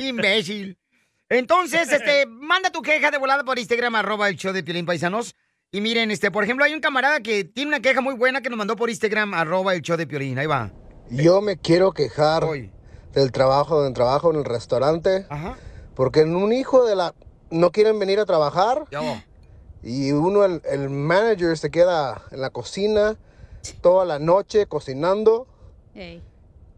[SPEAKER 1] Imbécil. Entonces, este, manda tu queja de volada por Instagram, arroba el show de Piolín Paisanos. Y miren, este, por ejemplo, hay un camarada que tiene una queja muy buena que nos mandó por Instagram, arroba el show de Piolín. Ahí va.
[SPEAKER 4] Yo me quiero quejar del trabajo, del trabajo en el restaurante. Porque en un hijo de la... No quieren venir a trabajar. Y uno, el, el manager, se queda en la cocina toda la noche cocinando.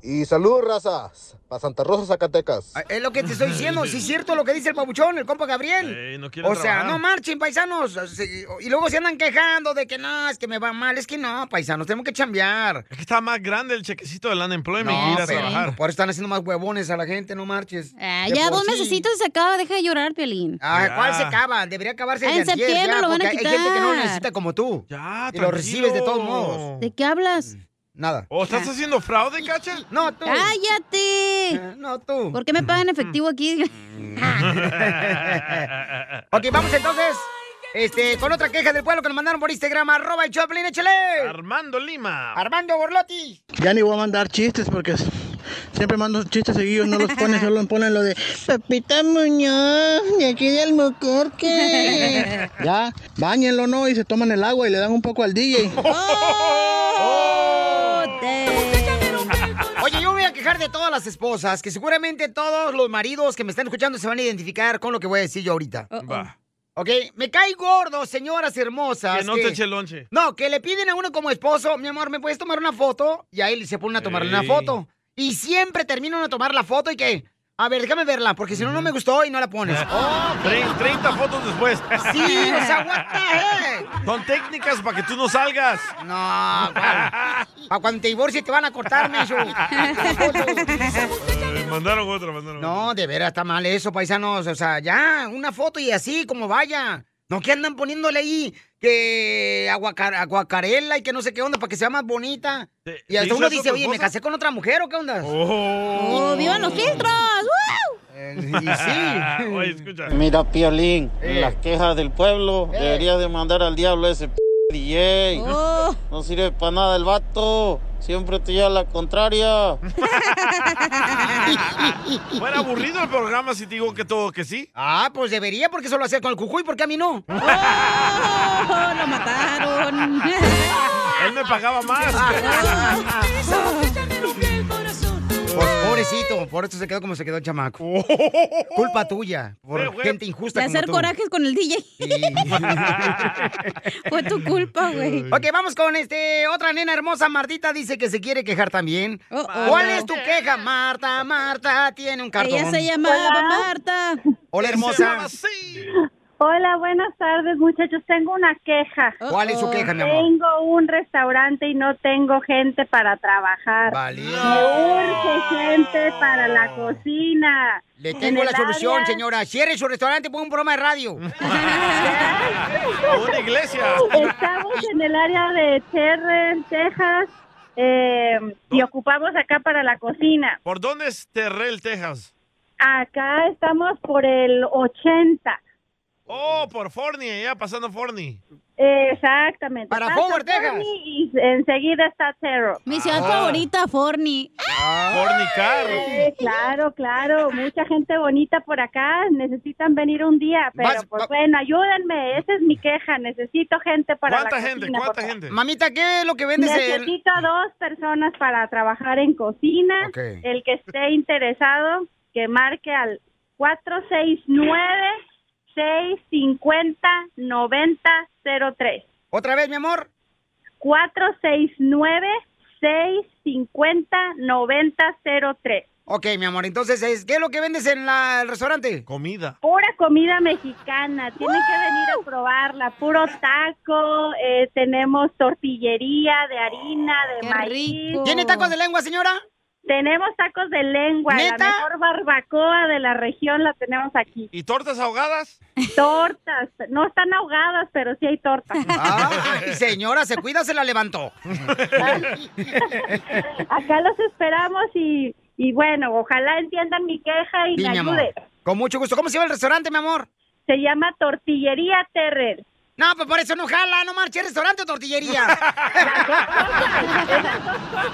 [SPEAKER 4] Y saludos, razas, para Santa Rosa, Zacatecas.
[SPEAKER 1] Ah, Es lo que te estoy diciendo, sí es cierto lo que dice el pabuchón, el compa Gabriel.
[SPEAKER 4] quiere
[SPEAKER 1] o sea,
[SPEAKER 4] trabajar.
[SPEAKER 1] no marchen, paisanos. Se- Y luego se andan quejando de que no, es que me va mal. Es que no, paisanos, tenemos que chambear.
[SPEAKER 3] Es que está más grande el chequecito del unemployment que
[SPEAKER 1] No,
[SPEAKER 3] ir a
[SPEAKER 1] pero
[SPEAKER 3] trabajar.
[SPEAKER 1] Por eso están haciendo más huevones a la gente, no marches.
[SPEAKER 11] Ah,
[SPEAKER 1] De
[SPEAKER 11] ya
[SPEAKER 1] por
[SPEAKER 11] dos
[SPEAKER 1] sí.
[SPEAKER 11] mesecitos se acaba, deja de llorar, Piolín.
[SPEAKER 1] Ah, ¿cuál se acaba? Debería acabarse
[SPEAKER 11] Ah, en
[SPEAKER 1] desde antier,
[SPEAKER 11] septiembre
[SPEAKER 1] ya,
[SPEAKER 11] lo van a
[SPEAKER 1] porque
[SPEAKER 11] quitar.
[SPEAKER 1] Hay gente que no lo necesita como tú. Ya, Y lo recibes de todos modos.
[SPEAKER 11] ¿De qué hablas?
[SPEAKER 1] Nada.
[SPEAKER 2] Oh,
[SPEAKER 3] ¿O estás haciendo fraude, cacha?
[SPEAKER 1] No, tú. Eh,
[SPEAKER 11] ¡Cállate!
[SPEAKER 1] No, tú.
[SPEAKER 11] ¿Por qué me pagan efectivo aquí?
[SPEAKER 1] Ok, vamos entonces. Este, con otra queja del pueblo que nos mandaron por Instagram, arroba el Choplin, échale.
[SPEAKER 3] Armando Lima.
[SPEAKER 1] Armando Borlotti.
[SPEAKER 7] Ya ni voy a mandar chistes porque s- siempre mando chistes seguidos, no los ponen, solo ponen lo de Pepita Muñoz, de aquí del Mocorque. ya, bañenlo, ¿no? Y se toman el agua y le dan un poco al DJ.
[SPEAKER 11] Oh,
[SPEAKER 1] Oye, yo voy a quejar de todas las esposas, que seguramente todos los maridos que me están escuchando se van a identificar con lo que voy a decir yo ahorita.
[SPEAKER 2] Va.
[SPEAKER 1] Ok, me cae gordo, señoras hermosas.
[SPEAKER 2] Que no te eche lonche.
[SPEAKER 1] No, que le piden a uno como esposo, mi amor, ¿me puedes tomar una foto? Y ahí se ponen a tomarle una
[SPEAKER 2] Ey.
[SPEAKER 1] foto. Y siempre terminan a tomar la foto y que, a ver, déjame verla, porque si no, no me gustó y no la pones. Oh,
[SPEAKER 2] Tre- 30 fotos después.
[SPEAKER 1] Sí, o sea, what the heck.
[SPEAKER 2] Son técnicas para que tú no salgas.
[SPEAKER 1] No, a cuando te divorcies te van a cortar, Mello.
[SPEAKER 2] mandaron otra, mandaron
[SPEAKER 1] No, de veras está mal eso, paisanos. O sea, ya, una foto y así, como vaya. No que andan poniéndole ahí que aguaca- aguacarela y que no sé qué onda para que sea más bonita. Y
[SPEAKER 10] te
[SPEAKER 1] hasta
[SPEAKER 10] hizo
[SPEAKER 1] uno
[SPEAKER 10] eso
[SPEAKER 1] dice,
[SPEAKER 10] tu
[SPEAKER 1] oye, ¿me
[SPEAKER 10] esposa?
[SPEAKER 1] casé con otra mujer o qué onda?
[SPEAKER 10] ¡Oh, vivan los filtros!
[SPEAKER 1] sí.
[SPEAKER 2] Oye, escucha.
[SPEAKER 7] Mira, Piolín,
[SPEAKER 2] Eh.
[SPEAKER 7] las quejas del pueblo.
[SPEAKER 2] Eh.
[SPEAKER 7] Debería de mandar al diablo ese p DJ. No sirve para nada el vato. Siempre te lleva la contraria.
[SPEAKER 2] Bueno, aburrido el programa si te digo que todo que sí.
[SPEAKER 1] Ah, pues debería porque solo hacía con el cucuy, ¿por qué a mí no?
[SPEAKER 2] lo mataron. Él me pagaba más.
[SPEAKER 1] Por- Pues, pobrecito, por eso se quedó como se quedó el chamaco.
[SPEAKER 2] Oh.
[SPEAKER 1] Culpa tuya, por gente injusta.
[SPEAKER 11] De
[SPEAKER 1] como
[SPEAKER 11] hacer
[SPEAKER 1] tú.
[SPEAKER 11] corajes con el DJ. Fue tu culpa, güey.
[SPEAKER 1] Ok, vamos con este otra nena hermosa, Martita dice que se quiere quejar también.
[SPEAKER 11] oh.
[SPEAKER 1] ¿Cuál es tu queja, Marta? Marta tiene un cartón.
[SPEAKER 11] Ella se llamaba
[SPEAKER 1] Hola.
[SPEAKER 11] Marta.
[SPEAKER 1] Hola hermosa.
[SPEAKER 28] Hola, buenas tardes, muchachos. Tengo una queja.
[SPEAKER 1] ¿Cuál es su queja, mi amor?
[SPEAKER 28] Tengo un restaurante y no tengo gente para trabajar.
[SPEAKER 1] Vale.
[SPEAKER 28] Me urge gente para la cocina.
[SPEAKER 1] Le
[SPEAKER 28] En
[SPEAKER 1] tengo
[SPEAKER 28] el
[SPEAKER 1] la solución,
[SPEAKER 28] área-
[SPEAKER 1] señora. Cierre su restaurante, pon un programa de radio.
[SPEAKER 2] una iglesia.
[SPEAKER 28] Estamos en el área de Terrell, Texas, eh, y ocupamos acá para la cocina.
[SPEAKER 2] ¿Por dónde es Terrell, Texas?
[SPEAKER 28] Acá estamos por el 80.
[SPEAKER 2] Oh, por Forney, ya pasando Forney.
[SPEAKER 28] Exactamente.
[SPEAKER 2] Para
[SPEAKER 28] Pasa
[SPEAKER 2] Forward,
[SPEAKER 28] Tony
[SPEAKER 2] Texas.
[SPEAKER 28] Y enseguida está Terrell.
[SPEAKER 11] Mi ciudad
[SPEAKER 2] Ah.
[SPEAKER 11] favorita, Forni.
[SPEAKER 1] Ah.
[SPEAKER 2] Fornicar.
[SPEAKER 28] Eh, claro, claro, mucha gente bonita por acá, necesitan venir un día, pero
[SPEAKER 2] Vas-
[SPEAKER 28] pues bueno, ayúdenme, esa es mi queja, necesito gente para la
[SPEAKER 2] ¿Cuánta gente?
[SPEAKER 28] cocina, por
[SPEAKER 2] ¿Cuánta
[SPEAKER 28] favor.
[SPEAKER 2] gente?
[SPEAKER 1] Mamita, ¿qué es lo que vendes en-
[SPEAKER 28] Necesito dos personas para trabajar en cocina,
[SPEAKER 1] Ok.
[SPEAKER 28] el que esté interesado que marque al 469 650 9003.
[SPEAKER 1] Otra vez, mi amor.
[SPEAKER 28] 469 650 9003.
[SPEAKER 1] Ok, mi amor, entonces, es- ¿qué es lo que vendes en la- el restaurante?
[SPEAKER 2] Comida.
[SPEAKER 28] Pura comida mexicana, tienen que venir a probarla, puro taco, eh, tenemos tortillería de harina, de maíz.
[SPEAKER 1] ¿Tiene tacos de lengua, señora?
[SPEAKER 28] Tenemos tacos de lengua,
[SPEAKER 2] ¿Neta?
[SPEAKER 28] la mejor barbacoa de la región la tenemos aquí.
[SPEAKER 2] ¿Y tortas ahogadas?
[SPEAKER 28] Tortas, no están ahogadas, pero sí hay tortas.
[SPEAKER 2] Ah.
[SPEAKER 1] Ay, señora, se cuida, se la levantó.
[SPEAKER 28] Acá los esperamos y, y bueno, ojalá entiendan mi queja y
[SPEAKER 1] Sí,
[SPEAKER 28] me
[SPEAKER 1] mi amor.
[SPEAKER 28] ayuden.
[SPEAKER 1] Con mucho gusto. ¿Cómo se llama el restaurante, mi amor?
[SPEAKER 28] Se llama Tortillería Terrell.
[SPEAKER 1] No, pues por eso no jala, no marche restaurante o tortillería.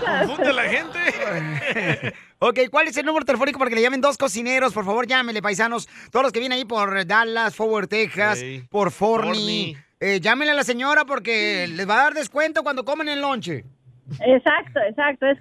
[SPEAKER 2] Confunde la gente.
[SPEAKER 1] ok, ¿cuál es el número telefónico para que le llamen dos cocineros? Por favor, llámenle, paisanos. Todos los que vienen ahí por Dallas, Forward, Texas,
[SPEAKER 2] Ey,
[SPEAKER 1] por
[SPEAKER 2] Forney.
[SPEAKER 1] Forney. Eh, llámenle a la señora porque les va a dar descuento cuando comen el lonche.
[SPEAKER 28] Exacto, exacto. Es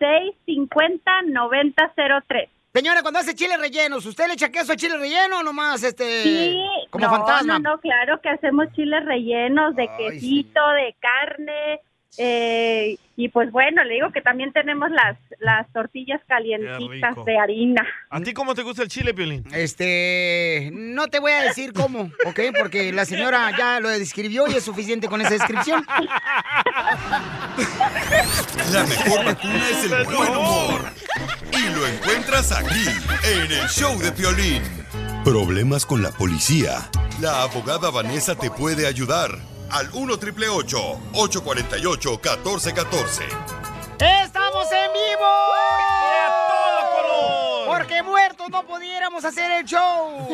[SPEAKER 28] 469-650-9003.
[SPEAKER 1] Señora, cuando hace chile rellenos, ¿usted le echa queso a chile relleno o nomás este
[SPEAKER 28] Sí,
[SPEAKER 1] como
[SPEAKER 28] no,
[SPEAKER 1] fantasma?
[SPEAKER 28] No, no, claro que hacemos chiles rellenos de quesito, de carne. eh, y pues bueno, le digo que también tenemos las, las tortillas
[SPEAKER 2] Qué rico.
[SPEAKER 28] calientitas de harina.
[SPEAKER 2] ¿A ti cómo te gusta el chile, Piolín?
[SPEAKER 1] Este, no te voy a decir cómo, ¿ok? Porque la señora ya lo describió y es suficiente con esa descripción.
[SPEAKER 8] La mejor vacuna es el buen humor. Y lo encuentras aquí, en el show de Piolín. Problemas con la policía. La abogada Vanessa te puede ayudar. Al 1 triple 848 1414.
[SPEAKER 1] ¡Estamos en vivo! ¡A todo color! Porque muertos no pudiéramos hacer el show.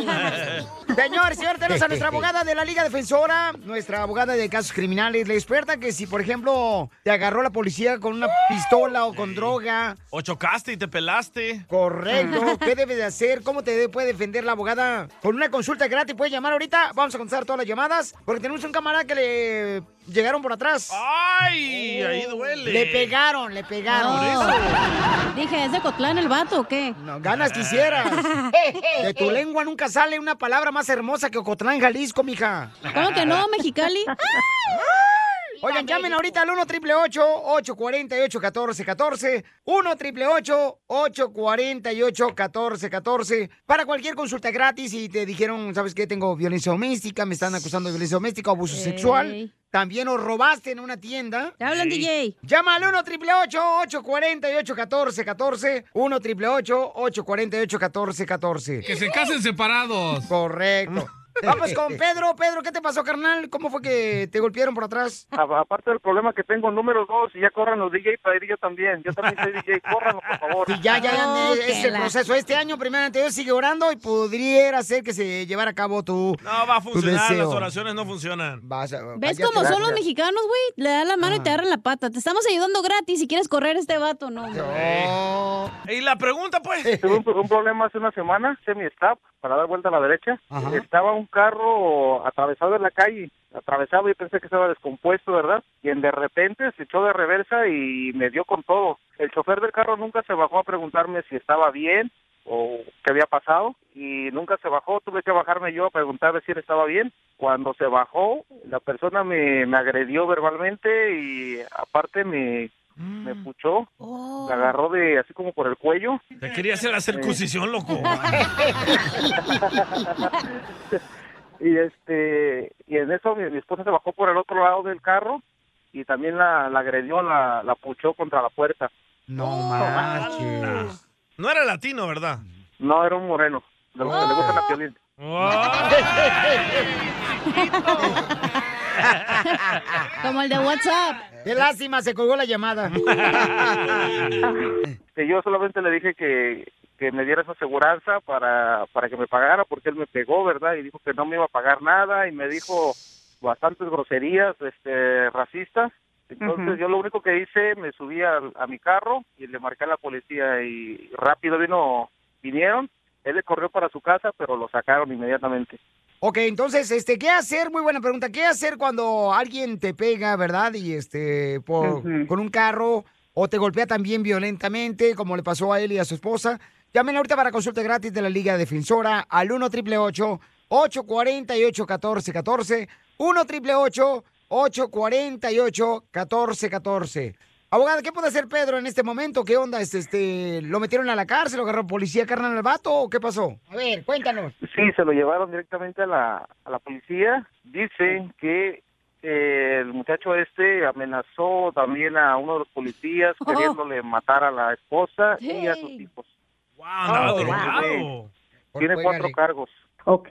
[SPEAKER 1] Señor, señor, tenemos a nuestra abogada de la Liga Defensora, nuestra abogada de casos criminales, la experta que si, por ejemplo, te agarró la policía con una pistola o con droga,
[SPEAKER 2] O chocaste y te pelaste.
[SPEAKER 1] correcto, ¿qué debe de hacer? ¿Cómo te de- puede defender la abogada? Con una consulta gratis, puedes llamar ahorita, vamos a contestar todas las llamadas, porque tenemos un camarada que le llegaron por atrás. Oh.
[SPEAKER 2] ¡Ay! ahí duele.
[SPEAKER 1] Le pegaron, le pegaron.
[SPEAKER 11] Dije, ¿es de Cotlán el vato o qué?
[SPEAKER 1] No, ganas quisieras. De tu lengua nunca sale una palabra más hermosa que Ocotlán, Jalisco, mija.
[SPEAKER 11] ¿Cómo que no, Mexicali?
[SPEAKER 1] Oigan, llamen ahorita al 1 triple 848 1414 1 triple 848 1414 para cualquier consulta gratis. Y te dijeron, ¿sabes qué? Tengo violencia doméstica, me están acusando de violencia doméstica, abuso
[SPEAKER 11] Ey.
[SPEAKER 1] sexual. También os robaste en una tienda.
[SPEAKER 11] Te hablan, DJ.
[SPEAKER 1] Llama al 1 triple 848 1414 1 triple 848 1414
[SPEAKER 5] Que se casen separados.
[SPEAKER 1] Correcto. Vamos con Pedro. Pedro, ¿qué te pasó, carnal? ¿Cómo fue que te golpearon por atrás?
[SPEAKER 23] A- Aparte del problema que tengo, número dos, y ya corran los DJ para ir yo también. Yo también soy DJ, córranlo, por favor.
[SPEAKER 1] Y ya, ya, ya,
[SPEAKER 11] Ah,
[SPEAKER 1] eh, es el proceso. Este año, primero anterior, sigue orando y pudiera ser que se llevara a cabo tu.
[SPEAKER 2] No va a funcionar, las
[SPEAKER 1] deseo.
[SPEAKER 2] oraciones no funcionan.
[SPEAKER 11] ¿Ves cómo son los mexicanos, güey? Le dan la mano y te agarran la pata. Te estamos ayudando gratis si quieres correr este vato, ¿no? güey.
[SPEAKER 2] Y la pregunta, pues.
[SPEAKER 23] Tuve un, un problema hace una semana, semi-stop, para dar vuelta a la derecha. Estaba un carro atravesado en la calle, atravesado y pensé que estaba descompuesto, ¿verdad? Y en de repente se echó de reversa y me dio con todo. El chofer del carro nunca se bajó a preguntarme si estaba bien o qué había pasado y nunca se bajó. Tuve que bajarme yo a preguntarle si él estaba bien. Cuando se bajó, la persona me, me agredió verbalmente y aparte me, me puchó, me agarró de así como por el cuello. Eh,
[SPEAKER 2] Te quería hacer la circuncisión, loco.
[SPEAKER 23] y este y en eso mi, mi esposa se bajó por el otro lado del carro y también la, la agredió, la, la puchó contra la puerta.
[SPEAKER 1] No
[SPEAKER 23] manches.
[SPEAKER 2] No era latino, ¿verdad? Oh.
[SPEAKER 23] No, era un moreno, de los que le gusta la piolín.
[SPEAKER 11] Como el de WhatsApp.
[SPEAKER 1] Qué lástima, se colgó la llamada.
[SPEAKER 23] Que yo solamente le dije que, que me diera esa aseguranza para, para que me pagara porque él me pegó, ¿verdad? Y dijo que no me iba a pagar nada y me dijo bastantes groserías este, racistas. Entonces
[SPEAKER 9] Ujú.
[SPEAKER 23] yo lo único que hice, me subí al- a, mi carro y le marqué a la policía y rápido vino, vinieron. Él le corrió para su casa, pero lo sacaron inmediatamente.
[SPEAKER 1] ok, entonces, este, ¿qué hacer? Muy buena pregunta. ¿Qué hacer cuando alguien te pega, verdad? Y este, por,
[SPEAKER 23] Ujú.
[SPEAKER 1] con un carro o te golpea también violentamente, como le pasó a él y a su esposa. Llamen ahorita para consulta gratis de la Liga Defensora al 1 888 848 1414 1 888 848 1414 Abogada, ¿qué puede hacer Pedro en este momento? ¿Qué onda? Este, este, ¿Lo metieron a la cárcel? ¿Lo agarró policía carnal al vato? ¿O qué pasó? A ver, cuéntanos.
[SPEAKER 23] Sí, se lo llevaron directamente a la, a la policía. Dicen que eh, el muchacho este amenazó también a uno de los policías
[SPEAKER 1] Oh.
[SPEAKER 23] queriéndole matar a la esposa y a sus hijos.
[SPEAKER 2] andaba drogado.
[SPEAKER 23] Tiene- Tiene cuatro
[SPEAKER 12] Juégale.
[SPEAKER 23] cargos.
[SPEAKER 12] Ok,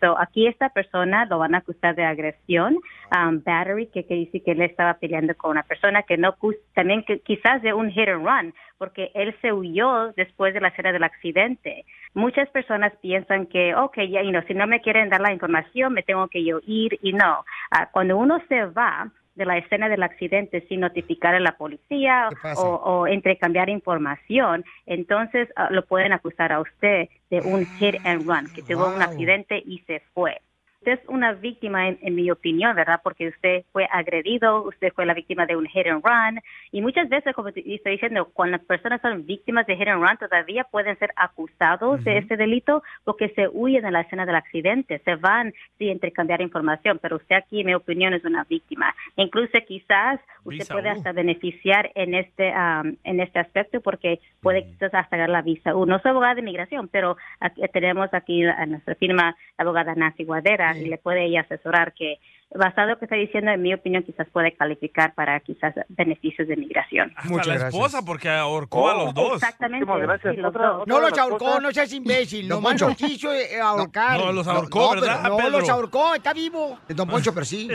[SPEAKER 12] so aquí esta persona lo van a acusar de agresión, um, battery, que, que dice que él estaba peleando con una persona que no, cus- también que, quizás de un hit and run, porque él se huyó después de la escena del accidente. Muchas personas piensan que, ok, ya, you know, si no me quieren dar la información, me tengo que yo ir y no. Ah, cuando uno se va de la escena del accidente sin notificar a la policía
[SPEAKER 29] ¿Qué pasa?
[SPEAKER 12] o, o intercambiar información, entonces ah, lo pueden acusar a usted de un hit and run, que tuvo un
[SPEAKER 29] Wow.
[SPEAKER 12] accidente y se fue. Usted es una víctima, en, en mi opinión, ¿verdad? Porque usted fue agredido, usted fue la víctima de un hit and run. Y muchas veces, como te estoy diciendo, cuando las personas son víctimas de hit and run, todavía pueden ser acusados de este delito porque se huyen de la escena del accidente, se van sin intercambiar información. Pero usted aquí, en mi opinión, es una víctima. Incluso quizás usted
[SPEAKER 29] Visa
[SPEAKER 12] puede
[SPEAKER 29] U.
[SPEAKER 12] hasta beneficiar en este am, en este aspecto porque puede quizás hasta ganar la visa. U. No soy abogada de inmigración, pero aquí- tenemos aquí a nuestra firma la abogada Nancy Guadera y le puede ella asesorar que basado en lo que está diciendo, en mi opinión, quizás puede calificar para quizás beneficios de migración.
[SPEAKER 2] Hasta la esposa porque ahorcó a los dos.
[SPEAKER 12] Exactamente. sí, los dos.
[SPEAKER 1] No los ahorcó, no seas imbécil.
[SPEAKER 2] Don
[SPEAKER 1] No más
[SPEAKER 2] Poncho.
[SPEAKER 1] los quiso eh, ahorcar.
[SPEAKER 2] No, no, los ahorcó,
[SPEAKER 1] pero
[SPEAKER 2] ¿verdad,
[SPEAKER 1] No,
[SPEAKER 2] Pedro?
[SPEAKER 1] los ahorcó, está vivo. Don Poncho, pero sí.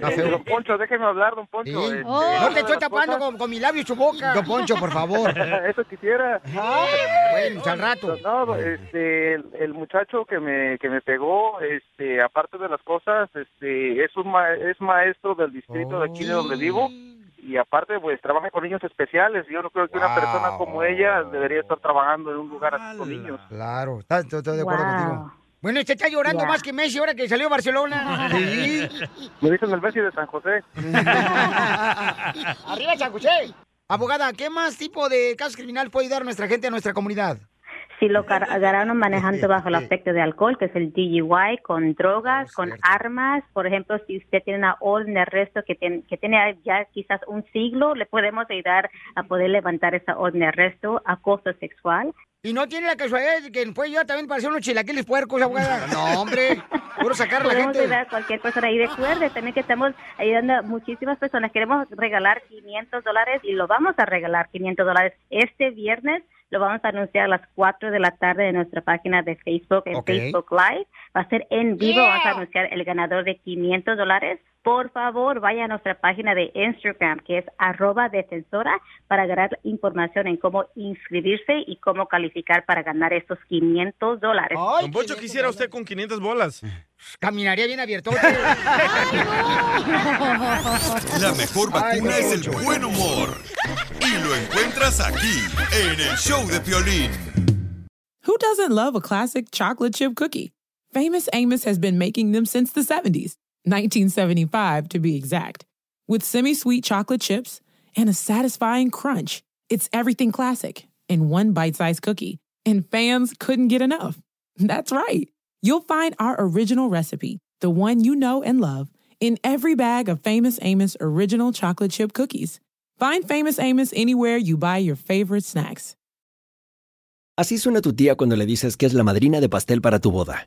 [SPEAKER 23] don Poncho, déjeme hablar, don Poncho. Este,
[SPEAKER 2] Oh.
[SPEAKER 1] No te estoy
[SPEAKER 23] las
[SPEAKER 1] tapando
[SPEAKER 23] cosas-
[SPEAKER 1] con, con mi labio y su boca. Don Poncho, por favor.
[SPEAKER 23] Eso quisiera.
[SPEAKER 1] bueno, pues, al rato.
[SPEAKER 23] No, este, el, el muchacho que me, que me pegó, este, aparte de las cosas, este, es un ma- es maestro del distrito de aquí de donde vivo y aparte pues trabaja con niños especiales. Yo no creo que una persona como ella debería estar trabajando en un lugar así con niños.
[SPEAKER 1] Claro, está- estoy estoy de acuerdo
[SPEAKER 23] Wow.
[SPEAKER 1] contigo. Bueno, este está llorando
[SPEAKER 23] Ya.
[SPEAKER 1] más que Messi ahora que salió Barcelona. Sí.
[SPEAKER 23] Me dicen el Messi de San José.
[SPEAKER 1] Arriba, Chacuché. Abogada, ¿qué más tipo de casos criminal puede ayudar a nuestra gente, a nuestra comunidad?
[SPEAKER 12] Si lo car- agarraron manejando bajo el aspecto de alcohol, que es el DUI, con drogas, con armas, por ejemplo, si usted tiene una orden de arresto que, tiene- que tiene ya quizás un siglo, le podemos ayudar a poder levantar esa orden de arresto, acoso sexual.
[SPEAKER 1] Y no tiene la casualidad de que puede ayudar también para hacer unos chilaquiles puercos, abogada. No, hombre. Puro sacar a la
[SPEAKER 12] Podemos
[SPEAKER 1] gente.
[SPEAKER 12] ayudar a cualquier persona y recuerde también que estamos ayudando a muchísimas personas. Queremos regalar 500 dólares y lo vamos a regalar 500 dólares este viernes. Lo vamos a anunciar a las 4 de la tarde en nuestra página de Facebook, en
[SPEAKER 5] Ok.
[SPEAKER 12] Facebook Live. Va a ser en vivo.
[SPEAKER 5] Yeah.
[SPEAKER 12] Vamos a anunciar el ganador de 500 dólares. Por favor, vaya a nuestra página de Instagram, que es arroba defensora, para agarrar información en cómo inscribirse y cómo calificar para ganar estos 500 dólares.
[SPEAKER 2] Don Poncho, ¿qué hiciera usted con 500 bolas?
[SPEAKER 1] Caminaría bien abierto.
[SPEAKER 8] La mejor vacuna es el buen humor. Y lo encuentras aquí, en el show de Piolín.
[SPEAKER 9] Who doesn't love a classic chocolate chip cookie? Famous Amos has been making them since the 70s, 1975 to be exact. With semi sweet chocolate chips and a satisfying crunch, it's everything classic in one bite sized cookie. And fans couldn't get enough. That's right. You'll find our original recipe, the one you know and love, in every bag of Famous Amos original chocolate chip cookies. Find Famous Amos anywhere you buy your favorite snacks.
[SPEAKER 13] Así suena tu tía cuando le dices que es la madrina de pastel para tu boda.